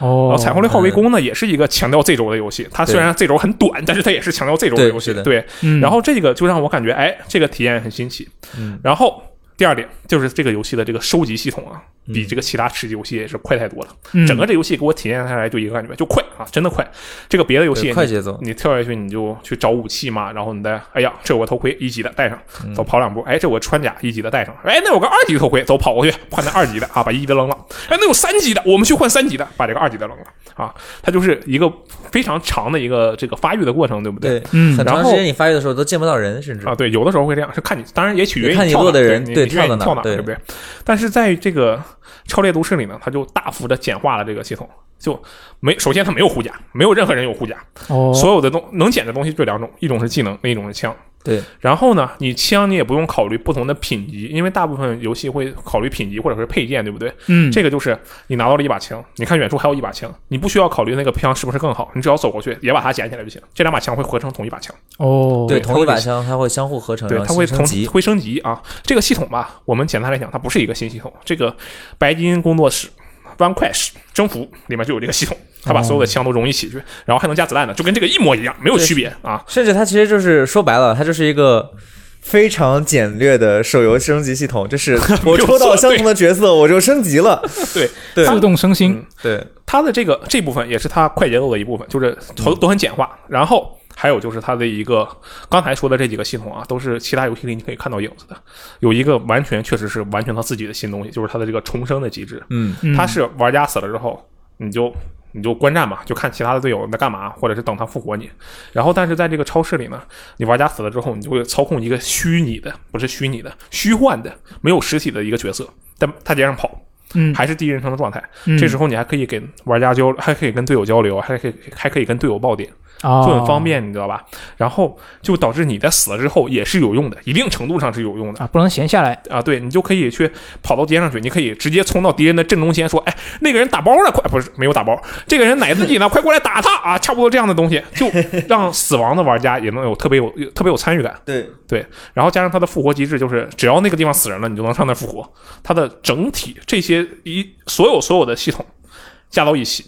[SPEAKER 1] 然
[SPEAKER 2] 哦
[SPEAKER 1] 后，彩虹六号围攻呢，也是一个强调 Z 轴的游戏。它虽然 Z 轴很短，但是它也是强调 Z 轴的游戏。
[SPEAKER 3] 对是的
[SPEAKER 1] 对，
[SPEAKER 2] 嗯
[SPEAKER 1] 然后这个就让我感觉，哎，这个体验很新奇。
[SPEAKER 3] 嗯
[SPEAKER 1] 然后第二点就是这个游戏的这个收集系统啊，
[SPEAKER 3] 嗯
[SPEAKER 1] 比这个其他吃鸡游戏也是快太多了。
[SPEAKER 2] 嗯
[SPEAKER 1] 整个这游戏给我体验下来就一个感觉，就快啊，真的快。这个别的游戏嗯
[SPEAKER 3] 对
[SPEAKER 1] 你
[SPEAKER 3] 快节奏
[SPEAKER 1] 你跳下去你就去找武器嘛，然后你再，哎呀，这有个头盔一级的戴上，
[SPEAKER 3] 嗯
[SPEAKER 1] 走跑两步，哎，这有个穿甲一级的戴上，哎，那有个二级头盔，走跑过去换那二级的啊，把一级的扔了，哎，那有三级的，我们去换三级的，把这个二级的扔了啊，它就是一个非常长的一个这个发育的过程，对不对？
[SPEAKER 3] 对，
[SPEAKER 2] 嗯
[SPEAKER 3] 很
[SPEAKER 1] 然
[SPEAKER 3] 长
[SPEAKER 1] 后
[SPEAKER 3] 时间你发育的时候都见不到人，甚至
[SPEAKER 1] 啊，对，有的时候会这样，是看你，当然也取决于
[SPEAKER 3] 也看你
[SPEAKER 1] 跳
[SPEAKER 3] 落的
[SPEAKER 1] 哪儿
[SPEAKER 3] 人
[SPEAKER 1] 对
[SPEAKER 3] 对
[SPEAKER 1] 你
[SPEAKER 3] 跳
[SPEAKER 1] 愿意
[SPEAKER 3] 到哪
[SPEAKER 1] 跳
[SPEAKER 3] 儿
[SPEAKER 1] 哪儿，
[SPEAKER 3] 对
[SPEAKER 1] 对不对？但是在这个超猎都市里呢，它就大幅的简化了这个系统，就没首先它没有护甲，没有任何人有护甲，
[SPEAKER 2] 哦，
[SPEAKER 1] 所有的东能捡的东西就两种，一种是技能，另一种是枪。
[SPEAKER 3] 对，
[SPEAKER 1] 然后呢，你枪你也不用考虑不同的品级，因为大部分游戏会考虑品级或者是配件，对不对？
[SPEAKER 2] 嗯，
[SPEAKER 1] 这个就是你拿到了一把枪，你看远处还有一把枪，你不需要考虑那个枪是不是更好，你只要走过去也把它捡起来就行。这两把枪会合成同一把枪，
[SPEAKER 2] 哦，
[SPEAKER 3] 对，
[SPEAKER 1] 对
[SPEAKER 3] 同一把枪它会相互合成，
[SPEAKER 1] 对，
[SPEAKER 3] 然后
[SPEAKER 1] 它会
[SPEAKER 3] 形
[SPEAKER 1] 同
[SPEAKER 3] 成呃级。
[SPEAKER 1] 会升级啊。这个系统吧，我们简单来讲，它不是一个新系统。这个白金工作室 One Crash 征服里面就有这个系统，它把所有的枪都融一起去，然后还能加子弹的，就跟这个一模一样，没有
[SPEAKER 3] 对
[SPEAKER 1] 区别啊。
[SPEAKER 3] 甚至它其实就是说白了，它就是一个非常简略的手游升级系统，就是 我抽到相同的角色我就升级了。
[SPEAKER 1] 对
[SPEAKER 3] 对
[SPEAKER 2] 自动升
[SPEAKER 1] 嗯
[SPEAKER 2] 星，
[SPEAKER 3] 对，
[SPEAKER 1] 它的这个这部分也是它快节奏的一部分，就是都都很简化。然后还有就是它的一个刚才说的这几个系统啊，都是其他游戏里你可以看到影子的。有一个完全确实是完全它自己的新东西，就是它的这个重生的机制。
[SPEAKER 3] 嗯，
[SPEAKER 2] 嗯
[SPEAKER 1] 它是玩家死了之后，你就你就观战嘛，就看其他的队友在干嘛，或者是等他复活你。然后，但是在这个超市里呢，你玩家死了之后，你就会操控一个虚拟的，不是虚拟的，虚幻的，没有实体的一个角色，在大街上跑。
[SPEAKER 2] 嗯
[SPEAKER 1] 还是第一人称的状态，
[SPEAKER 2] 嗯
[SPEAKER 1] 这时候你还可以给玩家交，还可以跟队友交流，还可以还可以跟队友爆点，
[SPEAKER 2] 就
[SPEAKER 1] 就很方便，你知道吧？然后就导致你在死了之后也是有用的，一定程度上是有用的。
[SPEAKER 2] 啊，不能闲下来，
[SPEAKER 1] 啊，对你就可以去跑到街上去，你可以直接冲到敌人的正中间，说：“哎，那个人打包呢，快不是没有打包，这个人奶自己呢，快过来打他啊！”差不多这样的东西，就让死亡的玩家也能有特别有特别有参与感。
[SPEAKER 3] 对，
[SPEAKER 1] 对，然后加上它的复活机制，就是只要那个地方死人了，你就能上那儿复活。它的整体这些一所有所有的系统加到一起，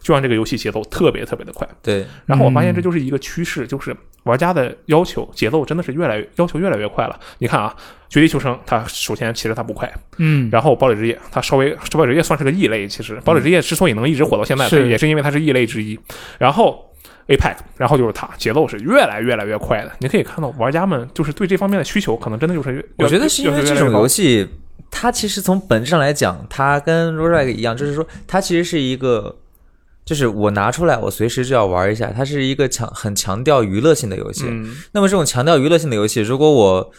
[SPEAKER 1] 就让这个游戏节奏特别特别的快。
[SPEAKER 3] 对，
[SPEAKER 1] 然后我发现这
[SPEAKER 2] 嗯
[SPEAKER 1] 就是一个趋势，就是玩家的要求节奏真的是越来越要求越来越快了。你看啊，《绝地求生》它首先其实它不快，
[SPEAKER 2] 嗯，
[SPEAKER 1] 然后《堡垒之夜》它稍微《堡垒之夜》算是个异类，其实《堡垒之夜》之所以能一直火到现在，
[SPEAKER 2] 是
[SPEAKER 1] 也是因为它是异类之一。然后 APEC，然后就是它节奏是越来越来越快的。你可以看到玩家们就是对这方面的需求，可能真的就是越
[SPEAKER 3] 我觉得是因为这种游。戏，它其实从本质上来讲，它跟 roguelike 一样，就是说它其实是一个，就是我拿出来我随时就要玩一下，它是一个强很强调娱乐性的游戏。
[SPEAKER 1] 嗯，
[SPEAKER 3] 那么这种强调娱乐性的游戏，如果我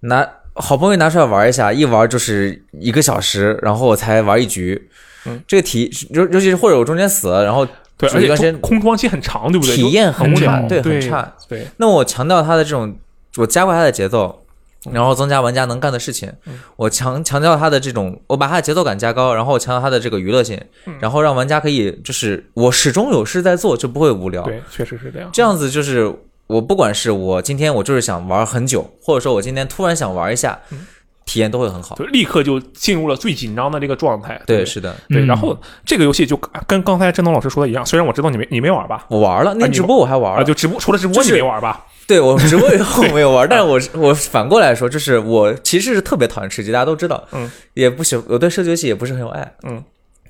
[SPEAKER 3] 拿好不容易拿出来玩一下，一玩就是一个小时，然后我才玩一局，
[SPEAKER 1] 嗯
[SPEAKER 3] 这个体尤尤其是或者我中间死了，然后
[SPEAKER 1] 对，
[SPEAKER 3] 主
[SPEAKER 1] 而
[SPEAKER 3] 机
[SPEAKER 1] 且
[SPEAKER 3] 光纤
[SPEAKER 1] 空空窗期很长，对不对？
[SPEAKER 3] 体验很
[SPEAKER 1] 无
[SPEAKER 3] 差，
[SPEAKER 1] 聊
[SPEAKER 3] 对，
[SPEAKER 1] 对
[SPEAKER 3] 很差。
[SPEAKER 1] 对，
[SPEAKER 3] 那我强调它的这种，我加快它的节奏，
[SPEAKER 1] 嗯
[SPEAKER 3] 然后增加玩家能干的事情。我强强调它的这种，我把它的节奏感加高，然后我强调它的这个娱乐性，
[SPEAKER 1] 嗯
[SPEAKER 3] 然后让玩家可以就是我始终有事在做，就不会无聊。
[SPEAKER 1] 对，确实是这样。
[SPEAKER 3] 这样子就是我不管是我今天我就是想玩很久，或者说我今天突然想玩一下，
[SPEAKER 1] 嗯
[SPEAKER 3] 体验都会很好。
[SPEAKER 1] 就立刻就进入了最紧张的这个状态。
[SPEAKER 3] 对，
[SPEAKER 1] 对
[SPEAKER 3] 是的，
[SPEAKER 1] 对。
[SPEAKER 2] 嗯
[SPEAKER 1] 然后这个游戏就跟刚才振东老师说的一样，虽然我知道你没你没玩吧，
[SPEAKER 3] 我玩了，那
[SPEAKER 1] 啊你
[SPEAKER 3] 直播我还玩
[SPEAKER 1] 啊，
[SPEAKER 3] 了，
[SPEAKER 1] 就直播除了直播
[SPEAKER 3] 就是
[SPEAKER 1] 你没玩吧？
[SPEAKER 3] 对我直播以后没有 玩，但是我是我反过来说，就是我其实是特别讨厌吃鸡，大家都知道，
[SPEAKER 1] 嗯，
[SPEAKER 3] 也不喜我对射击游戏也不是很有爱，
[SPEAKER 1] 嗯，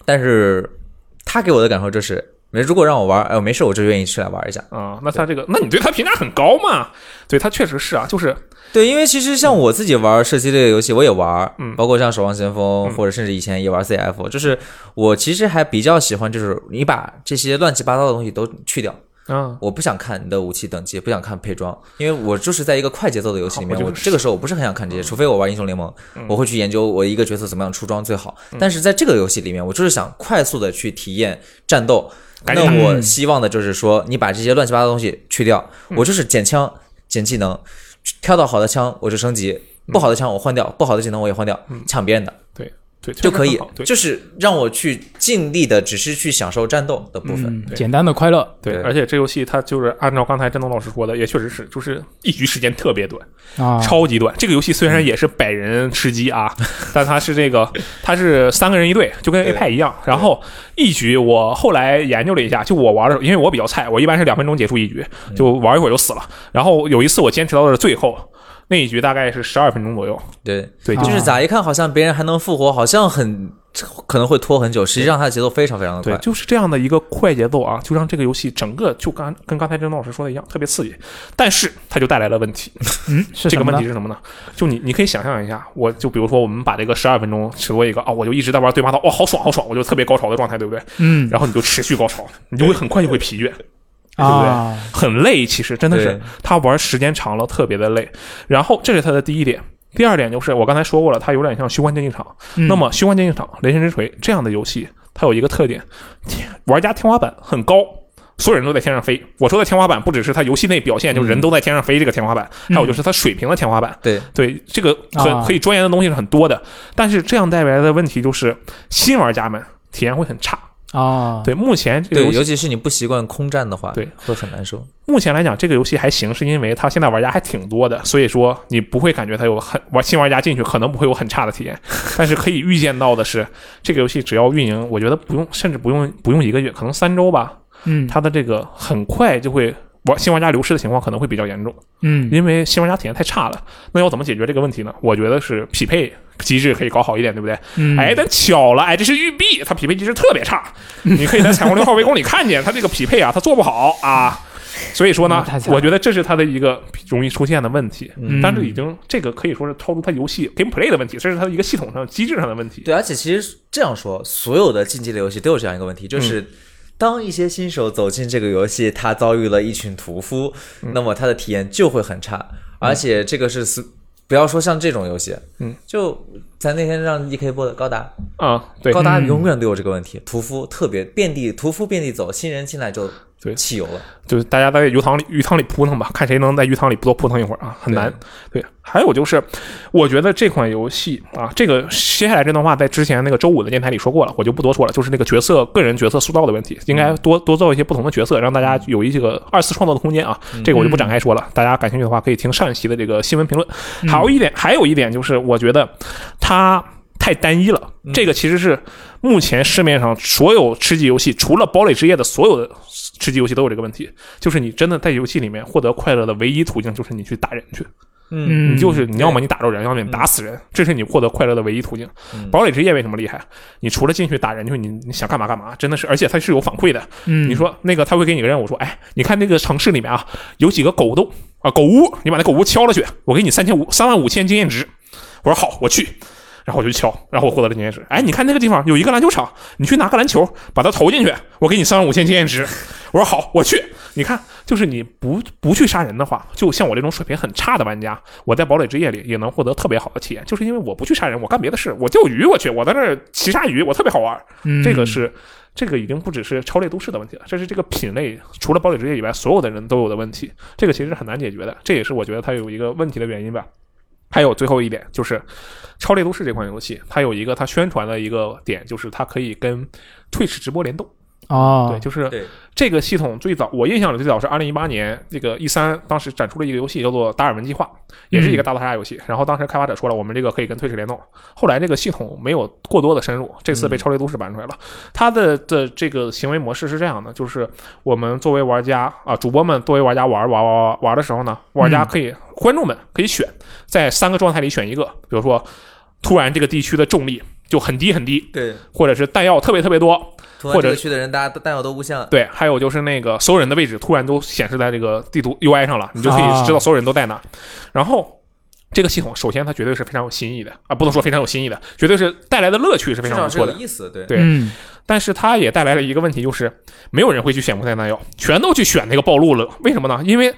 [SPEAKER 3] 但是他给我的感受就是，没如果让我玩，哎，我没事我就愿意去来玩一下。
[SPEAKER 1] 啊，那他这个，那你对他评价很高嘛？对他确实是啊，就是
[SPEAKER 3] 对，因为其实像我自己玩射击类的游戏，我也玩，
[SPEAKER 1] 嗯
[SPEAKER 3] 包括像《守望先锋》
[SPEAKER 1] 嗯
[SPEAKER 3] 或者甚至以前也玩 CF，就是我其实还比较喜欢，就是你把这些乱七八糟的东西都去掉。
[SPEAKER 1] 啊，
[SPEAKER 3] 我不想看你的武器等级，不想看配装，因为我就是在一个快节奏的游戏里面，
[SPEAKER 1] 好我
[SPEAKER 3] 我
[SPEAKER 1] 就是嗯
[SPEAKER 3] 这个时候我不是很想看这些，除非我玩英雄联盟，我会去研究我一个角色怎么样出装最好。
[SPEAKER 1] 嗯
[SPEAKER 3] 但是在这个游戏里面，我就是想快速的去体验战斗。
[SPEAKER 1] 赶
[SPEAKER 3] 那
[SPEAKER 1] 紧打
[SPEAKER 3] 我希望的就是说，你把这些乱七八糟的东西去掉，
[SPEAKER 1] 嗯
[SPEAKER 3] 我就是捡枪、捡技能，挑到好的枪我就升级，
[SPEAKER 1] 嗯
[SPEAKER 3] 不好的枪我换掉，不好的技能我也换掉，抢别人的
[SPEAKER 1] 对，确实
[SPEAKER 3] 就可以
[SPEAKER 1] 嗯很好，对
[SPEAKER 3] 就是让我去尽力的，只是去享受战斗的部分。
[SPEAKER 2] 嗯，简单的快乐
[SPEAKER 1] 对。
[SPEAKER 3] 对
[SPEAKER 1] 而且这游戏它就是按照刚才振东老师说的，也确实是，就是一局时间特别短，
[SPEAKER 2] 啊，
[SPEAKER 1] 超级短。这个游戏虽然也是百人吃鸡 啊，但它是这个，它是三个人一队，就跟 A
[SPEAKER 3] 对
[SPEAKER 1] 派一样。然后一局我后来研究了一下，就我玩的时候，因为我比较菜，我一般是两分钟结束一局，就玩一会儿就死了。然后有一次我坚持到了最后那一局，大概是十二分钟左右。
[SPEAKER 3] 对，
[SPEAKER 1] 对，
[SPEAKER 2] 啊
[SPEAKER 3] 就是咋一看好像别人还能复活，好像很可能会拖很久，实际上它的节奏非常非常的
[SPEAKER 1] 对，
[SPEAKER 3] 快。
[SPEAKER 1] 就是这样的一个快节奏啊，就让这个游戏整个就刚跟刚才郑东老师说的一样，特别刺激。但是它就带来了问题，
[SPEAKER 2] 嗯，是
[SPEAKER 1] 这
[SPEAKER 2] 什
[SPEAKER 1] 个
[SPEAKER 2] 么
[SPEAKER 1] 问
[SPEAKER 2] 呢
[SPEAKER 1] 题？是什么呢？就你你可以想象一下，我就比如说我们把这个十二分钟直播一个啊、我就一直在玩对骂道，哇、好爽好爽，我就特别高潮的状态，对不对？
[SPEAKER 2] 嗯
[SPEAKER 1] 然后你就持续高潮，你就会很快就会疲倦，
[SPEAKER 2] 啊，
[SPEAKER 1] 很累，其实真的是
[SPEAKER 3] 对
[SPEAKER 1] 他玩时间长了特别的累。然后这是他的第一点。第二点就是我刚才说过了，它有点像《虚幻电竞场》
[SPEAKER 2] 嗯
[SPEAKER 1] 那么《虚幻电竞场》《雷神之锤》这样的游戏，它有一个特点，天玩家天花板很高，所有人都在天上飞。我说的天花板不只是它游戏内表现，就
[SPEAKER 2] 嗯
[SPEAKER 1] 人都在天上飞这个天花板，还有就是它水平的天花板。
[SPEAKER 3] 对，
[SPEAKER 1] 对，这个
[SPEAKER 2] 啊
[SPEAKER 1] 很可以钻研的东西是很多的，但是这样带来的问题就是新玩家们体验会很差。
[SPEAKER 2] 啊，
[SPEAKER 1] 对，目前这个
[SPEAKER 3] 对，
[SPEAKER 1] 游戏
[SPEAKER 3] 尤其是你不习惯空战的话，
[SPEAKER 1] 对，
[SPEAKER 3] 会很难受。
[SPEAKER 1] 目前来讲，这个游戏还行，是因为它现在玩家还挺多的，所以说你不会感觉它有很玩新玩家进去可能不会有很差的体 验。但是可以预见到的是，这个游戏只要运营，我觉得不用，甚至不用不用一个月，可能三周吧，
[SPEAKER 2] 嗯
[SPEAKER 1] 它的这个很快就会玩新玩家流失的情况可能会比较严重，
[SPEAKER 2] 嗯
[SPEAKER 1] 因为新玩家体验太差了。那要怎么解决这个问题呢？我觉得是匹配机制可以搞好一点，对不对？
[SPEAKER 2] 嗯，
[SPEAKER 1] 哎，但巧了，哎，这是玉璧，它匹配机制特别差，
[SPEAKER 2] 嗯
[SPEAKER 1] 你可以在《彩虹六号围攻》里看见它 这个匹配啊，它做不好啊。所以说呢
[SPEAKER 2] 嗯太，惨了
[SPEAKER 1] 我觉得这是它的一个容易出现的问题，
[SPEAKER 2] 嗯
[SPEAKER 1] 但是已经这个可以说是超出它游戏 gameplay 的问题，这是它的一个系统上机制上的问题。
[SPEAKER 3] 对，而且其实这样说，所有的竞技类游戏都有这样一个问题，就是。
[SPEAKER 1] 嗯
[SPEAKER 3] 当一些新手走进这个游戏，他遭遇了一群屠夫，
[SPEAKER 1] 嗯
[SPEAKER 3] 那么他的体验就会很差，而且这个是死不要说像这种游戏，
[SPEAKER 1] 嗯，
[SPEAKER 3] 就咱那天让 E K 播的高达，
[SPEAKER 1] 啊、对
[SPEAKER 3] 高达
[SPEAKER 2] 嗯
[SPEAKER 3] 永远都有这个问题，屠夫特别遍地屠夫遍地走，新人进来就
[SPEAKER 1] 对
[SPEAKER 3] 弃游了。
[SPEAKER 1] 就是大家在鱼塘里鱼塘里扑腾吧，看谁能在鱼塘里多扑腾一会儿啊，很难。对，还有就是，我觉得这款游戏啊，这个接下来这段话在之前那个周五的电台里说过了，我就不多说了。就是那个角色个人角色塑造的问题，应该多多造一些不同的角色，让大家有一些个二次创作的空间啊。这个我就不展开说了，大家感兴趣的话可以听上一期的这个新闻评论。还有一点，还有一点就是，我觉得它太单一了。这个其实是目前市面上所有吃鸡游戏，除了《堡垒之夜》的所有的吃鸡游戏都有这个问题，就是你真的在游戏里面获得快乐的唯一途径就是你去打人去，
[SPEAKER 3] 嗯
[SPEAKER 2] 嗯
[SPEAKER 1] 你就是你要么你打着人，要么你打死人，这是你获得快乐的唯一途径。
[SPEAKER 2] 嗯
[SPEAKER 1] 堡垒之夜为什么厉害？你除了进去打人去，你你想干嘛干嘛，真的是，而且它是有反馈的。
[SPEAKER 2] 嗯
[SPEAKER 1] 你说那个他会给你个任务，说，哎，你看那个城市里面啊，有几个狗洞啊，狗屋，你把那狗屋敲了去，我给你三千五三万五千经验值。我说好，我去。然后我就去敲，然后我获得了经验值。哎，你看那个地方有一个篮球场，你去拿个篮球把它投进去，我给你三万五千经验值。我说好，我去。你看，就是你不不去杀人的话，就像我这种水平很差的玩家，我在堡垒之夜里也能获得特别好的体验，就是因为我不去杀人，我干别的事，我钓鱼，我去，我在那儿骑鲨鱼，我特别好玩。
[SPEAKER 2] 嗯
[SPEAKER 1] 这个是这个已经不只是超猎都市的问题了，这是这个品类除了堡垒之夜以外，所有的人都有的问题。这个其实是很难解决的，这也是我觉得它有一个问题的原因吧。还有最后一点就是，《超猎都市》这款游戏，它有一个它宣传的一个点，就是它可以跟 Twitch 直播联动。
[SPEAKER 2] 哦
[SPEAKER 1] 对，， 就是
[SPEAKER 3] 对
[SPEAKER 1] 这个系统最早，我印象里最早是二零一八年这个 E 三当时展出了一个游戏叫做《达尔文计划》，也是一个大逃杀游戏。然后当时开发者说了，我们这个可以跟退市联动。后来这个系统没有过多的深入，这次被超猎都市搬出来了。它的的这个行为模式是这样的，就是我们作为玩家啊、主播们作为玩家玩玩玩玩玩的时候呢，玩家可以、观众们可以选在三个状态里选一个，比如说突然这个地区的重力就很低很低，
[SPEAKER 3] 对，
[SPEAKER 1] 或者是弹药特别特别多，
[SPEAKER 3] 突然这个区的人，大家都弹药都无限了，
[SPEAKER 1] 对，还有就是那个所有人的位置突然都显示在这个地图 UI 上了，你就可
[SPEAKER 2] 啊
[SPEAKER 1] 以知道所有人都在哪。然后这个系统，首先它绝对是非常有新意的啊，不能说非常有新意的，绝对是带来的乐趣是非
[SPEAKER 3] 至
[SPEAKER 1] 常
[SPEAKER 3] 少
[SPEAKER 1] 不
[SPEAKER 3] 是啊
[SPEAKER 1] 错
[SPEAKER 3] 有
[SPEAKER 1] 的。
[SPEAKER 3] 意思，对
[SPEAKER 1] 对
[SPEAKER 2] 嗯，
[SPEAKER 1] 但是它也带来了一个问题，就是没有人会去选不带弹药，全都去选那个暴露了。为什么呢？因为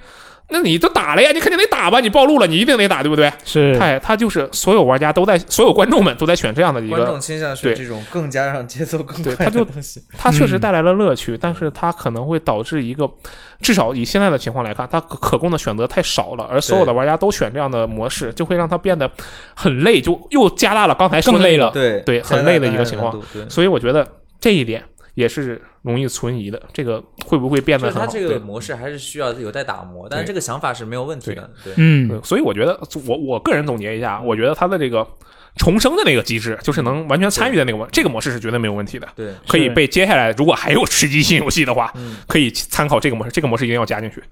[SPEAKER 1] 那你都打了呀，你肯定得打吧，你暴露了，你一定得打，对不对？
[SPEAKER 2] 是
[SPEAKER 1] 它也它就是所有玩家都在，所有观众们都在选这样的一
[SPEAKER 3] 观
[SPEAKER 1] 个
[SPEAKER 3] 众倾向是
[SPEAKER 1] 对
[SPEAKER 3] 这种更加让节奏更
[SPEAKER 1] 对
[SPEAKER 3] 快
[SPEAKER 1] 他就
[SPEAKER 3] 的东西。
[SPEAKER 1] 它确
[SPEAKER 2] 嗯
[SPEAKER 1] 实带来了乐趣，但是它可能会导致一个，至少以现在的情况来看，它可可供的选择太少了，而所有的玩家都选这样的模式，就会让它变得很累，就又加大了刚才说的
[SPEAKER 2] 更
[SPEAKER 1] 那
[SPEAKER 2] 累
[SPEAKER 1] 个
[SPEAKER 2] 了
[SPEAKER 3] 对
[SPEAKER 1] 啊对很累的一个情况。
[SPEAKER 3] 对，
[SPEAKER 1] 所以我觉得这一点也是容易存疑的，这个会不会变
[SPEAKER 3] 就
[SPEAKER 1] 得
[SPEAKER 3] 是
[SPEAKER 1] 很
[SPEAKER 3] 它
[SPEAKER 1] 好？
[SPEAKER 3] 这
[SPEAKER 1] 对
[SPEAKER 3] 个模式还是需要有待打磨，但是
[SPEAKER 1] 对
[SPEAKER 3] 这个想法是没有问题的。对，
[SPEAKER 2] 嗯
[SPEAKER 1] 对，所以我觉得我我个人总结一下，我觉得它的这个重生的那个机制，就是能完全参与的那个模，这个模式是绝对没有问题的。
[SPEAKER 3] 对，
[SPEAKER 1] 可以
[SPEAKER 2] 嗯是
[SPEAKER 1] 被接下来如果还有吃鸡新游戏的话，
[SPEAKER 3] 嗯
[SPEAKER 1] 可以参考这个模式，这个模式一定要加进去。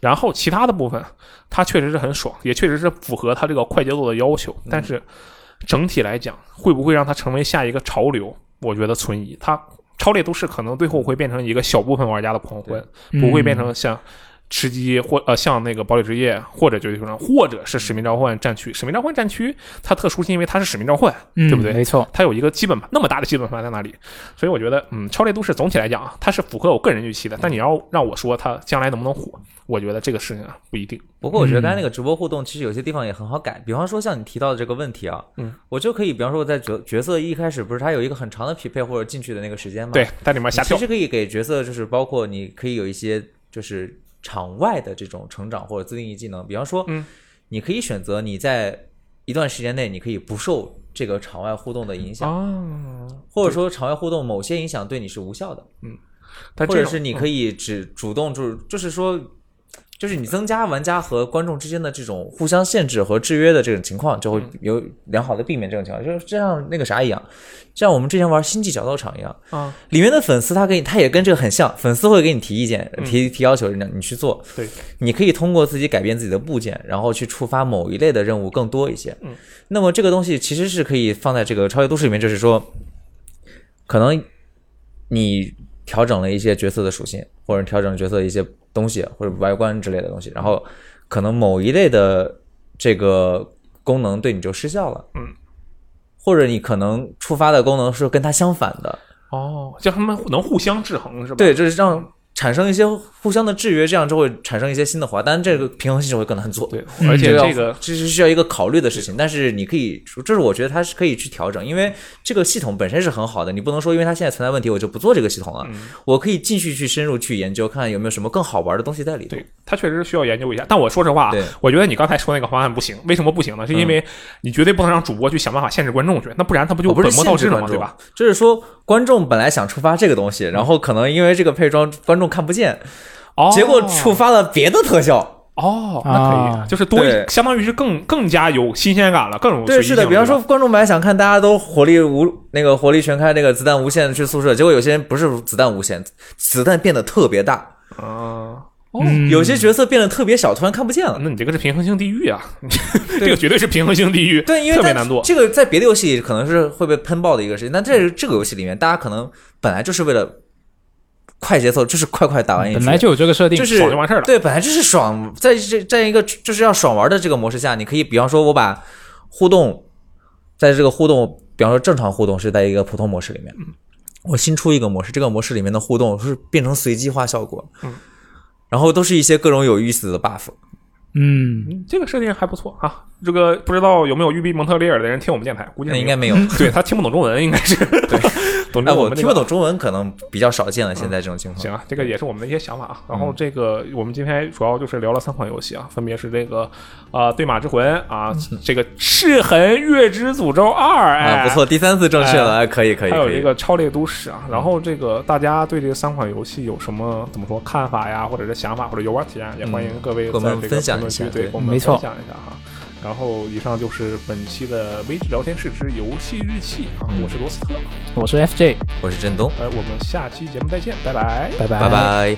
[SPEAKER 1] 然后其他的部分，它确实是很爽，也确实是符合它这个快节奏的要求，但是整体来讲，会不会让它成为下一个潮流？我觉得存疑。它超猎都市可能最后会变成一个小部分玩家的狂欢，不会变成像。吃鸡或呃像那个堡垒之夜，或者绝地求生，或者是使命召唤战区。使命召唤战区它特殊是因为它是使命召唤，
[SPEAKER 2] 嗯
[SPEAKER 1] 对不对
[SPEAKER 2] 没错，
[SPEAKER 1] 它有一个基本盘那么大的基本盘在那里，所以我觉得，嗯，超猎都市总体来讲啊，它是符合我个人预期的。但你要让我说它将来能不能火，我觉得这个事情啊不一定。
[SPEAKER 3] 不过我觉得刚
[SPEAKER 1] 嗯
[SPEAKER 3] 才那个直播互动，其实有些地方也很好改，比方说像你提到的这个问题啊，
[SPEAKER 1] 嗯，
[SPEAKER 3] 我就可以，比方说我在角角色一开始不是它有一个很长的匹配或者进去的那个时间嘛，
[SPEAKER 1] 对，在里面
[SPEAKER 3] 你
[SPEAKER 1] 瞎
[SPEAKER 3] 嗯其
[SPEAKER 1] 跳，
[SPEAKER 3] 实可以给角色，就是包括你可以有一些就是场外的这种成长或者自定义技能，比方说，
[SPEAKER 1] 嗯，
[SPEAKER 3] 你可以选择你在一段时间内你可以不受这个场外互动的影响，
[SPEAKER 1] 啊，
[SPEAKER 3] 或者说场外互动某些影响对你是无效的，
[SPEAKER 1] 但
[SPEAKER 3] 或
[SPEAKER 1] 这
[SPEAKER 3] 者
[SPEAKER 1] 种
[SPEAKER 3] 是你可以只主动就是就是说。就是你增加玩家和观众之间的这种互相限制和制约的这种情况，就
[SPEAKER 1] 嗯
[SPEAKER 3] 会有良好的避免这种情况，就是就像那个啥一样，像我们之前玩《星际角斗场》一样，
[SPEAKER 1] 啊，
[SPEAKER 3] 里面的粉丝他给你，他也跟这个很像，粉丝会给你提意见、提提要求，让你去做。
[SPEAKER 1] 嗯对，
[SPEAKER 3] 你可以通过自己改变自己的部件，然后去触发某一类的任务更多一些。
[SPEAKER 1] 嗯，
[SPEAKER 3] 那么这个东西其实是可以放在这个超越都市里面，就是说，可能你调整了一些角色的属性，或者调整角色的一些东西，或者外观之类的东西，然后可能某一类的这个功能对你就失效了。
[SPEAKER 1] 嗯，
[SPEAKER 3] 或者你可能触发的功能是跟它相反的。
[SPEAKER 1] 哦，叫他们能互相制衡是吧？，
[SPEAKER 3] 对，就是让产生一些互相的制约，这样就会产生一些新的火花。当然，这个平衡性就会更难做。，
[SPEAKER 1] 对，
[SPEAKER 2] 嗯
[SPEAKER 1] 而且
[SPEAKER 3] 要
[SPEAKER 1] 这个
[SPEAKER 3] 这是需要一个考虑的事情，但是你可以，这是我觉得它是可以去调整，因为这个系统本身是很好的，你不能说因为它现在存在问题，我就不做这个系统了。
[SPEAKER 1] 嗯
[SPEAKER 3] 我可以继续去深入去研究，看有没有什么更好玩的东西在里头。
[SPEAKER 1] 对，它确实是需要研究一下。但我说实话啊
[SPEAKER 3] 对，嗯
[SPEAKER 1] 我觉得你刚才说那个方案不行，为什么不行呢？是因为你绝对不能让主播去想办法限制观众去，那不然他不就
[SPEAKER 3] 哦我不是
[SPEAKER 1] 本末倒
[SPEAKER 3] 限
[SPEAKER 1] 置
[SPEAKER 3] 制
[SPEAKER 1] 了
[SPEAKER 3] 观
[SPEAKER 1] 吗？
[SPEAKER 3] 众，
[SPEAKER 1] 对吧？？
[SPEAKER 3] 就是说，观众本来想触发这个东西，然后可能因为这个配装观众看不见，
[SPEAKER 1] 哦，
[SPEAKER 3] 结果触发了别的特效。
[SPEAKER 1] 哦，那可以，
[SPEAKER 2] 啊
[SPEAKER 1] 就是多一，
[SPEAKER 3] 对
[SPEAKER 1] 相当于是更更加有新鲜感了，更有
[SPEAKER 3] 对，
[SPEAKER 1] 随意
[SPEAKER 3] 是的，
[SPEAKER 1] 性
[SPEAKER 3] 比方
[SPEAKER 1] 对吧
[SPEAKER 3] 说观众本来想看大家都火力无那个火力全开，那个子弹无限去宿舍，结果有些人不是子弹无限，子弹变得特别大，
[SPEAKER 1] 啊。
[SPEAKER 2] 嗯
[SPEAKER 3] 哦有些角色变得特别小，突然看不见了。
[SPEAKER 1] 那你这个是平衡性地狱啊！这个绝对是平衡性地狱，
[SPEAKER 3] 对，因为
[SPEAKER 1] 特别
[SPEAKER 3] 在
[SPEAKER 1] 难做。
[SPEAKER 3] 这个在别的游戏可能是会被喷爆的一个事情，但这这个游戏里面，大家可能本来就是为了快节奏，就是快快打完一局，
[SPEAKER 2] 嗯本来就有这个设定，
[SPEAKER 3] 就是
[SPEAKER 1] 爽就完事儿了
[SPEAKER 3] 对，本来就是爽，在这在一个就是要爽玩的这个模式下，你可以比方说，我把互动，在这个互动，比方说正常互动是在一个普通模式里面，
[SPEAKER 1] 嗯
[SPEAKER 3] 我新出一个模式，这个模式里面的互动是变成随机化效果，
[SPEAKER 1] 嗯
[SPEAKER 3] 然后都是一些各种有意思的 buff，
[SPEAKER 2] 嗯，
[SPEAKER 1] 嗯这个设定还不错啊。这个不知道有没有育碧蒙特利尔的人听我们电台，估计
[SPEAKER 3] 那
[SPEAKER 1] 是
[SPEAKER 3] 应该
[SPEAKER 1] 没
[SPEAKER 3] 没有。
[SPEAKER 1] 有。对他听不懂中文，应该是。对，总之
[SPEAKER 3] 哎，
[SPEAKER 1] 我
[SPEAKER 3] 我
[SPEAKER 1] 们这
[SPEAKER 3] 听
[SPEAKER 1] 个
[SPEAKER 3] 不懂中文可能比较少见了，现在这种情况。
[SPEAKER 1] 行啊，这个也是我们的一些想法啊。
[SPEAKER 3] 嗯
[SPEAKER 1] 然后这个我们今天主要就是聊了三款游戏啊，分别是这个啊、呃对马之魂》啊，这个《赤痕月之诅咒二》哎、
[SPEAKER 3] 嗯啊，不错，，第三次正确了，哎，可以可以
[SPEAKER 1] 还有
[SPEAKER 3] 可
[SPEAKER 1] 这
[SPEAKER 3] 以。
[SPEAKER 1] 个《超猎都市》啊。然后这个大家对这三款游戏有什么怎么说看法呀，或者是想法或者游玩体验，也欢迎各位
[SPEAKER 3] 嗯跟我
[SPEAKER 1] 在
[SPEAKER 3] 们
[SPEAKER 1] 这个
[SPEAKER 3] 分享
[SPEAKER 1] 评论区
[SPEAKER 3] 一下
[SPEAKER 1] 对，
[SPEAKER 3] 对
[SPEAKER 1] 跟我们
[SPEAKER 2] 没
[SPEAKER 1] 分
[SPEAKER 2] 错
[SPEAKER 1] 享一下哈。然后以上就是本期的微聊天室之游戏日记啊，我是罗斯特，
[SPEAKER 2] 我是 FJ，
[SPEAKER 3] 我是振东，
[SPEAKER 1] 呃，我们下期节目再见，拜拜。
[SPEAKER 2] 拜拜
[SPEAKER 3] 拜拜。